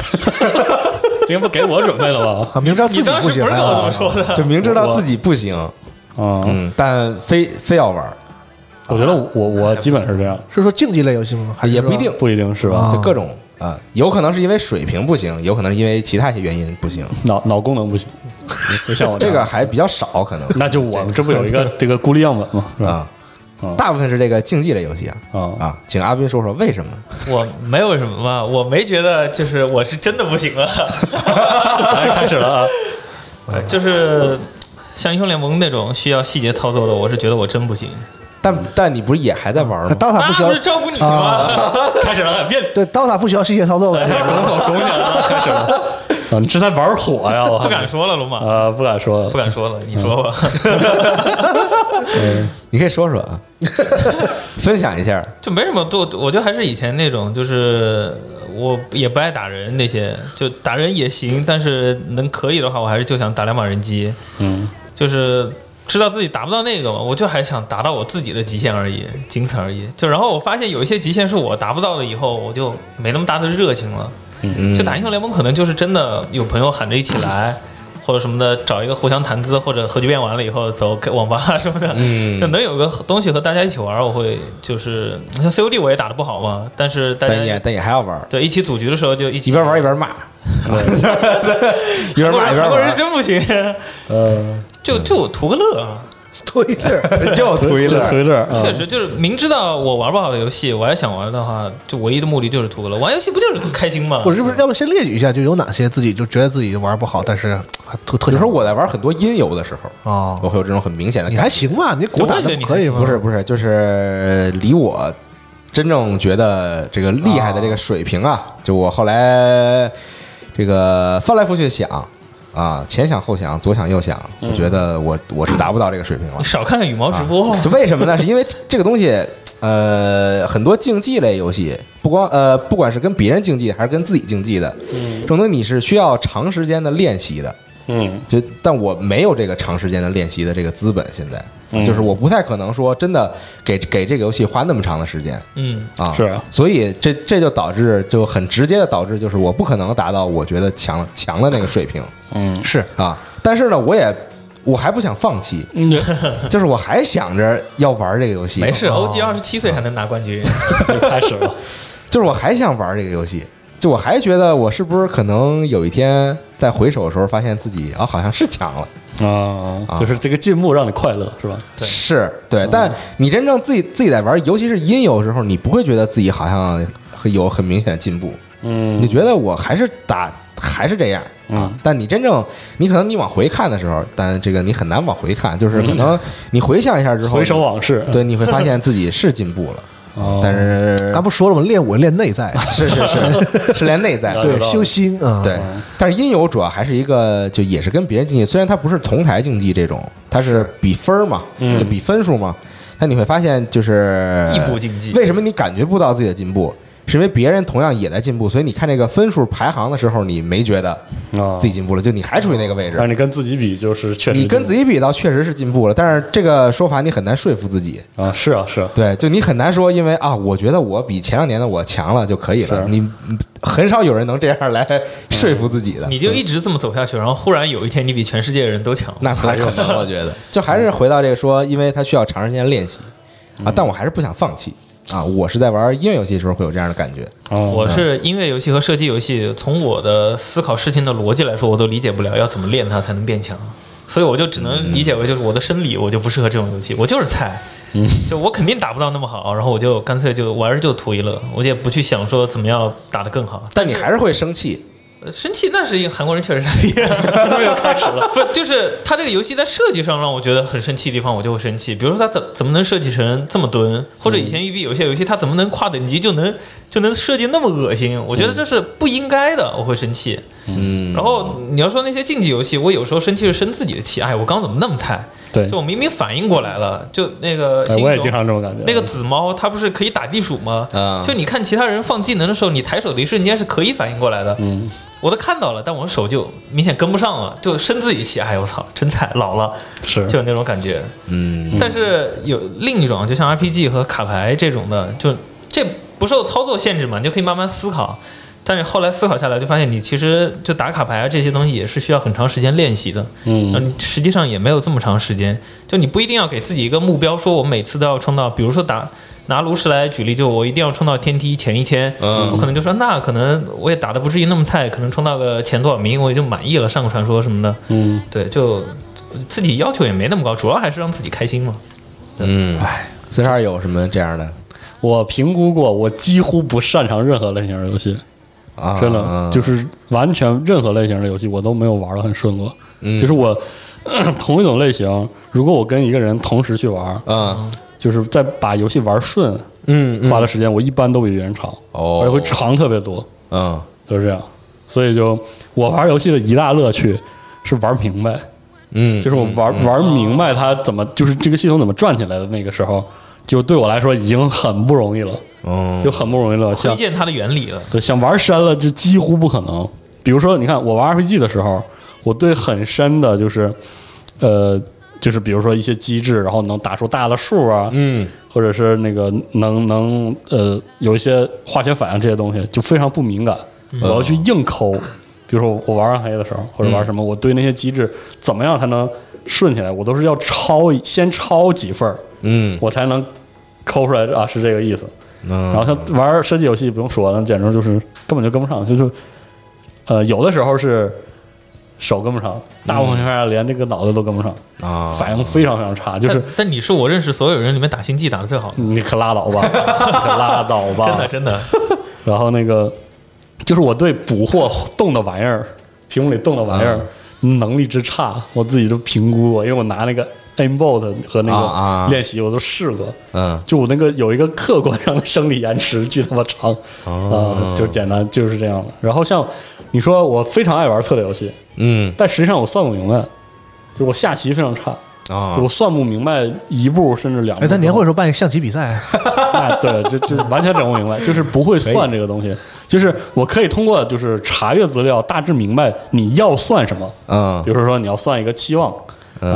Speaker 5: 这不给我准备 了吧？
Speaker 4: 啊，明知道自
Speaker 3: 你
Speaker 4: 己
Speaker 3: 当时
Speaker 4: 不
Speaker 3: 不是
Speaker 4: 行
Speaker 3: 跟
Speaker 4: 啊
Speaker 3: 我这么说的？
Speaker 2: 就明知道自己不行，
Speaker 5: 啊，
Speaker 2: 嗯，但非非要玩儿，
Speaker 5: 我觉得我我基本是这样，
Speaker 4: 是说竞技类游戏吗？还是
Speaker 2: 啊也哎不一
Speaker 4: 说
Speaker 2: 定，
Speaker 5: 不一定是
Speaker 4: 啊
Speaker 5: 吧？
Speaker 2: 就各种啊，有可能是因为水平不行，有可能是因为其他一些原因不行，
Speaker 5: 脑脑功能不行，就像我
Speaker 2: 这
Speaker 5: 哦样
Speaker 2: 个，还比较少，可能
Speaker 5: 那就我们这不有一个这个孤立样本嘛，是吧？
Speaker 2: 啊
Speaker 5: 嗯，
Speaker 2: 大部分是这个竞技类游戏啊
Speaker 5: 嗯
Speaker 2: 啊，请阿斌说说为什么？
Speaker 3: 我没有什么吧，我没觉得，就是我是真的不 行了。啊哎
Speaker 5: 来开始了啊，
Speaker 3: 呃就是像英雄联盟那种需要细节操作的，我是觉得我真不行。
Speaker 2: 但但你不是也还在玩
Speaker 4: 他
Speaker 2: 吗？
Speaker 4: DOTA 不需
Speaker 3: 那
Speaker 4: 要
Speaker 3: 不是照顾你
Speaker 4: 啊
Speaker 3: 吗？
Speaker 5: 开始了，别
Speaker 4: 对 DOTA 不需要细节操作
Speaker 2: 哎
Speaker 4: 呗，
Speaker 5: 拱手拱脚了，开始了。啊，你这在玩火呀？我
Speaker 3: 不敢说了，龙马，
Speaker 5: 啊，不敢说
Speaker 3: 不，敢说了，你说 吧。
Speaker 5: 嗯
Speaker 2: 你可以说说啊，分享一下。
Speaker 3: 就没什么多，我觉得还是以前那种，就是我也不爱打人那些，就打人也行，但是能可以的话，我还是就想打两把人机，
Speaker 5: 嗯，
Speaker 3: 就是知道自己达不到那个嘛，我就还想达到我自己的极限而已，仅此而已。就然后我发现有一些极限是我达不到的，以后我就没那么大的热情了。
Speaker 2: 嗯
Speaker 3: 就打英雄联盟，可能就是真的有朋友喊着一起来，或者什么的，找一个互相谈资，或者核聚变完了以后走开网吧啊什么的，
Speaker 2: 嗯
Speaker 3: 就能有个东西和大家一起玩儿。我会就是像 COD 我也打的不好嘛，但是大家
Speaker 2: 但也但也还要玩儿，
Speaker 3: 对一起组局的时候就一起
Speaker 2: 一边玩儿一边骂， 一边骂一边
Speaker 3: 韩国人
Speaker 2: 玩嗯
Speaker 3: 真不行，
Speaker 5: 呃，
Speaker 3: 就就图个乐啊。
Speaker 4: 对的，
Speaker 2: 儿，又
Speaker 5: 推
Speaker 2: 推
Speaker 5: 嗯
Speaker 2: 了，
Speaker 5: 推乐，
Speaker 3: 确实，就是明知道我玩不好的游戏，我要想玩的话，就唯一的目的就是图个乐。玩游戏不就是开心吗？
Speaker 4: 我是不是要不先列举一下，就有哪些自己就觉得自己玩不好，但是还特特
Speaker 2: 比如
Speaker 4: 想
Speaker 2: 说我在玩很多音游的时候，
Speaker 4: 哦
Speaker 2: 我会有这种很明显的
Speaker 4: 你
Speaker 2: 感觉。
Speaker 4: 还行吧，你鼓打的可以吗？
Speaker 2: 不是不是，就是离我真正觉得这个厉害的这个水平啊，就我后来这个翻来覆去想啊，前想后想，左想右想，我觉得我我是达不到这个水平了
Speaker 3: 你。少看看羽毛直播，哦
Speaker 2: 就为什么啊呢？是因为这个东西，呃，很多竞技类游戏，不光呃，不管是跟别人竞技还是跟自己竞技的，这种东西你是需要长时间的练习的。
Speaker 5: 嗯
Speaker 2: 就但我没有这个长时间的练习的这个资本，现在、
Speaker 5: 嗯
Speaker 2: 就是我不太可能说真的给给这个游戏花那么长的时间
Speaker 3: 嗯，
Speaker 2: 啊，
Speaker 5: 是啊
Speaker 2: 所以这这就导致就很直接的导致就是我不可能达到我觉得强强的那个水平
Speaker 5: 嗯
Speaker 4: 是
Speaker 2: 啊，但是呢，我也我还不想放弃，
Speaker 5: 嗯，你
Speaker 2: 就是我还想着要玩这个游戏，啊
Speaker 3: 没
Speaker 5: 哦
Speaker 3: 事，OG 二十七岁还能拿冠军，
Speaker 5: 开始了，
Speaker 2: 就是我还想玩这个游戏，就我还觉得我是不是可能有一天在回首的时候发现自己啊好像是强了。
Speaker 5: 啊
Speaker 2: 啊，
Speaker 5: 就是这个进步让你快乐是吧？
Speaker 3: 对
Speaker 2: 是
Speaker 5: 嗯
Speaker 2: 对，但你真正自己自己在玩，尤其是音游的时候，你不会觉得自己好像很有很明显的进步，
Speaker 5: 嗯，
Speaker 2: 你就觉得我还是打还是这样啊
Speaker 5: 嗯。
Speaker 2: 但你真正你可能你往回看的时候，但这个你很难往回看，就是可能你回想一下之后，
Speaker 5: 嗯回首往事，
Speaker 2: 对，你会发现自己是进步了，
Speaker 5: 哦
Speaker 2: 但是
Speaker 4: 咱不说了吗？练武练内在，
Speaker 2: 是是是是连内在
Speaker 5: 了解
Speaker 4: 对，修心啊，
Speaker 2: 对，但是音游主要还是一个，就也是跟别人竞技，虽然它不是同台竞技这种，它是比分儿嘛，
Speaker 5: 嗯
Speaker 2: 就比分数嘛。但你会发现，就是
Speaker 3: 异步竞技
Speaker 2: 嗯为什么你感觉不到自己的进步？是因为别人同样也在进步，所以你看这个分数排行的时候，你没觉得
Speaker 5: 啊，
Speaker 2: 自己进步了，就你还处于那个位置
Speaker 5: 但哦是。你跟自己比，就是确实
Speaker 2: 你跟自己比到确实是进步了，但是这个说法你很难说服自己。
Speaker 5: 啊，是啊是啊，
Speaker 2: 对，就你很难说，因为啊，我觉得我比前两年的我强了就可以了。
Speaker 5: 是
Speaker 2: 你嗯很少有人能这样来说服自己的。
Speaker 3: 你就一直这么走下去，然后忽然有一天你比全世界的人都强，
Speaker 2: 那不太可能，我觉得。就还是回到这个说，因为它需要长时间练习啊，但我还是不想放弃啊。我是在玩音乐游戏的时候会有这样的感觉，
Speaker 5: 哦
Speaker 3: 我是音乐游戏和射击游戏，从我的思考事情的逻辑来说，我都理解不了要怎么练它才能变强，所以我就只能理解为就是我的生理我就不适合这种游戏，我就是菜，就我肯定打不到那么好，然后我就干脆就玩儿就图一乐，我也不去想说怎么样打得更好。
Speaker 2: 但你还是会生气。
Speaker 3: 呃生气那是一个韩国人确实傻逼，又开始了。不就是他这个游戏在设计上让我觉得很生气的地方，我就会生气。比如说他怎怎么能设计成这么蹲，或者以前育碧有些游戏他怎么能跨等级就能就能设计那么恶心？我觉得这是不应该的，我会生气。
Speaker 2: 嗯
Speaker 3: 然后你要说那些竞技游戏，我有时候生气是生自己的气，哎，我刚怎么那么菜？
Speaker 5: 对
Speaker 3: 就，我明明反应过来了，就那个
Speaker 5: 哎
Speaker 3: 新
Speaker 5: 我也
Speaker 3: 手
Speaker 5: 经常这种感觉，
Speaker 3: 那个紫猫，它不是可以打地鼠吗？
Speaker 2: 嗯
Speaker 3: 就你看其他人放技能的时候，你抬手的一瞬间是可以反应过来的。
Speaker 5: 嗯，
Speaker 3: 我都看到了，但我手就明显跟不上了，就生自己气。哎呦我操，真菜，老了，
Speaker 5: 是
Speaker 3: 就有那种感觉。
Speaker 2: 嗯，
Speaker 3: 但是有另一种，就像 RPG 和卡牌这种的，就这不受操作限制嘛，你就可以慢慢思考。但是后来思考下来，就发现你其实就打卡牌啊这些东西也是需要很长时间练习的。那
Speaker 5: 嗯
Speaker 3: 你实际上也没有这么长时间，就你不一定要给自己一个目标，说我每次都要冲到，比如说打拿炉石来举例，就我一定要冲到天梯前一千，
Speaker 2: 嗯
Speaker 3: 我可能就说那可能我也打的不至于那么菜，可能冲到个前多少名我也就满意了，上个传说什么的，
Speaker 5: 嗯，
Speaker 3: 对，就自己要求也没那么高，主要还是让自己开心嘛。
Speaker 2: 嗯，哎，四十二有什么这样的
Speaker 5: 我评估过，我几乎不擅长任何类型的游戏，
Speaker 2: 啊？
Speaker 5: 真的就是完全任何类型的游戏我都没有玩的很顺过，
Speaker 2: 嗯
Speaker 5: 就是我 同一种类型，如果我跟一个人同时去玩，
Speaker 2: 嗯
Speaker 5: 就是在把游戏玩顺
Speaker 2: 嗯嗯
Speaker 5: 花的时间，我一般都比别人长，
Speaker 2: 哦
Speaker 5: 而且会长特别多，
Speaker 2: 嗯
Speaker 5: 就是这样。所以就我玩游戏的一大乐趣是玩明白，
Speaker 2: 嗯，
Speaker 5: 就是我玩玩明白它怎么，就是这个系统怎么转起来的那个时候，就对我来说已经很不容易了，
Speaker 2: 嗯
Speaker 5: 就很不容易了。
Speaker 3: 推
Speaker 5: 像
Speaker 3: 荐它的原理了，
Speaker 5: 对想玩深了，就几乎不可能。比如说，你看我玩 RPG 的时候，我对很深的就是，呃，就是比如说一些机制，然后能打出大的数啊，
Speaker 2: 嗯，
Speaker 5: 或者是那个能能呃有一些化学反应这些东西就非常不敏感，
Speaker 2: 嗯
Speaker 5: 我要去硬抠。比如说我玩暗黑的时候，或者玩什么，我对那些机制怎么样才能顺起来，我都是要抄先抄几份儿，
Speaker 2: 嗯
Speaker 5: 我才能抠出来啊是这个意思。然后
Speaker 2: 嗯，
Speaker 5: 像玩射击游戏不用说了，简直就是根本就跟不上，就是呃有的时候是手跟不上，大部分情况下连那个脑子都跟不上，
Speaker 2: 啊，
Speaker 5: 反应非常非常差，就是
Speaker 3: 但但你是我认识所有人里面打星际打的最 好的，
Speaker 5: 你可拉倒吧，你可拉倒吧，
Speaker 3: 真的真的。
Speaker 5: 然后那个就是我对捕获动的玩意儿，屏幕里动的玩意儿、能力之差，我自己都评估过，因为我拿那个 aimbot 和那
Speaker 2: 啊啊
Speaker 5: 个练习我都试过，
Speaker 2: 嗯
Speaker 5: 就我那个有一个客观上的生理延迟巨他妈长啊、就简单就是这样的。然后像你说我非常爱玩策略游戏，
Speaker 2: 嗯
Speaker 5: 但实际上我算不明白，就我下棋非常差。
Speaker 2: 啊
Speaker 5: 就我算不明白一步甚至两步。
Speaker 4: 哎，咱年会的时候办一个象棋 比赛，
Speaker 5: 那啊对，就就完全整不明白，就是不会算这个东西。 就是我可以通过就是查阅资料，大致明白你要算什么。
Speaker 2: 嗯
Speaker 5: 比如说你要算一个期望，啊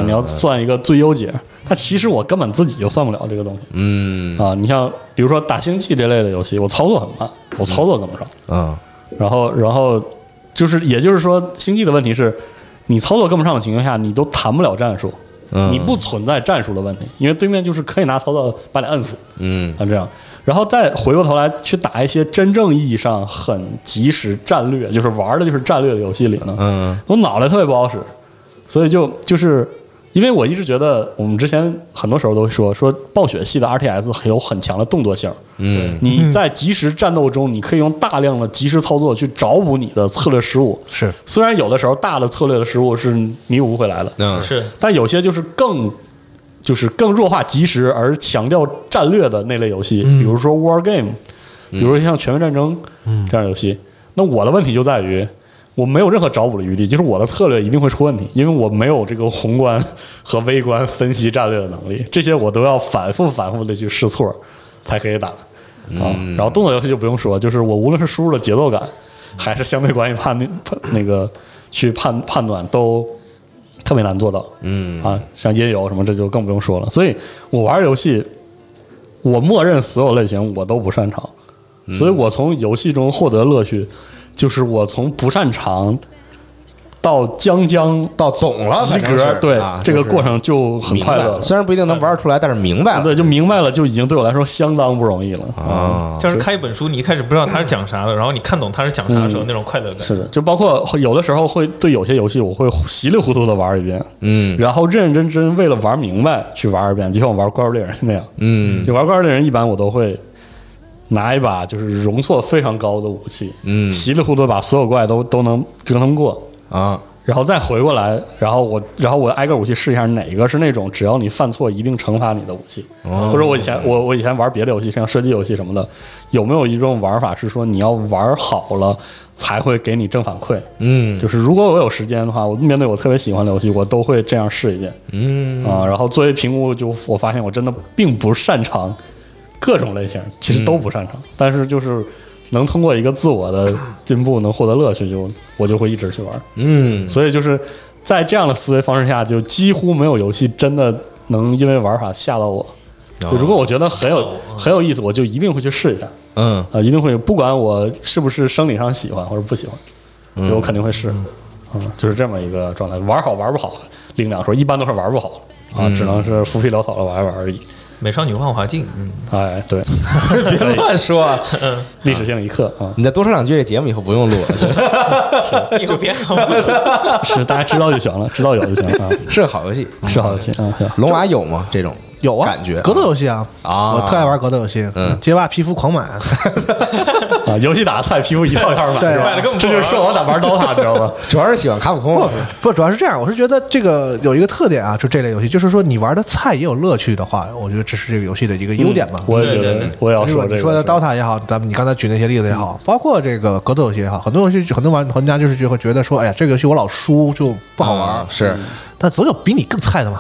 Speaker 2: 嗯，
Speaker 5: 你要算一个最优解，那其实我根本自己就算不了这个东西
Speaker 2: 嗯
Speaker 5: 啊。你像比如说打星际这类的游戏，我操作很慢，我操作跟不上。
Speaker 2: 嗯
Speaker 5: 然后，然后就是也就是说，星际的问题是，你操作跟不上的情况下，你都谈不了战术。
Speaker 2: 嗯
Speaker 5: 你不存在战术的问题，因为对面就是可以拿操作把你摁死，
Speaker 2: 嗯
Speaker 5: 啊，这样，然后再回过头来去打一些真正意义上很及时战略，就是玩的就是战略的游戏里呢，
Speaker 2: 嗯
Speaker 5: 我脑袋特别不好使，所以就就是因为我一直觉得我们之前很多时候都会说说暴雪系的 RTS 很有很强的动作性，
Speaker 2: 嗯
Speaker 5: 你在即时战斗中，你可以用大量的即时操作去找补你的策略失误，
Speaker 4: 是
Speaker 5: 虽然有的时候大的策略的失误是弥补不回来的，
Speaker 2: 嗯
Speaker 3: 是
Speaker 5: 但有些就是更就是更弱化即时而强调战略的那类游戏，比如说 War Game，比如说像《全面战争》这样的游戏。那我的问题就在于。我没有任何找补的余地，就是我的策略一定会出问题，因为我没有这个宏观和微观分析战略的能力，这些我都要反复反复的去试错才可以打
Speaker 2: 嗯
Speaker 5: 啊。然后动作游戏就不用说，就是我无论是输入的节奏感，还是相对关系判定 判那个去判判断都特别难做到。嗯啊，像音游什么这就更不用说了。所以我玩游戏，我默认所有类型我都不擅长，
Speaker 2: 嗯
Speaker 5: 所以我从游戏中获得乐趣，就是我从不擅长到将将
Speaker 2: 到懂了
Speaker 5: 及
Speaker 2: 反正
Speaker 5: 格
Speaker 2: 是，
Speaker 5: 对
Speaker 2: 啊
Speaker 5: 这个
Speaker 2: 就是
Speaker 5: 过程就很
Speaker 2: 明
Speaker 5: 快
Speaker 2: 白
Speaker 5: 乐
Speaker 2: 了，。虽然不一定能玩出来，但是明白了
Speaker 5: 对，就明白了，就已经对我来说相当不容易了。
Speaker 2: 啊，
Speaker 3: 就是开一本书，你一开始不知道它是讲啥的，然后你看懂它是讲啥的时候，那种快乐感。
Speaker 5: 是的，就包括有的时候会对有些游戏，我会稀里糊涂的玩一遍，
Speaker 2: 嗯
Speaker 5: 然后认认真真为了玩明白去玩一遍，就像我玩《怪物猎人》那样。
Speaker 2: 嗯
Speaker 5: 就玩怪物猎人，一般我都会拿一把就是容错非常高的武器，
Speaker 2: 嗯
Speaker 5: 稀里糊涂把所有怪都都能折腾过，
Speaker 2: 啊
Speaker 5: 然后再回过来，然后我然后我挨个武器试一下哪个是那种只要你犯错一定惩罚你的武器，
Speaker 2: 哦
Speaker 5: 或者我以前我我以前玩别的游戏，像射击游戏什么的，有没有一种玩法是说你要玩好了才会给你正反馈？
Speaker 2: 嗯
Speaker 5: 就是如果我有时间的话，我面对我特别喜欢的游戏，我都会这样试一遍。嗯啊，然后作为评估，就我发现我真的并不擅长各种类型，其实都不擅长，但是就是能通过一个自我的进步，能获得乐趣，就我就会一直去玩。
Speaker 2: 嗯
Speaker 5: 所以就是在这样的思维方式下，就几乎没有游戏真的能因为玩法吓到我。就如果哦我觉嗯得很有很有意思，我就一定会去试一下。
Speaker 2: 嗯
Speaker 5: 啊，一定会有，不管我是不是生理上喜欢或者不喜欢，我肯定会试，嗯，就是这么一个状态。玩好玩不好，另两说，一般都是玩不好啊，
Speaker 3: 嗯
Speaker 5: 只能是浮皮潦草的玩一玩而已。
Speaker 3: 美少女万华镜，嗯，
Speaker 5: 哎， 对，
Speaker 2: 别乱说，
Speaker 5: 历史性一刻啊，
Speaker 2: 你再多说两句，这节目以后不用录 了，
Speaker 3: 以后别喊我。
Speaker 5: 是大家知道就行了，知道有就行啊，
Speaker 2: 是个好游戏。
Speaker 5: 是好游戏啊，行
Speaker 2: 龙娃有吗？这种
Speaker 4: 有啊，
Speaker 2: 感觉
Speaker 4: 格斗游戏啊，
Speaker 2: 啊
Speaker 4: 我特爱玩格斗游戏，
Speaker 5: 嗯
Speaker 4: 街霸皮肤狂 买，
Speaker 5: 啊，游戏打的菜，皮肤一套一套买，
Speaker 4: 对
Speaker 5: 是吧
Speaker 4: 买
Speaker 3: 了更不
Speaker 5: 啊这就是说我咋玩刀塔，你知道吗？
Speaker 2: 主要是喜欢卡普空啊
Speaker 4: 不不，主要是这样，我是觉得这个有一个特点啊，就这类游戏，就是说你玩的菜也有乐趣的话，我觉得这是这个游戏的一个优点吧。
Speaker 5: 我也
Speaker 3: 对
Speaker 5: 觉
Speaker 3: 对
Speaker 5: 得
Speaker 3: 对，
Speaker 5: 我也嗯要
Speaker 4: 比
Speaker 5: 说
Speaker 4: 如
Speaker 5: 这个嗯
Speaker 4: 你
Speaker 5: 事。
Speaker 4: 说的 DOTA 也好，咱们你刚才举那些例子也好，包括这个格斗游戏也好，很多游戏很多玩玩家就是就会觉得说，哎呀，这个游戏我老输就不好玩
Speaker 2: 啊
Speaker 4: 儿。
Speaker 2: 是
Speaker 4: 但总有比你更菜的 嘛。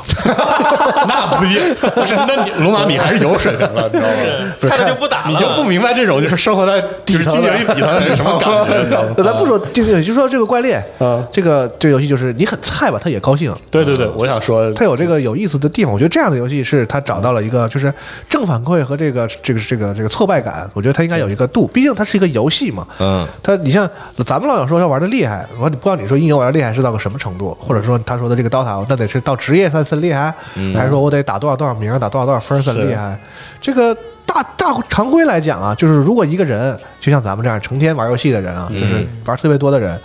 Speaker 5: 那不一定，不是，那你龙马你还是有水平 的，你知道吗？
Speaker 3: 菜了就不打了，
Speaker 5: 你就不明白这种就是生活在就是经济一底层人是什么感觉，你知道吗？
Speaker 4: 那咱不说定义，就说这个怪猎
Speaker 5: 嗯，
Speaker 4: 这个这个游戏就是你很菜吧，他也高兴。
Speaker 5: 对对对，我想说，
Speaker 4: 它有这个有意思的地方。我觉得这样的游戏是它找到了一个就是正反馈和这个这个这个这个挫败感，我觉得它应该有一个度，毕竟它是一个游戏嘛。
Speaker 2: 嗯，
Speaker 4: 它你像咱们老想说要玩的厉害，我不知道你说音游玩的厉害是到个什么程度，或者说他说的这个刀塔，那得是到职业才算厉害，还是说我得打多少多少名，打多少多少分儿算厉害？这个。大大常规来讲啊，就是如果一个人就像咱们这样成天玩游戏的人啊，就是玩特别多的人，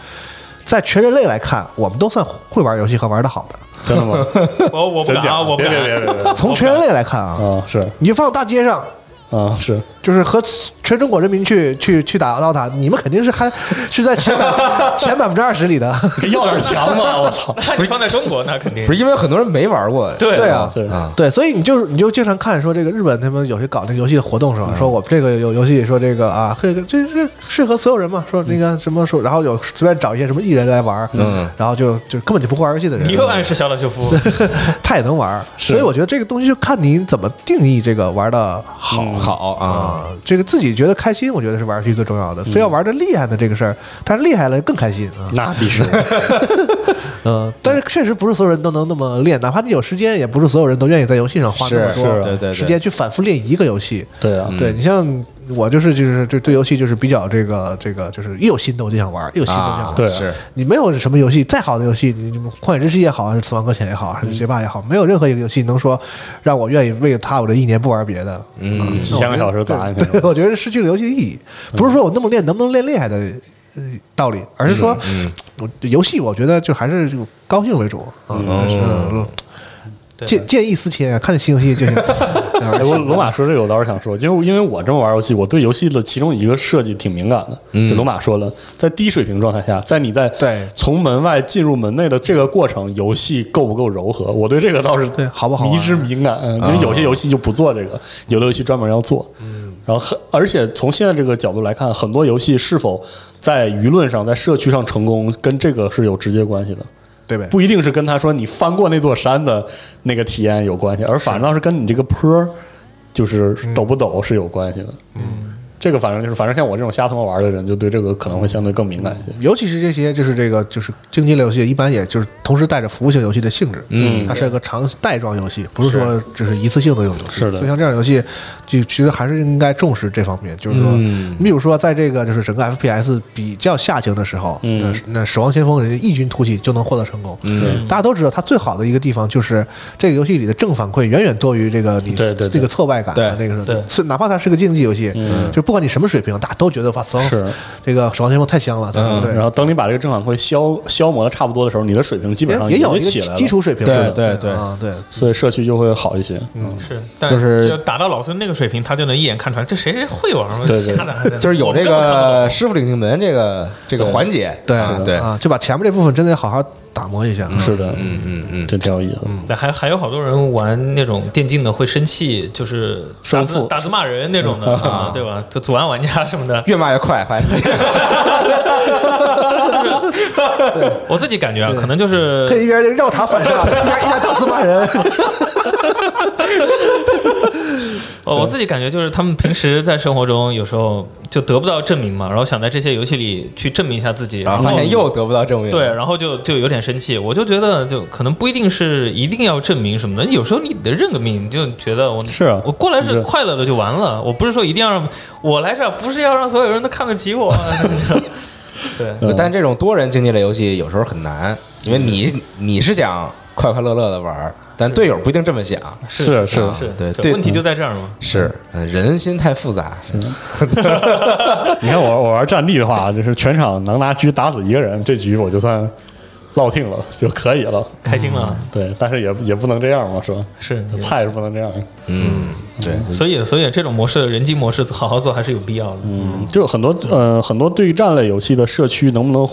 Speaker 4: 在全人类来看，我们都算会玩游戏和玩的好的。
Speaker 5: 真的 吗？
Speaker 3: 我我不
Speaker 5: 真
Speaker 3: 敢啊，
Speaker 5: 假？
Speaker 3: 我不
Speaker 5: 别
Speaker 3: 敢。
Speaker 5: 别别别别
Speaker 4: 从全人类来看啊，
Speaker 5: 啊！是
Speaker 4: 你就放大街上，
Speaker 5: 啊 是，
Speaker 4: 就是和全中国人民去去去打到塔，你们肯定是还是在前百前百分之二十里的。
Speaker 5: 要点强嘛！我操！
Speaker 3: 那 你放在中国那肯定
Speaker 2: 不是因为很多人没玩过，
Speaker 3: 对
Speaker 4: 对啊，
Speaker 5: 是
Speaker 2: 啊，
Speaker 4: 对，所以你就你就经常看说这个日本他们有些搞那个游戏的活动是吧？说我们这个游游戏说这个啊，这个这是适合所有人嘛？说那个什么说，然后有随便找一些什么艺人来玩，
Speaker 2: 嗯，
Speaker 4: 然后就就根本就不会玩游戏的人，
Speaker 3: 你又暗示小岛秀夫，
Speaker 4: 他也能玩，
Speaker 5: 是
Speaker 4: 所以我觉得这个东西就看你怎么定义这个玩的好
Speaker 2: 好啊，
Speaker 4: 啊，这个自己觉得开心，我觉得是玩游戏最重要
Speaker 2: 嗯
Speaker 4: 的。非要玩的厉害的这个事儿，但是厉害了更开心啊。
Speaker 5: 那 必须，
Speaker 4: 呃，但是确实不是所有人都能那么练，哪怕你有时间，也不是所有人都愿意在游戏上花那么
Speaker 2: 是是对对嗯
Speaker 4: 多
Speaker 2: 对
Speaker 4: 时间去反复练一个游戏。
Speaker 5: 对啊，
Speaker 4: 对你像我就是就是对对游戏就是比较这个这个就是一有新的我就想玩，一有新的我就想
Speaker 2: 啊
Speaker 4: 玩。，
Speaker 5: 对
Speaker 2: 是
Speaker 4: 你没有什么游戏，再好的游戏，你你旷野之息也好，还是死亡搁浅也好，还是街霸也好，没有任何一个游戏能说让我愿意为了它我这一年不玩别的。
Speaker 2: 嗯，
Speaker 5: 几千个小时砸进
Speaker 4: 对，
Speaker 5: 去，
Speaker 4: 哦 我觉得失去了游戏的意义，
Speaker 5: 嗯
Speaker 4: 不是说我那么练能不能练厉害的呃道理，而是说
Speaker 5: 嗯
Speaker 4: 我游戏，我觉得就还是高兴为主啊。
Speaker 5: 哦
Speaker 4: 还是嗯
Speaker 3: 对
Speaker 4: 见见异思迁，看新游戏 就行。啊
Speaker 5: 哎，我罗马说这个，我倒是想说，就是因为我这么玩游戏，我对游戏的其中一个设计挺敏感的。就罗马说了，在低水平状态下，在你在
Speaker 4: 嗯对
Speaker 5: 从门外进入门内的这个过程，游戏够不够柔和？我对这个倒是
Speaker 4: 对好不好啊玩
Speaker 5: 迷之敏感，嗯因为有些游戏就不做这个，有的游戏专门要做。
Speaker 4: 嗯
Speaker 5: 然后很，而且从现在这个角度来看，很多游戏是否在舆论上、在社区上成功，跟这个是有直接关系的。
Speaker 4: 对呗？
Speaker 5: 不一定是跟他说你翻过那座山的那个体验有关系，而反倒是跟你这个坡儿就是陡不陡是有关系的。嗯，这个反正就是，反正像我这种瞎他妈玩的人，就对这个可能会相对更敏感一些。
Speaker 4: 尤其是这些，就是这个，就是竞技类游戏，一般也就是同时带着服务性游戏的性质。嗯，它是一个长带状游戏，不是说只是一次性的游戏。
Speaker 5: 是的
Speaker 4: 所以像这样游戏，就其实还是应该重视这方面。就是说，你比如说，在这个就是整个 FPS 比较下行的时候，嗯，那《守望先锋》人家异军突起就能获得成功。嗯，大家都知道，它最好的一个地方就是这个游戏里的正反馈远远多于这个你
Speaker 5: 对对对
Speaker 4: 这个挫败感啊，
Speaker 2: 对
Speaker 4: 那个
Speaker 3: 对
Speaker 4: 是是哪怕它是个竞技游戏，就不管你什么水平，大家都觉得哇，死亡
Speaker 5: 是
Speaker 4: 这个《守望先锋》太香了，对对
Speaker 5: 然。后等你把这个正反馈消消磨的差不多的时候，你的水平基本上
Speaker 4: 也也有
Speaker 5: 已
Speaker 4: 一
Speaker 5: 经
Speaker 4: 个
Speaker 5: 起来了，
Speaker 4: 基础水平
Speaker 2: 对
Speaker 4: 是的
Speaker 2: 对对
Speaker 4: 啊对，
Speaker 5: 所以社区就会好一些。
Speaker 3: 是，但
Speaker 2: 就是
Speaker 3: 就打到老孙那个水平，他就能一眼看出来这谁谁会玩吗？
Speaker 5: 对对
Speaker 3: 瞎的，
Speaker 2: 就是有这
Speaker 3: 我根本看不
Speaker 2: 个
Speaker 3: 懂
Speaker 2: 师傅领进门这个这个环节，
Speaker 4: 对
Speaker 2: 啊对，
Speaker 4: 啊，就把前面这部分真的好好打磨一下。
Speaker 5: 是的，
Speaker 2: 嗯嗯嗯，
Speaker 5: 这挺有意思的。
Speaker 3: 对，还还有好多人玩那种电竞的会生气，就是打
Speaker 5: 胜
Speaker 3: 字
Speaker 5: 负
Speaker 3: 打字骂人那种的，啊，对吧？就阻拦玩家什么的。
Speaker 2: 越骂越快，还
Speaker 3: 我自己感觉啊，可能就是
Speaker 4: 可以一边绕塔反 杀，一边一边打字骂人。
Speaker 3: 哦，我自己感觉就是他们平时在生活中有时候就得不到证明嘛，然后想在这些游戏里去证明一下自己，
Speaker 2: 然
Speaker 3: 然
Speaker 2: 后
Speaker 3: 后
Speaker 2: 发
Speaker 5: 嗯
Speaker 2: 现又得不到证明，
Speaker 3: 对，然后就就有点生气。我就觉得就可能不一定是一定要证明什么的，有时候你得认个命，你就觉得我
Speaker 5: 是啊
Speaker 3: 我过来是
Speaker 5: 是
Speaker 3: 快乐的就完了，我不是说一定要让我来这儿，不是要让所有人都看得起我。啊 对，
Speaker 2: 对但这种多人竞技类游戏有时候很难，因为你你是想快快乐乐的玩儿，但队友不一定这么想，
Speaker 5: 是嗯是
Speaker 3: 啊是，
Speaker 2: 对
Speaker 3: 这
Speaker 2: 对
Speaker 3: 问题就在这儿嘛。
Speaker 2: 是嗯人心太复杂，
Speaker 5: 你看我我玩战地的话，就是全场能拿狙打死一个人，这局我就算落听了就可以了。
Speaker 3: 开心了，
Speaker 5: 对，但是也也不能这样嘛，是吧？
Speaker 3: 是，
Speaker 5: 菜是不能这样。
Speaker 2: 嗯，对，
Speaker 3: 所以所以这种模式的人机模式好好做还是有必要的。
Speaker 5: 嗯，就很多呃很多对战类游戏的社区能不能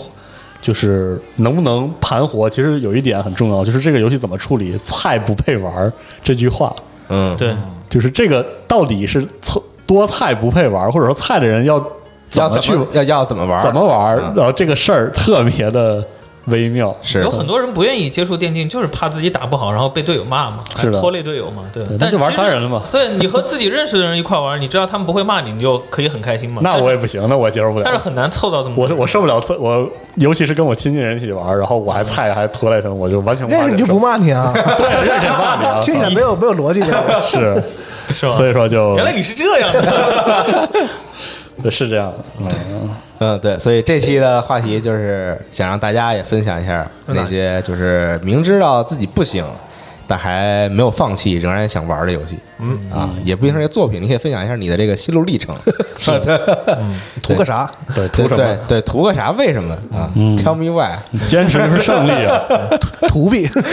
Speaker 5: 就是能不能盘活，其实有一点很重要，就是这个游戏怎么处理“菜不配玩儿”这句话，
Speaker 2: 嗯，
Speaker 3: 对，
Speaker 5: 就是这个到底是菜多菜不配玩儿，或者说菜的人要怎
Speaker 2: 要
Speaker 5: 么
Speaker 2: 怎
Speaker 5: 去
Speaker 2: 么要要怎么玩儿？
Speaker 5: 怎么玩儿，
Speaker 2: 嗯
Speaker 5: 然后这个事儿特别的微妙。
Speaker 2: 是
Speaker 3: 有很多人不愿意接触电竞，就是怕自己打不好，然后被队友骂嘛，
Speaker 5: 是的
Speaker 3: 哎拖累队友嘛，对
Speaker 5: 对。
Speaker 3: 但
Speaker 5: 那就玩
Speaker 3: 其实
Speaker 5: 单人了嘛
Speaker 3: 对你和自己认识的人一块玩，你知道他们不会骂你，你就可以很开心嘛。
Speaker 5: 那
Speaker 3: 但是
Speaker 5: 我也不行，那我接受不了。
Speaker 3: 但是很难凑到这么多
Speaker 5: 我
Speaker 3: 人
Speaker 5: 我受不了自我，尤其是跟我亲近人一起玩，然后我还菜还拖累他们，我就完全无法
Speaker 4: 认识
Speaker 5: 忍
Speaker 4: 你就
Speaker 5: 受
Speaker 4: 不骂你啊？
Speaker 5: 对，认识骂你啊，
Speaker 4: 听起来没有没有逻辑的。
Speaker 5: 是，
Speaker 3: 是吧？
Speaker 5: 所以说就
Speaker 3: 原来你是这样的，
Speaker 5: 是这样的，嗯，
Speaker 2: 嗯，对，所以这期的话题就是想让大家也分享一下那些就是明知道自己不行，但还没有放弃，仍然想玩的游戏。嗯啊，也不一定是这个作品，你可以分享一下你的这个心路历 程。是的，
Speaker 4: 图个啥？
Speaker 5: 对，
Speaker 2: 对
Speaker 5: 图什
Speaker 2: 对
Speaker 5: 么？
Speaker 2: 对，图个啥？为什么啊？Tell me why。
Speaker 5: 坚持就是胜利啊！
Speaker 4: 图币。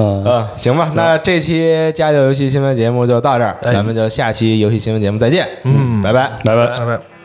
Speaker 5: 嗯，
Speaker 2: 嗯，行吧，那这期家教游戏新闻节目就到这儿，咱们就下期游戏新闻节目再见。嗯，拜拜。
Speaker 5: 来吧。
Speaker 4: 拜拜。